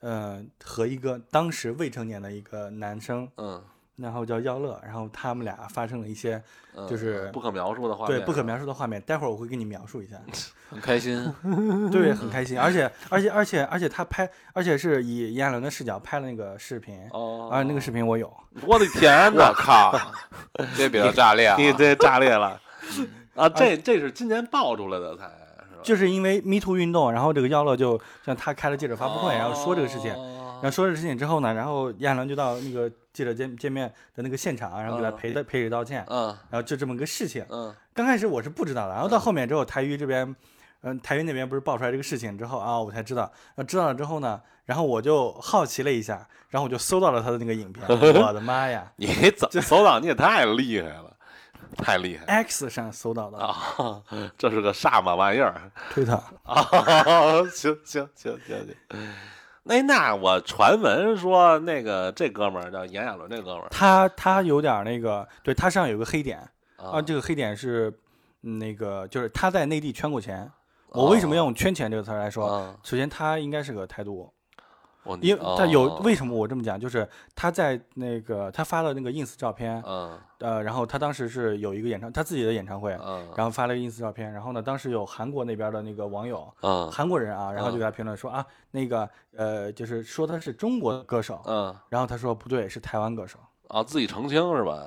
B: 呃和一个当时未成年的一个男生，
A: 嗯，
B: 然后叫耀乐，然后他们俩发生了一些
A: 嗯
B: 就是
A: 不可描述的画面，
B: 对不可描述的画面，待会儿我会给你描述一下。
C: 很开 心。
B: 对，很开心，而且而且而且而且他拍，而且是以炎亚纶的视角拍了那个视频，啊
A: 哦，
B: 而那个视频我有。
A: 我的天
C: 我
A: 哪，
C: 靠，这比较炸裂啊！
A: 你这炸裂 了啊！这这是今年爆出来的才是吧？
B: 就是因为 Me Too 运动，然后这个耀乐就像他开了记者发布会，然后说这个事情，
A: 哦
B: 然后说这个事情之后呢，然后炎亚纶就到那个记者见见面的那个现场，啊然后给他
A: 嗯
B: 赔赔礼道歉，
A: 嗯
B: 然后就这么个事情。
A: 嗯
B: 刚开始我是不知道的，然后到后面之后，台娱这边。嗯，台湾那边不是爆出来这个事情之后啊，我才知道。呃知道了之后呢，然后我就好奇了一下，然后我就搜到了他的那个 影片。我的妈呀
A: 你怎么搜到？你也太厉害了，太厉害了
B: ！X 上搜到的，
A: 啊！这是个什么玩意儿
B: 推特
A: 啊？ 行行行行行。哎，那我传闻说那个这哥们儿叫炎亚纶，这哥们儿
B: 他他有点那个，对他身上有个黑点
A: 啊
B: 啊，这个黑点是嗯那个就是他在内地圈过钱。我为什么要用“圈钱”这个词儿来说？
A: 啊
B: 首先，他应该是个台独，
A: 我哦
B: 因为他有为
A: 什
B: 什么我这么讲，就是他在那个他发了那个 ins 照片，
A: 么？
B: 呃，然后他当时是有一个演唱他自己的演唱会
A: 嗯，嗯
B: 然后发了个 ins 照片，然后呢，当时有韩国那边的那个网友，
A: 嗯
B: 韩国人啊，然后就给他评论说啊，那个呃，就是说他是中国歌手，
A: 嗯
B: 然后他说不对，是台湾歌手，
A: 啊，自己澄清是吧？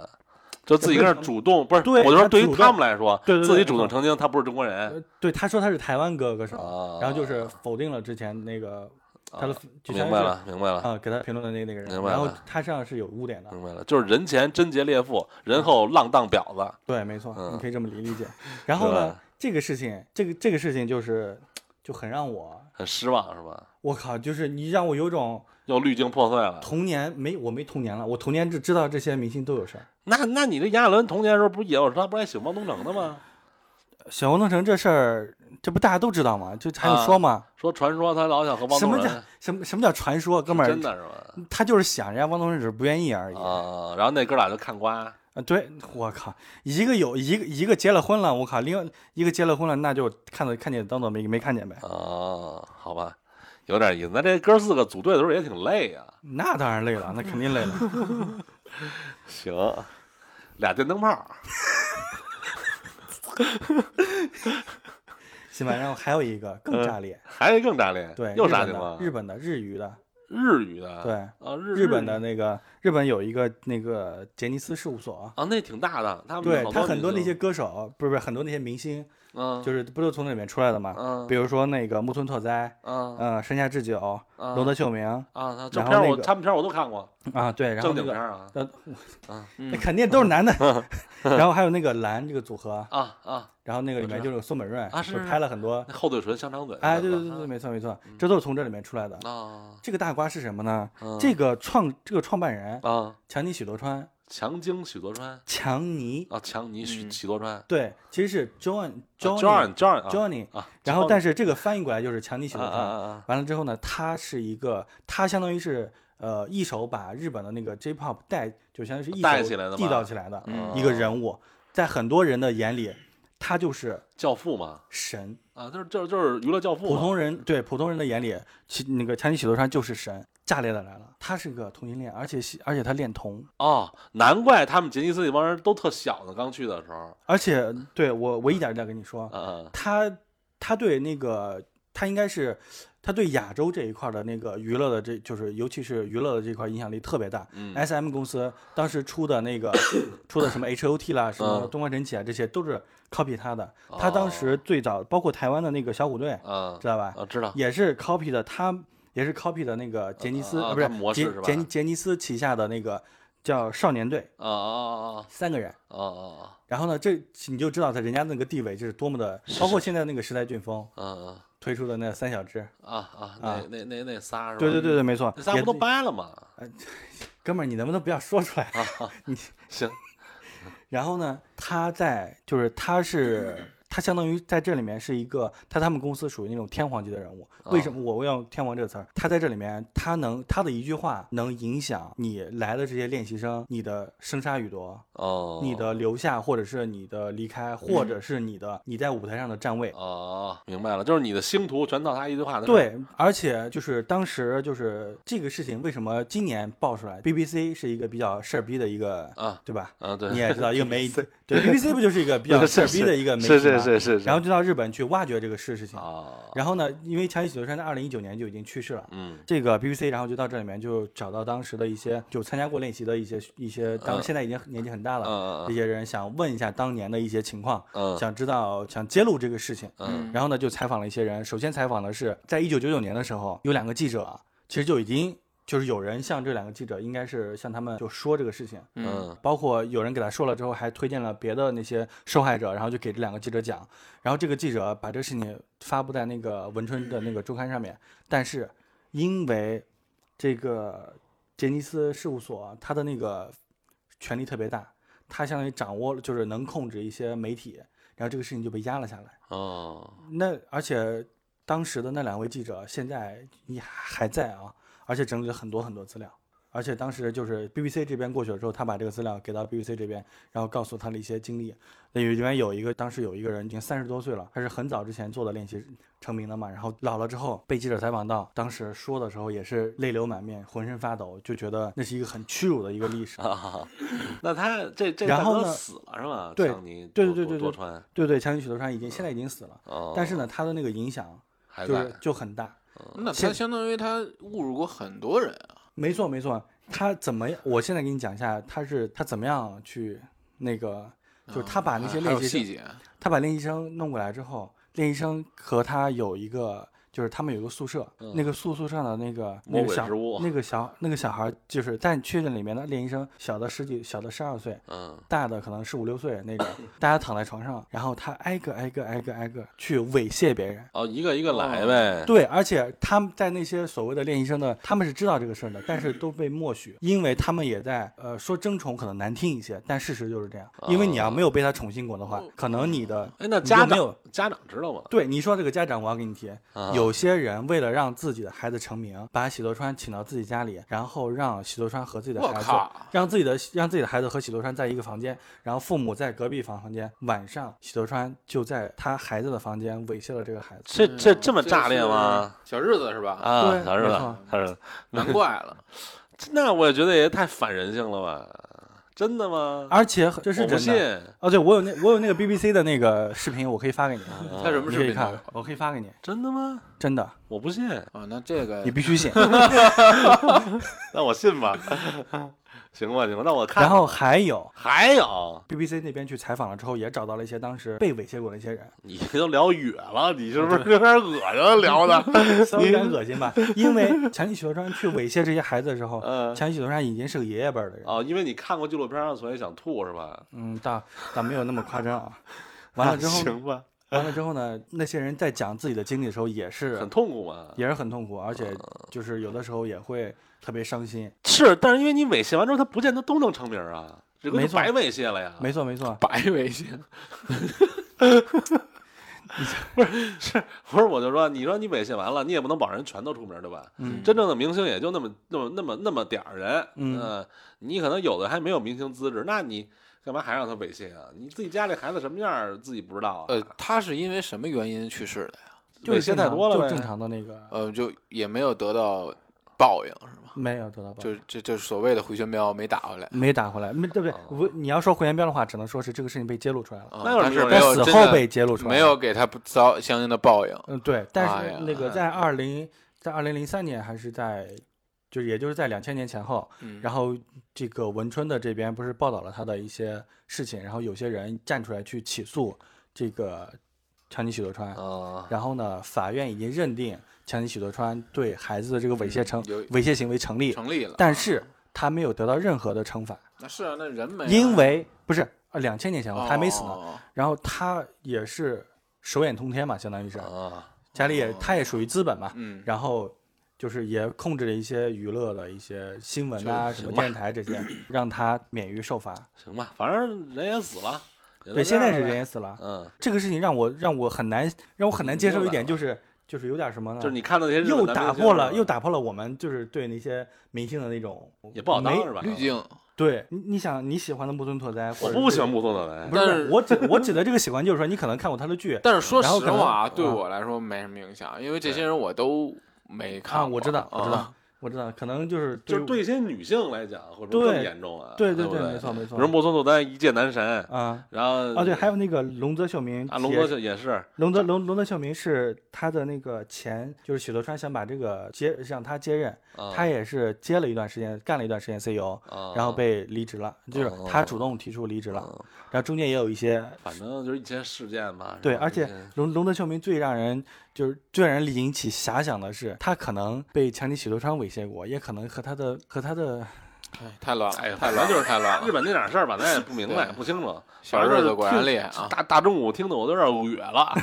A: 就自己跟那儿主动，不是？
B: 对
A: 我就说
B: 他
A: 对于
B: 主
A: 他
B: 动
A: 们来说，
B: 对对对
A: 自己主动澄清，他不是中国人
B: 呃，对，他说他是台湾歌歌手，
A: 啊。
B: 然后就是否定了之前那个他的
A: 啊
B: 就
A: 明
B: 相
A: 白
B: 当于
A: 了，明白
B: 是
A: 了。
B: 啊给他评论的那那个
A: 明
B: 人，
A: 白
B: 然后
A: 了嗯
B: 他身上是有污点的，
A: 明白了，就是人前贞洁烈妇，人后浪荡婊子。
B: 对，没错，
A: 嗯
B: 你可以这么理理解。 然后
A: 是
B: 呢
A: 吧，
B: 这个事情，这个这个事情就是，就很让我，
A: 很失望是吧？
B: 我靠，就是你让我有种
A: 又滤镜破碎了。
B: 童年没我没童年了，我童年只知道这些明星都有事儿。
A: 那那你这炎亚纶童年的时候不是也有他不是还喜欢汪东城的吗？
B: 小王东城这事儿，这不大家都知道吗？就还用
A: 啊
B: 说吗？
A: 说传说他老想和汪
B: 什
A: 东
B: 么叫
A: 城，
B: 什么什么叫传说，哥们
A: 真
B: 儿？
A: 的是
B: 他就是想人家汪东城只是不愿意而已
A: 吧？。啊，然后那哥俩就看瓜，
B: 啊，对，我靠，一个有一个一个结了婚了，我靠，另外一个结了婚了，那就看到看见当做没没看见呗。
A: 哦，好吧，有点意思。那这哥四个组队的时候也挺累啊呀、
B: 那当然累了，那肯定累了。
A: 行，俩电灯泡，
B: 行吧，然后还有一个更炸裂，
A: 还有一更炸裂，
B: 对，
A: 呃又
B: 日
A: 啥
B: 本
A: 情
B: 的
A: 况？
B: 日本的日语的，
A: 日语的，
B: 对
A: 啊，日
B: 日本的那个日本有一个那个杰尼斯事务所，
A: 啊，那挺大的，他们
B: 对
A: 好
B: 他很多那
A: 女
B: 些
A: 性，
B: 歌手，不是不是很多那些明星，
A: 嗯，
B: 就是不都从那里面出来的嘛？
A: 嗯
B: 比如说那个木村拓哉，
A: 嗯
B: 呃，山下智久，
A: 嗯
B: 龙德秀明
A: 啊，那照
B: 然后
A: 片
B: 那
A: 我
B: 个
A: 他们片我都看过，
B: 啊，对，然后
A: 正
B: 那
A: 经片
B: 个
A: 啊
B: 呃，
C: 嗯
B: 那肯定都是 男的，然后还有那个蓝这个组合，
A: 啊啊，
B: 然后那个里
A: 我
B: 面
A: 知
B: 就是有松本润，
A: 啊是
B: 不
A: 是
B: 拍了很多，
A: 那厚嘴唇、香肠嘴，
B: 哎，对对对对，没错没错，这都是从这里面出来的。
A: 嗯啊
B: 这个大瓜是什么呢？
A: 嗯
B: 这个创这个创办人
A: 啊，
B: 强尼许多川，
A: 强京许多川
B: 强尼，
A: 啊，强尼许
C: 嗯
A: 许多川啊
B: 对，其实是 John
A: ，John
B: Johnny
A: John 啊
B: Johnny，
A: 啊，
B: 然后但
A: 是
B: 是这个翻译过来就是强尼许
A: 啊
B: 多
A: 啊
B: 川。
A: 啊
B: 完了之后呢，他是一个，他相当于是呃一手把日本的那个 J-pop 带，就相当于是一
A: 带起来的
B: 手
A: 吧
B: 地道起来的
A: 啊，
B: 一个人物，在很多人的眼里，他就是
A: 教父嘛，
B: 神。
A: 啊，就是就是就是娱乐教父
B: 普
A: 嘛，
B: 通人对普通人的眼里，其那个强尼许多川就是神。炸裂的来了，他是个同性恋，而且是而且他恋童。
A: 哦，难怪他们杰尼斯那帮人都特小呢，刚去的时候，
B: 而且对我，我一点一点跟你说，
A: 嗯
B: 他他对那个他应该是他对亚洲这一块的那个娱乐的这就是尤其是娱乐的这块影响力特别大。
A: 嗯
B: S M 公司当时出 的那个出的什么 H O T 啦，什么
A: 嗯
B: 东方神起啊，这些都是 copy 他的。他当时最早包括台湾的那个小虎队，
A: 哦嗯
B: 知道吧？
A: 啊，知道
B: 也是 copy 的他。也是 copy 的那个杰尼斯
A: 啊啊
B: 啊，不是
A: 他模式
B: 杰
A: 是吧
B: 杰杰尼斯旗下的那个叫少年队，
A: 啊啊啊
B: 三个人，
A: 啊啊
B: 然后呢，这你就知道他人家那个地位这是多么的，包括现在那个时代俊峰
A: 啊啊
B: 推出的那三小只，
A: 啊啊，那那那那仨是吧？
B: 对对对，对，没错
A: 那仨，
B: 也
A: 不都掰了吗？
B: 哥们儿，你能不能不要说 出来？
A: 行，
B: 然后呢，他在就是他是他相当于在这里面是一个他他们公司属于那种天皇级的人物。为
A: 哦
B: 什么我要用天皇这个词儿？他在这里面，他能他的一句话能影响你来的这些练习生，你的生杀予夺。
A: 哦，嗯
B: 你的留下，或者是你的离开，或者是你的你在舞台上的站位，
A: 哦，明白了，就是你的星途全靠他一句话的事儿，
B: 对，而且就是当时就是这个事情，为什么今年爆出来？BBC 是一个比较事儿逼的一个，
A: 啊
B: 对吧？
A: 啊，对，
B: 你也知道，一 个媒对 BBC 不就是一个比较事儿逼的一个媒体
A: 是是
B: 吗
A: 是是是
B: 然后就到日本去挖掘这个事事情。
A: 啊，
B: 然后呢，因为强尼许多川在二零一九年就已经去世了。
A: 嗯
B: 这个 BBC，然后就到这里面就找到当时的一些就参加过练习的一些一些，当
A: 嗯
B: 现在已经年纪很大了，
A: 嗯
B: 这些人想问一下当年的一些情况，
A: 嗯
B: 想知道想揭露这个事情。
A: 嗯
B: 然后呢，就采访了一些人。首先采访的是，在一九九九年的时候，有两个记者其实就已经就是有人向这两个记者，应该是向他们就说这个事情，
C: 嗯，
B: 包括有人给他说了之后，还推荐了别的那些受害者，然后就给这两个记者讲，然后这个记者把这个事情发布在那个文春的那个周刊上面，但是因为这个杰尼斯事务所它的那个权力特别大，它相当于掌握了就是能控制一些媒体，然后这个事情就被压了下来。
A: 哦，
B: 那而且当时的那两位记者现在也还在啊，而且整理了很多很多资料。而且当时就是 BBC 这边过去了之后，他把这个资料给到 BBC 这边，然后告诉他的一些经历。那里面有一个当时有一个人已经三十多岁了，他是很早之前做的练习成名的嘛，然后老了之后被记者采访到，当时说的时候也是泪流满面，浑身发抖，就觉得那是一个很屈辱的一个历史。
A: 啊，那他这这
B: 嗯然
A: 大
B: 后
A: 哥
B: 呢
A: 死了是吧？
B: 对
A: 强尼
B: 对
A: 多
B: 对对
A: 多多
B: 对对
A: 川，
B: 对对，强尼许多川已经现在已经死了，
A: 哦，
B: 但是呢，他的那个影响
A: 还
B: 就
A: 在嗯
B: 是就很大。
C: 那他
B: 现
C: 相当于他侮辱过很多人啊。
B: 没错没错，他怎么样？我现在给你讲一下，他是他怎么样去那个，就是他把那些
C: 嗯还有
B: 练习
C: 细
B: 生，
C: 节，
B: 他把练习生弄过来之后，练习生和他有一个，就是他们有一个宿舍，
C: 嗯
B: 那个宿舍上的那个
A: 魔
B: 那个
A: 鬼
B: 小
A: 之屋
B: 那个小那个小孩，就是但确诊里面的练习生，小的十几，小的十二岁，
A: 嗯，
B: 大的可能十五六岁那种，大家躺在床上，然后他挨个挨个挨个挨个去猥亵别人。
A: 哦，一个一个来呗，
B: 对，而且他们在那些所谓的练习生的，他们是知道这个事儿的，但是都被默许，因为他们也在呃说争宠可能难听一些，但事实就是这样。因为你要没有被他宠幸过的话，可能你的
A: 哎，那
B: 你就
A: 家
B: 没有
A: 长家长知道吗？啊
B: 对你说这个家长，我要给你提，有些人为了让自己的孩子成名，把喜多川请到自己家里，然后让喜多川和自己的
C: 我
B: 孩子
C: 靠，
B: 让自己的让自己的孩子和喜多川在一个房间，然后父母在隔壁房房间，晚上喜多川就在他孩子的房间猥亵了这个孩子。
A: 这这这么
C: 是
A: 炸裂吗？？
C: 小日子是吧？
A: 啊，
B: 对
A: 他是
B: 没
A: 吧
B: 错？
A: 他是，
C: 难怪了，
A: 那我觉得也太反人性了吧？真的吗？
B: 而且这啊是
A: 我不
B: 真
A: 信
B: 的，哦，对，我有那我有那个 BBC 的那个视频，我可以发给你，啊
C: 他什么
B: 你
C: 视
B: 可以
C: 频
B: 看
C: 呢？，
B: 我可以发给你，
A: 真的吗？
B: 真的，
A: 我不信，
C: 啊，那这个
B: 你必须信。
A: 那我信 吧。行吧，行吧，那我看。
B: 然后还有
A: 还有，
B: BBC 那边去采访了之后，也找到了一些当时被猥亵过的一些人，
A: 你都聊远了，你是不是有点恶心聊的？
B: 稍微有点恶心吧，因为强尼许多川去猥亵这些孩子的时候，
A: 嗯
B: 强尼许多川已经是个爷爷辈儿的人，
A: 哦，因为你看过纪录片儿，所以想吐是吧？
B: 嗯，倒倒没有那么夸张啊。完了之 后，
A: 行吧，
B: 完了之后呢，那些人在讲自己的经历的时候，也是
A: 很痛苦嘛。
B: 也是很痛苦，而且就是有的时候也会特别伤心。
A: 是，但是因为你猥亵完之后，他不见得都能成名啊，这个
B: 没
A: 就
B: 错
A: 白猥亵了呀。
B: 没错没错，
C: 白微信，
A: 不是，我就说，你说你猥亵完了，你也不能保证人全都出名，对吧？
B: 嗯
A: 真正的明星也就那么、那么、那么、那么点儿人，
B: 嗯
A: 呃你可能有的还没有明星资质，那你干嘛还让他猥亵啊？你自己家里孩子什么样儿自己不知道啊？
C: 呃，他是因为什么原因去世的呀？
B: 就是
A: 猥亵
B: 正
A: 太
B: 常
A: 多了
B: 就
A: 呗，
B: 正常的那个
C: 呃，就也没有得到报应是吗？
B: 没有得到报
C: 就这就是所谓的回旋镖没打回来，
B: 没打回来，没对
C: 哦
B: 不对？我你要说回旋镖的话，只能说是这个事情被揭露出来了，
C: 啊
A: 那有
C: 但
A: 什
C: 是
A: 么
C: 没
B: 在
C: 有
B: 死
C: 真
B: 后
C: 的
B: 被揭露出来，
C: 没有，给他不遭相应的报应。
B: 嗯，对。但
C: 哎
B: 是
C: 呀
B: 那个在二零，在二零零三年还是在，就也就是在两千年前后，
C: 嗯
B: 然后这个文春的这边不是报道了他的一些事情，然后有些人站出来去起诉这个强尼许多川，
C: 哦
A: 啊、
B: 然后呢，法院已经认定强尼许多川对孩子的这个猥亵成
C: 嗯有
B: 猥亵行为成立，
C: 成立了，嗯
B: 但是他没有得到任何的惩罚。
C: 那是啊，那人没啊，
B: 因为不是呃两千年前我还没死呢，
C: 哦
B: 然后他也是手眼通天嘛，相当于是
A: 啊，
B: 家里也他也属于资本嘛，
C: 嗯，
B: 然后就是也控制了一些娱乐的一些新闻啊，什么电视台 这些，让他免于受罚。
A: 行吧，反正人也死了，也就
B: 对，
A: 这
B: 现
A: 样
B: 在是
A: 呗
B: 人也死了，
A: 嗯，
B: 这个事情让我让我很难让我很难接受一
A: 明白了
B: 点，就是就是有点什么呢？
A: 就是你看到那些日本
B: 啊又
A: 男
B: 打
A: 明星
B: 破
A: 是
B: 了
A: 吧
B: 又打破了我们就是对那些明星的那种
A: 也不好当
B: 没
A: 是吧？
C: 滤镜，
B: 对你你想你喜欢的木村拓哉，
A: 我
B: 或者
A: 不
B: 是
A: 喜欢木头的人，
B: 不是不
C: 但
B: 是
C: 是
B: 我指我指的这个喜欢，就是说你可能看过他的剧
C: 但是说
B: 然后
C: 实
B: 可能
C: 话啊，
B: 啊
C: 对我来说没什么影响，因为这些人我都没看
B: 啊，
C: 过。
B: 我知道，我知
C: 啊
B: 道，我知道，可能就是
A: 就是
B: 对
A: 对一些女性来讲，或者说更
B: 对
A: 严重了，啊
B: 对
A: 对不
B: 对，
A: 对
B: 没错没
A: 比
B: 错
A: 如，木村拓哉一介男神，
B: 啊
A: 然后
B: 啊对，还有那个龙泽秀啊明
A: 啊龙
B: 也
A: 哥就也是，
B: 龙泽龙龙泽秀明是他的那个前，就是许多川想把这个接让他接任，
A: 啊
B: 他也是接了一段时间，干了一段时间 CEO，
A: 啊嗯
B: 然后被离职了，就是他主动提出离职了，然后中间也有一些
A: 反正就是一些事件吧。
B: 对，
A: 然后
B: 而
A: 一些
B: 且龙龙泽秀明最让人就是最让人引起遐想的是，他可能被强尼许多川猥亵过，也可能和他的和他的
C: 哎，太乱
A: 哎呀
C: 了，太乱，
A: 反正就是
C: 太乱
A: 日
C: 了。
A: 本那点事儿吧，咱也不明白，
C: 对
A: 不清楚。
C: 小日子果然厉害啊！
A: 大大中午听得我都有点哕了，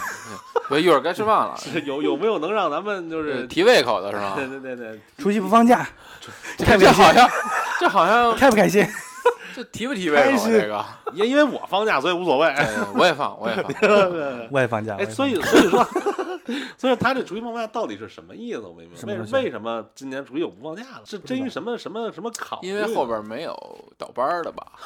C: 我一会儿该吃饭了，
A: 有有没有能让咱们就是
C: 是提胃口的是吗？
A: 对
B: 啊
A: 对对对，
B: 除夕不放 假，开
C: 这
B: 不开 心？
C: 这好像，这好像
B: 开不开心？
C: 这提不提胃
B: 开
C: 口啊
B: 心
C: 这个？
A: 也因为我放假，所以无所谓。
C: 哎我也放，我也放。
B: 我也放假。
A: 哎，
B: 我
A: 所
B: 也放
A: 以
B: 假
A: 所以说， 所以他这除夕放假到底是什么意思？我没明
B: 什
A: 白，
B: 么
A: 为
B: 东西
A: 为什么今年除夕我不放假了？是
B: 知
A: 真
B: 道
A: 于什么什么什么考虑？
C: 因为后边没有倒班儿的吧？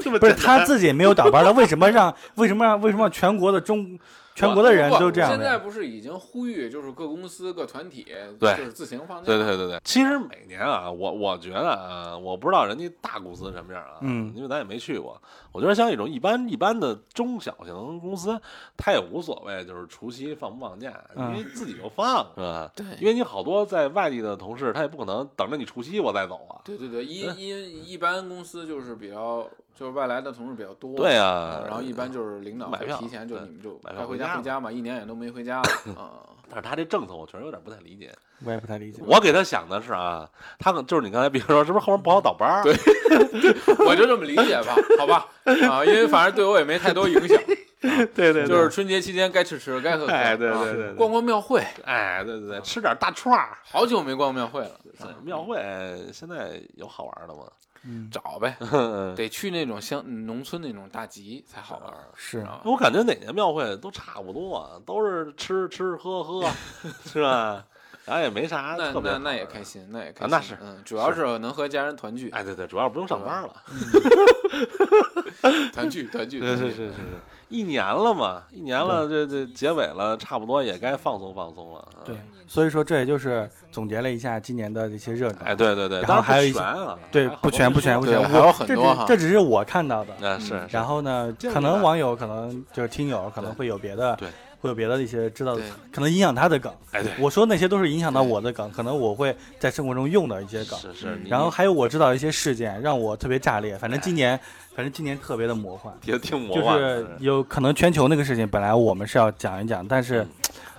A: 这么
B: 不是
A: 简单
B: 他自己没有倒班了，为什么让 为什么让为什么让全国的中全国的人
C: 不
B: 都这样
C: 现在
B: 的？
C: 不是已经呼吁，就是各公司、各团体，
A: 对
C: 就是自行放 假。
A: 对对对对，其实每年啊，我我觉得啊，我不知道人家大公司什么样啊，
B: 嗯
A: 因为咱也没去过。我觉得像一种一般一般的中小型公司，他也无所谓，就是除夕放不放假，因
B: 嗯
A: 为自己就放，是吧？
C: 对
A: 因为你好多在外地的同事，他也不可能等着你除夕我再走啊。
C: 对对对，一一一般公司就是比较，就是外来的同事比较多。嗯
A: 对啊
C: 然后一般就是领导
A: 买
C: 会
A: 票
C: 提前就
A: 对
C: 你们就
A: 买票
C: 该回
A: 回
C: 家
A: 家
C: 回家嘛，一年也都 没回家了啊。
A: 但是他这政策，我确实有点不太理解。
B: 我也不太理解。
A: 我给他想的是啊，他可就是你刚才比如说，是不是后面不好倒班儿？对，
C: 我就这么理解吧，好吧啊，因为反正对我也没太多影响，啊
A: 对对
C: 就是春节期间该吃吃，该喝喝，
A: 哎对对
C: 啊
A: 对对
C: 逛逛庙会，
A: 哎，对对对，吃点大串儿。
C: 好久没逛庙会了，
A: 对庙会现在有好玩的吗？
B: 嗯，
C: 找 呗，
A: 对，
C: 得去那种乡农村那种大集才好玩儿。
B: 是
C: 啊
A: 我感觉哪年庙会都差不多、啊，都是吃吃喝喝，是吧？然后也没啥
C: 那
A: 特别
C: 那
A: 好
C: 那也
A: 的
C: 开。心，那也开心，
A: 啊那是
C: 嗯，主要是能和家人团聚，
A: 哎，对对，主要是不用上班了。
C: 团聚团聚，
A: 是是是是，是一年了嘛，一年了，这这结尾了，差不多也该放松放松了。啊
B: 对，所以说这也就是总结了一下今年的这些热闹。
A: 哎，对对对，
B: 然后
A: 当
B: 还有一
A: 不
B: 些
A: 全啊，
B: 对
A: 还好，
B: 不全
A: 多
B: 不
A: 没
B: 全
A: 说
B: 不
C: 对
B: 全，
C: 还
B: 我
C: 有很
B: 这
C: 多
B: 只
C: 哈
B: 这只是我看到的。
A: 啊是，是
B: 嗯然后呢，
A: 建议
B: 可能
A: 吧
B: 网友可能就是听友可能会有别的
A: 对，
B: 会有别的一些知道的
C: 对，
B: 可能影响他的梗。
A: 哎对，
B: 我说那些都是影响到我的梗，可能我会在生活中用到一些梗。
A: 是是，你
B: 然后还有我知道一些事件让我特别炸裂，反正今年，反正今年特别的魔幻，
A: 也挺哎魔
B: 就
A: 幻嗯
B: 是
A: 的，
B: 有可能全球那个事情本来我们是要讲一讲，但是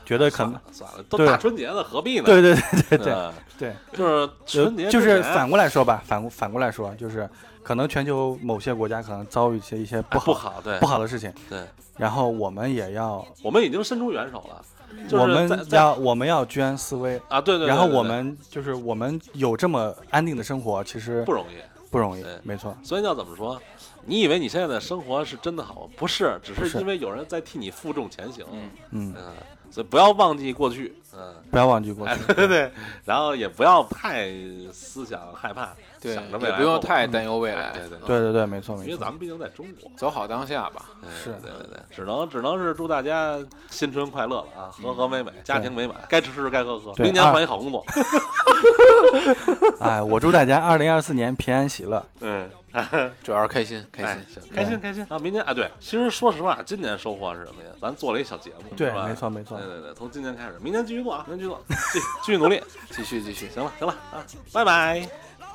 B: 觉得可能，
A: 算了，都
B: 对
A: 大春节嗯了，何必呢？
B: 对对对对对
A: 嗯
B: 对，
A: 就是春节
B: 就
A: 之
B: 是
A: 前
B: 反过来说吧，反反过来说就是可能全球某些国家可能遭遇一些一些
A: 哎
B: 不
A: 不
B: 好
A: 好，对
B: 不好的事情，
A: 对，
B: 然后我们也要，
A: 我们已经伸出援手了，就是
B: 我们
A: 在在
B: 要我们要居安思危。
A: 啊，对对对，
B: 然后
A: 对
B: 我
A: 对
B: 们就是我们有这么安定的生活，其实
A: 不容易。
B: 不容易
A: 对，
B: 没错，
A: 所以要怎么说？你以为你现在的生活是真的好？不是，只
B: 不
A: 是
B: 是
A: 因为有人在替你负重前行。
C: 嗯
B: 嗯，
A: 嗯，所以不要忘记过去。嗯，
B: 不要忘记过
A: 哎
B: 去，，嗯
A: 对对，然后也不要太思想害怕，
C: 对，
A: 想着未
C: 也
A: 来
C: 不用
A: 后悔
C: 太担忧未
A: 哎
C: 来，嗯
A: 对对，
B: 对对对，没错
A: 因
B: 没
A: 为咱
B: 错，
A: 们毕竟在中国。
C: 走好当下吧。
A: 哎
B: 是
A: 对对对，只能只能是祝大家新春快乐了啊，和和美美，家庭美满，该吃吃该喝喝，
B: 对
A: 明年
B: 二
A: 换一好工作。
B: 哎，我祝大家二零二四年平安喜乐，
A: 嗯，
C: 主要是开心，开
A: 哎
C: 心。，
A: 行开心开心啊！明年啊，对，其实说实话，今年收获是什么呀？咱做了一小节目，
B: 对
A: 是吧
B: 没错没错
A: 对对对，从今年开始，明年继续做啊，明年继续做，继 继续努力。
C: 继续继续，
A: 行了行了啊，拜拜。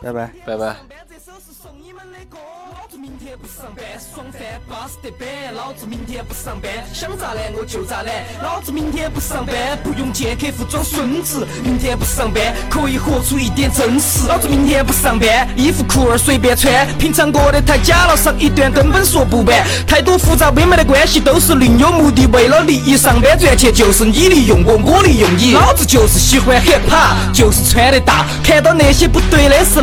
B: 拜拜。
C: 拜拜。
E: 这首是送你们的歌。老子明天不上班，爽翻，巴适得板。老子明天不上班，想咋懒我就咋懒。老子明天不上班，不用见客户装孙子。明天不上班，可以活出一点真实。老子明天不上班，衣服裤儿随便穿。平常过得太假了，上一段根本说不完。太多复杂微妙的关系都是另有目的，为了利益上班赚钱，就是你利用我，我利用你。老子就是喜欢 hiphop，就是穿得大，看到那些不对的事，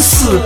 E: 实。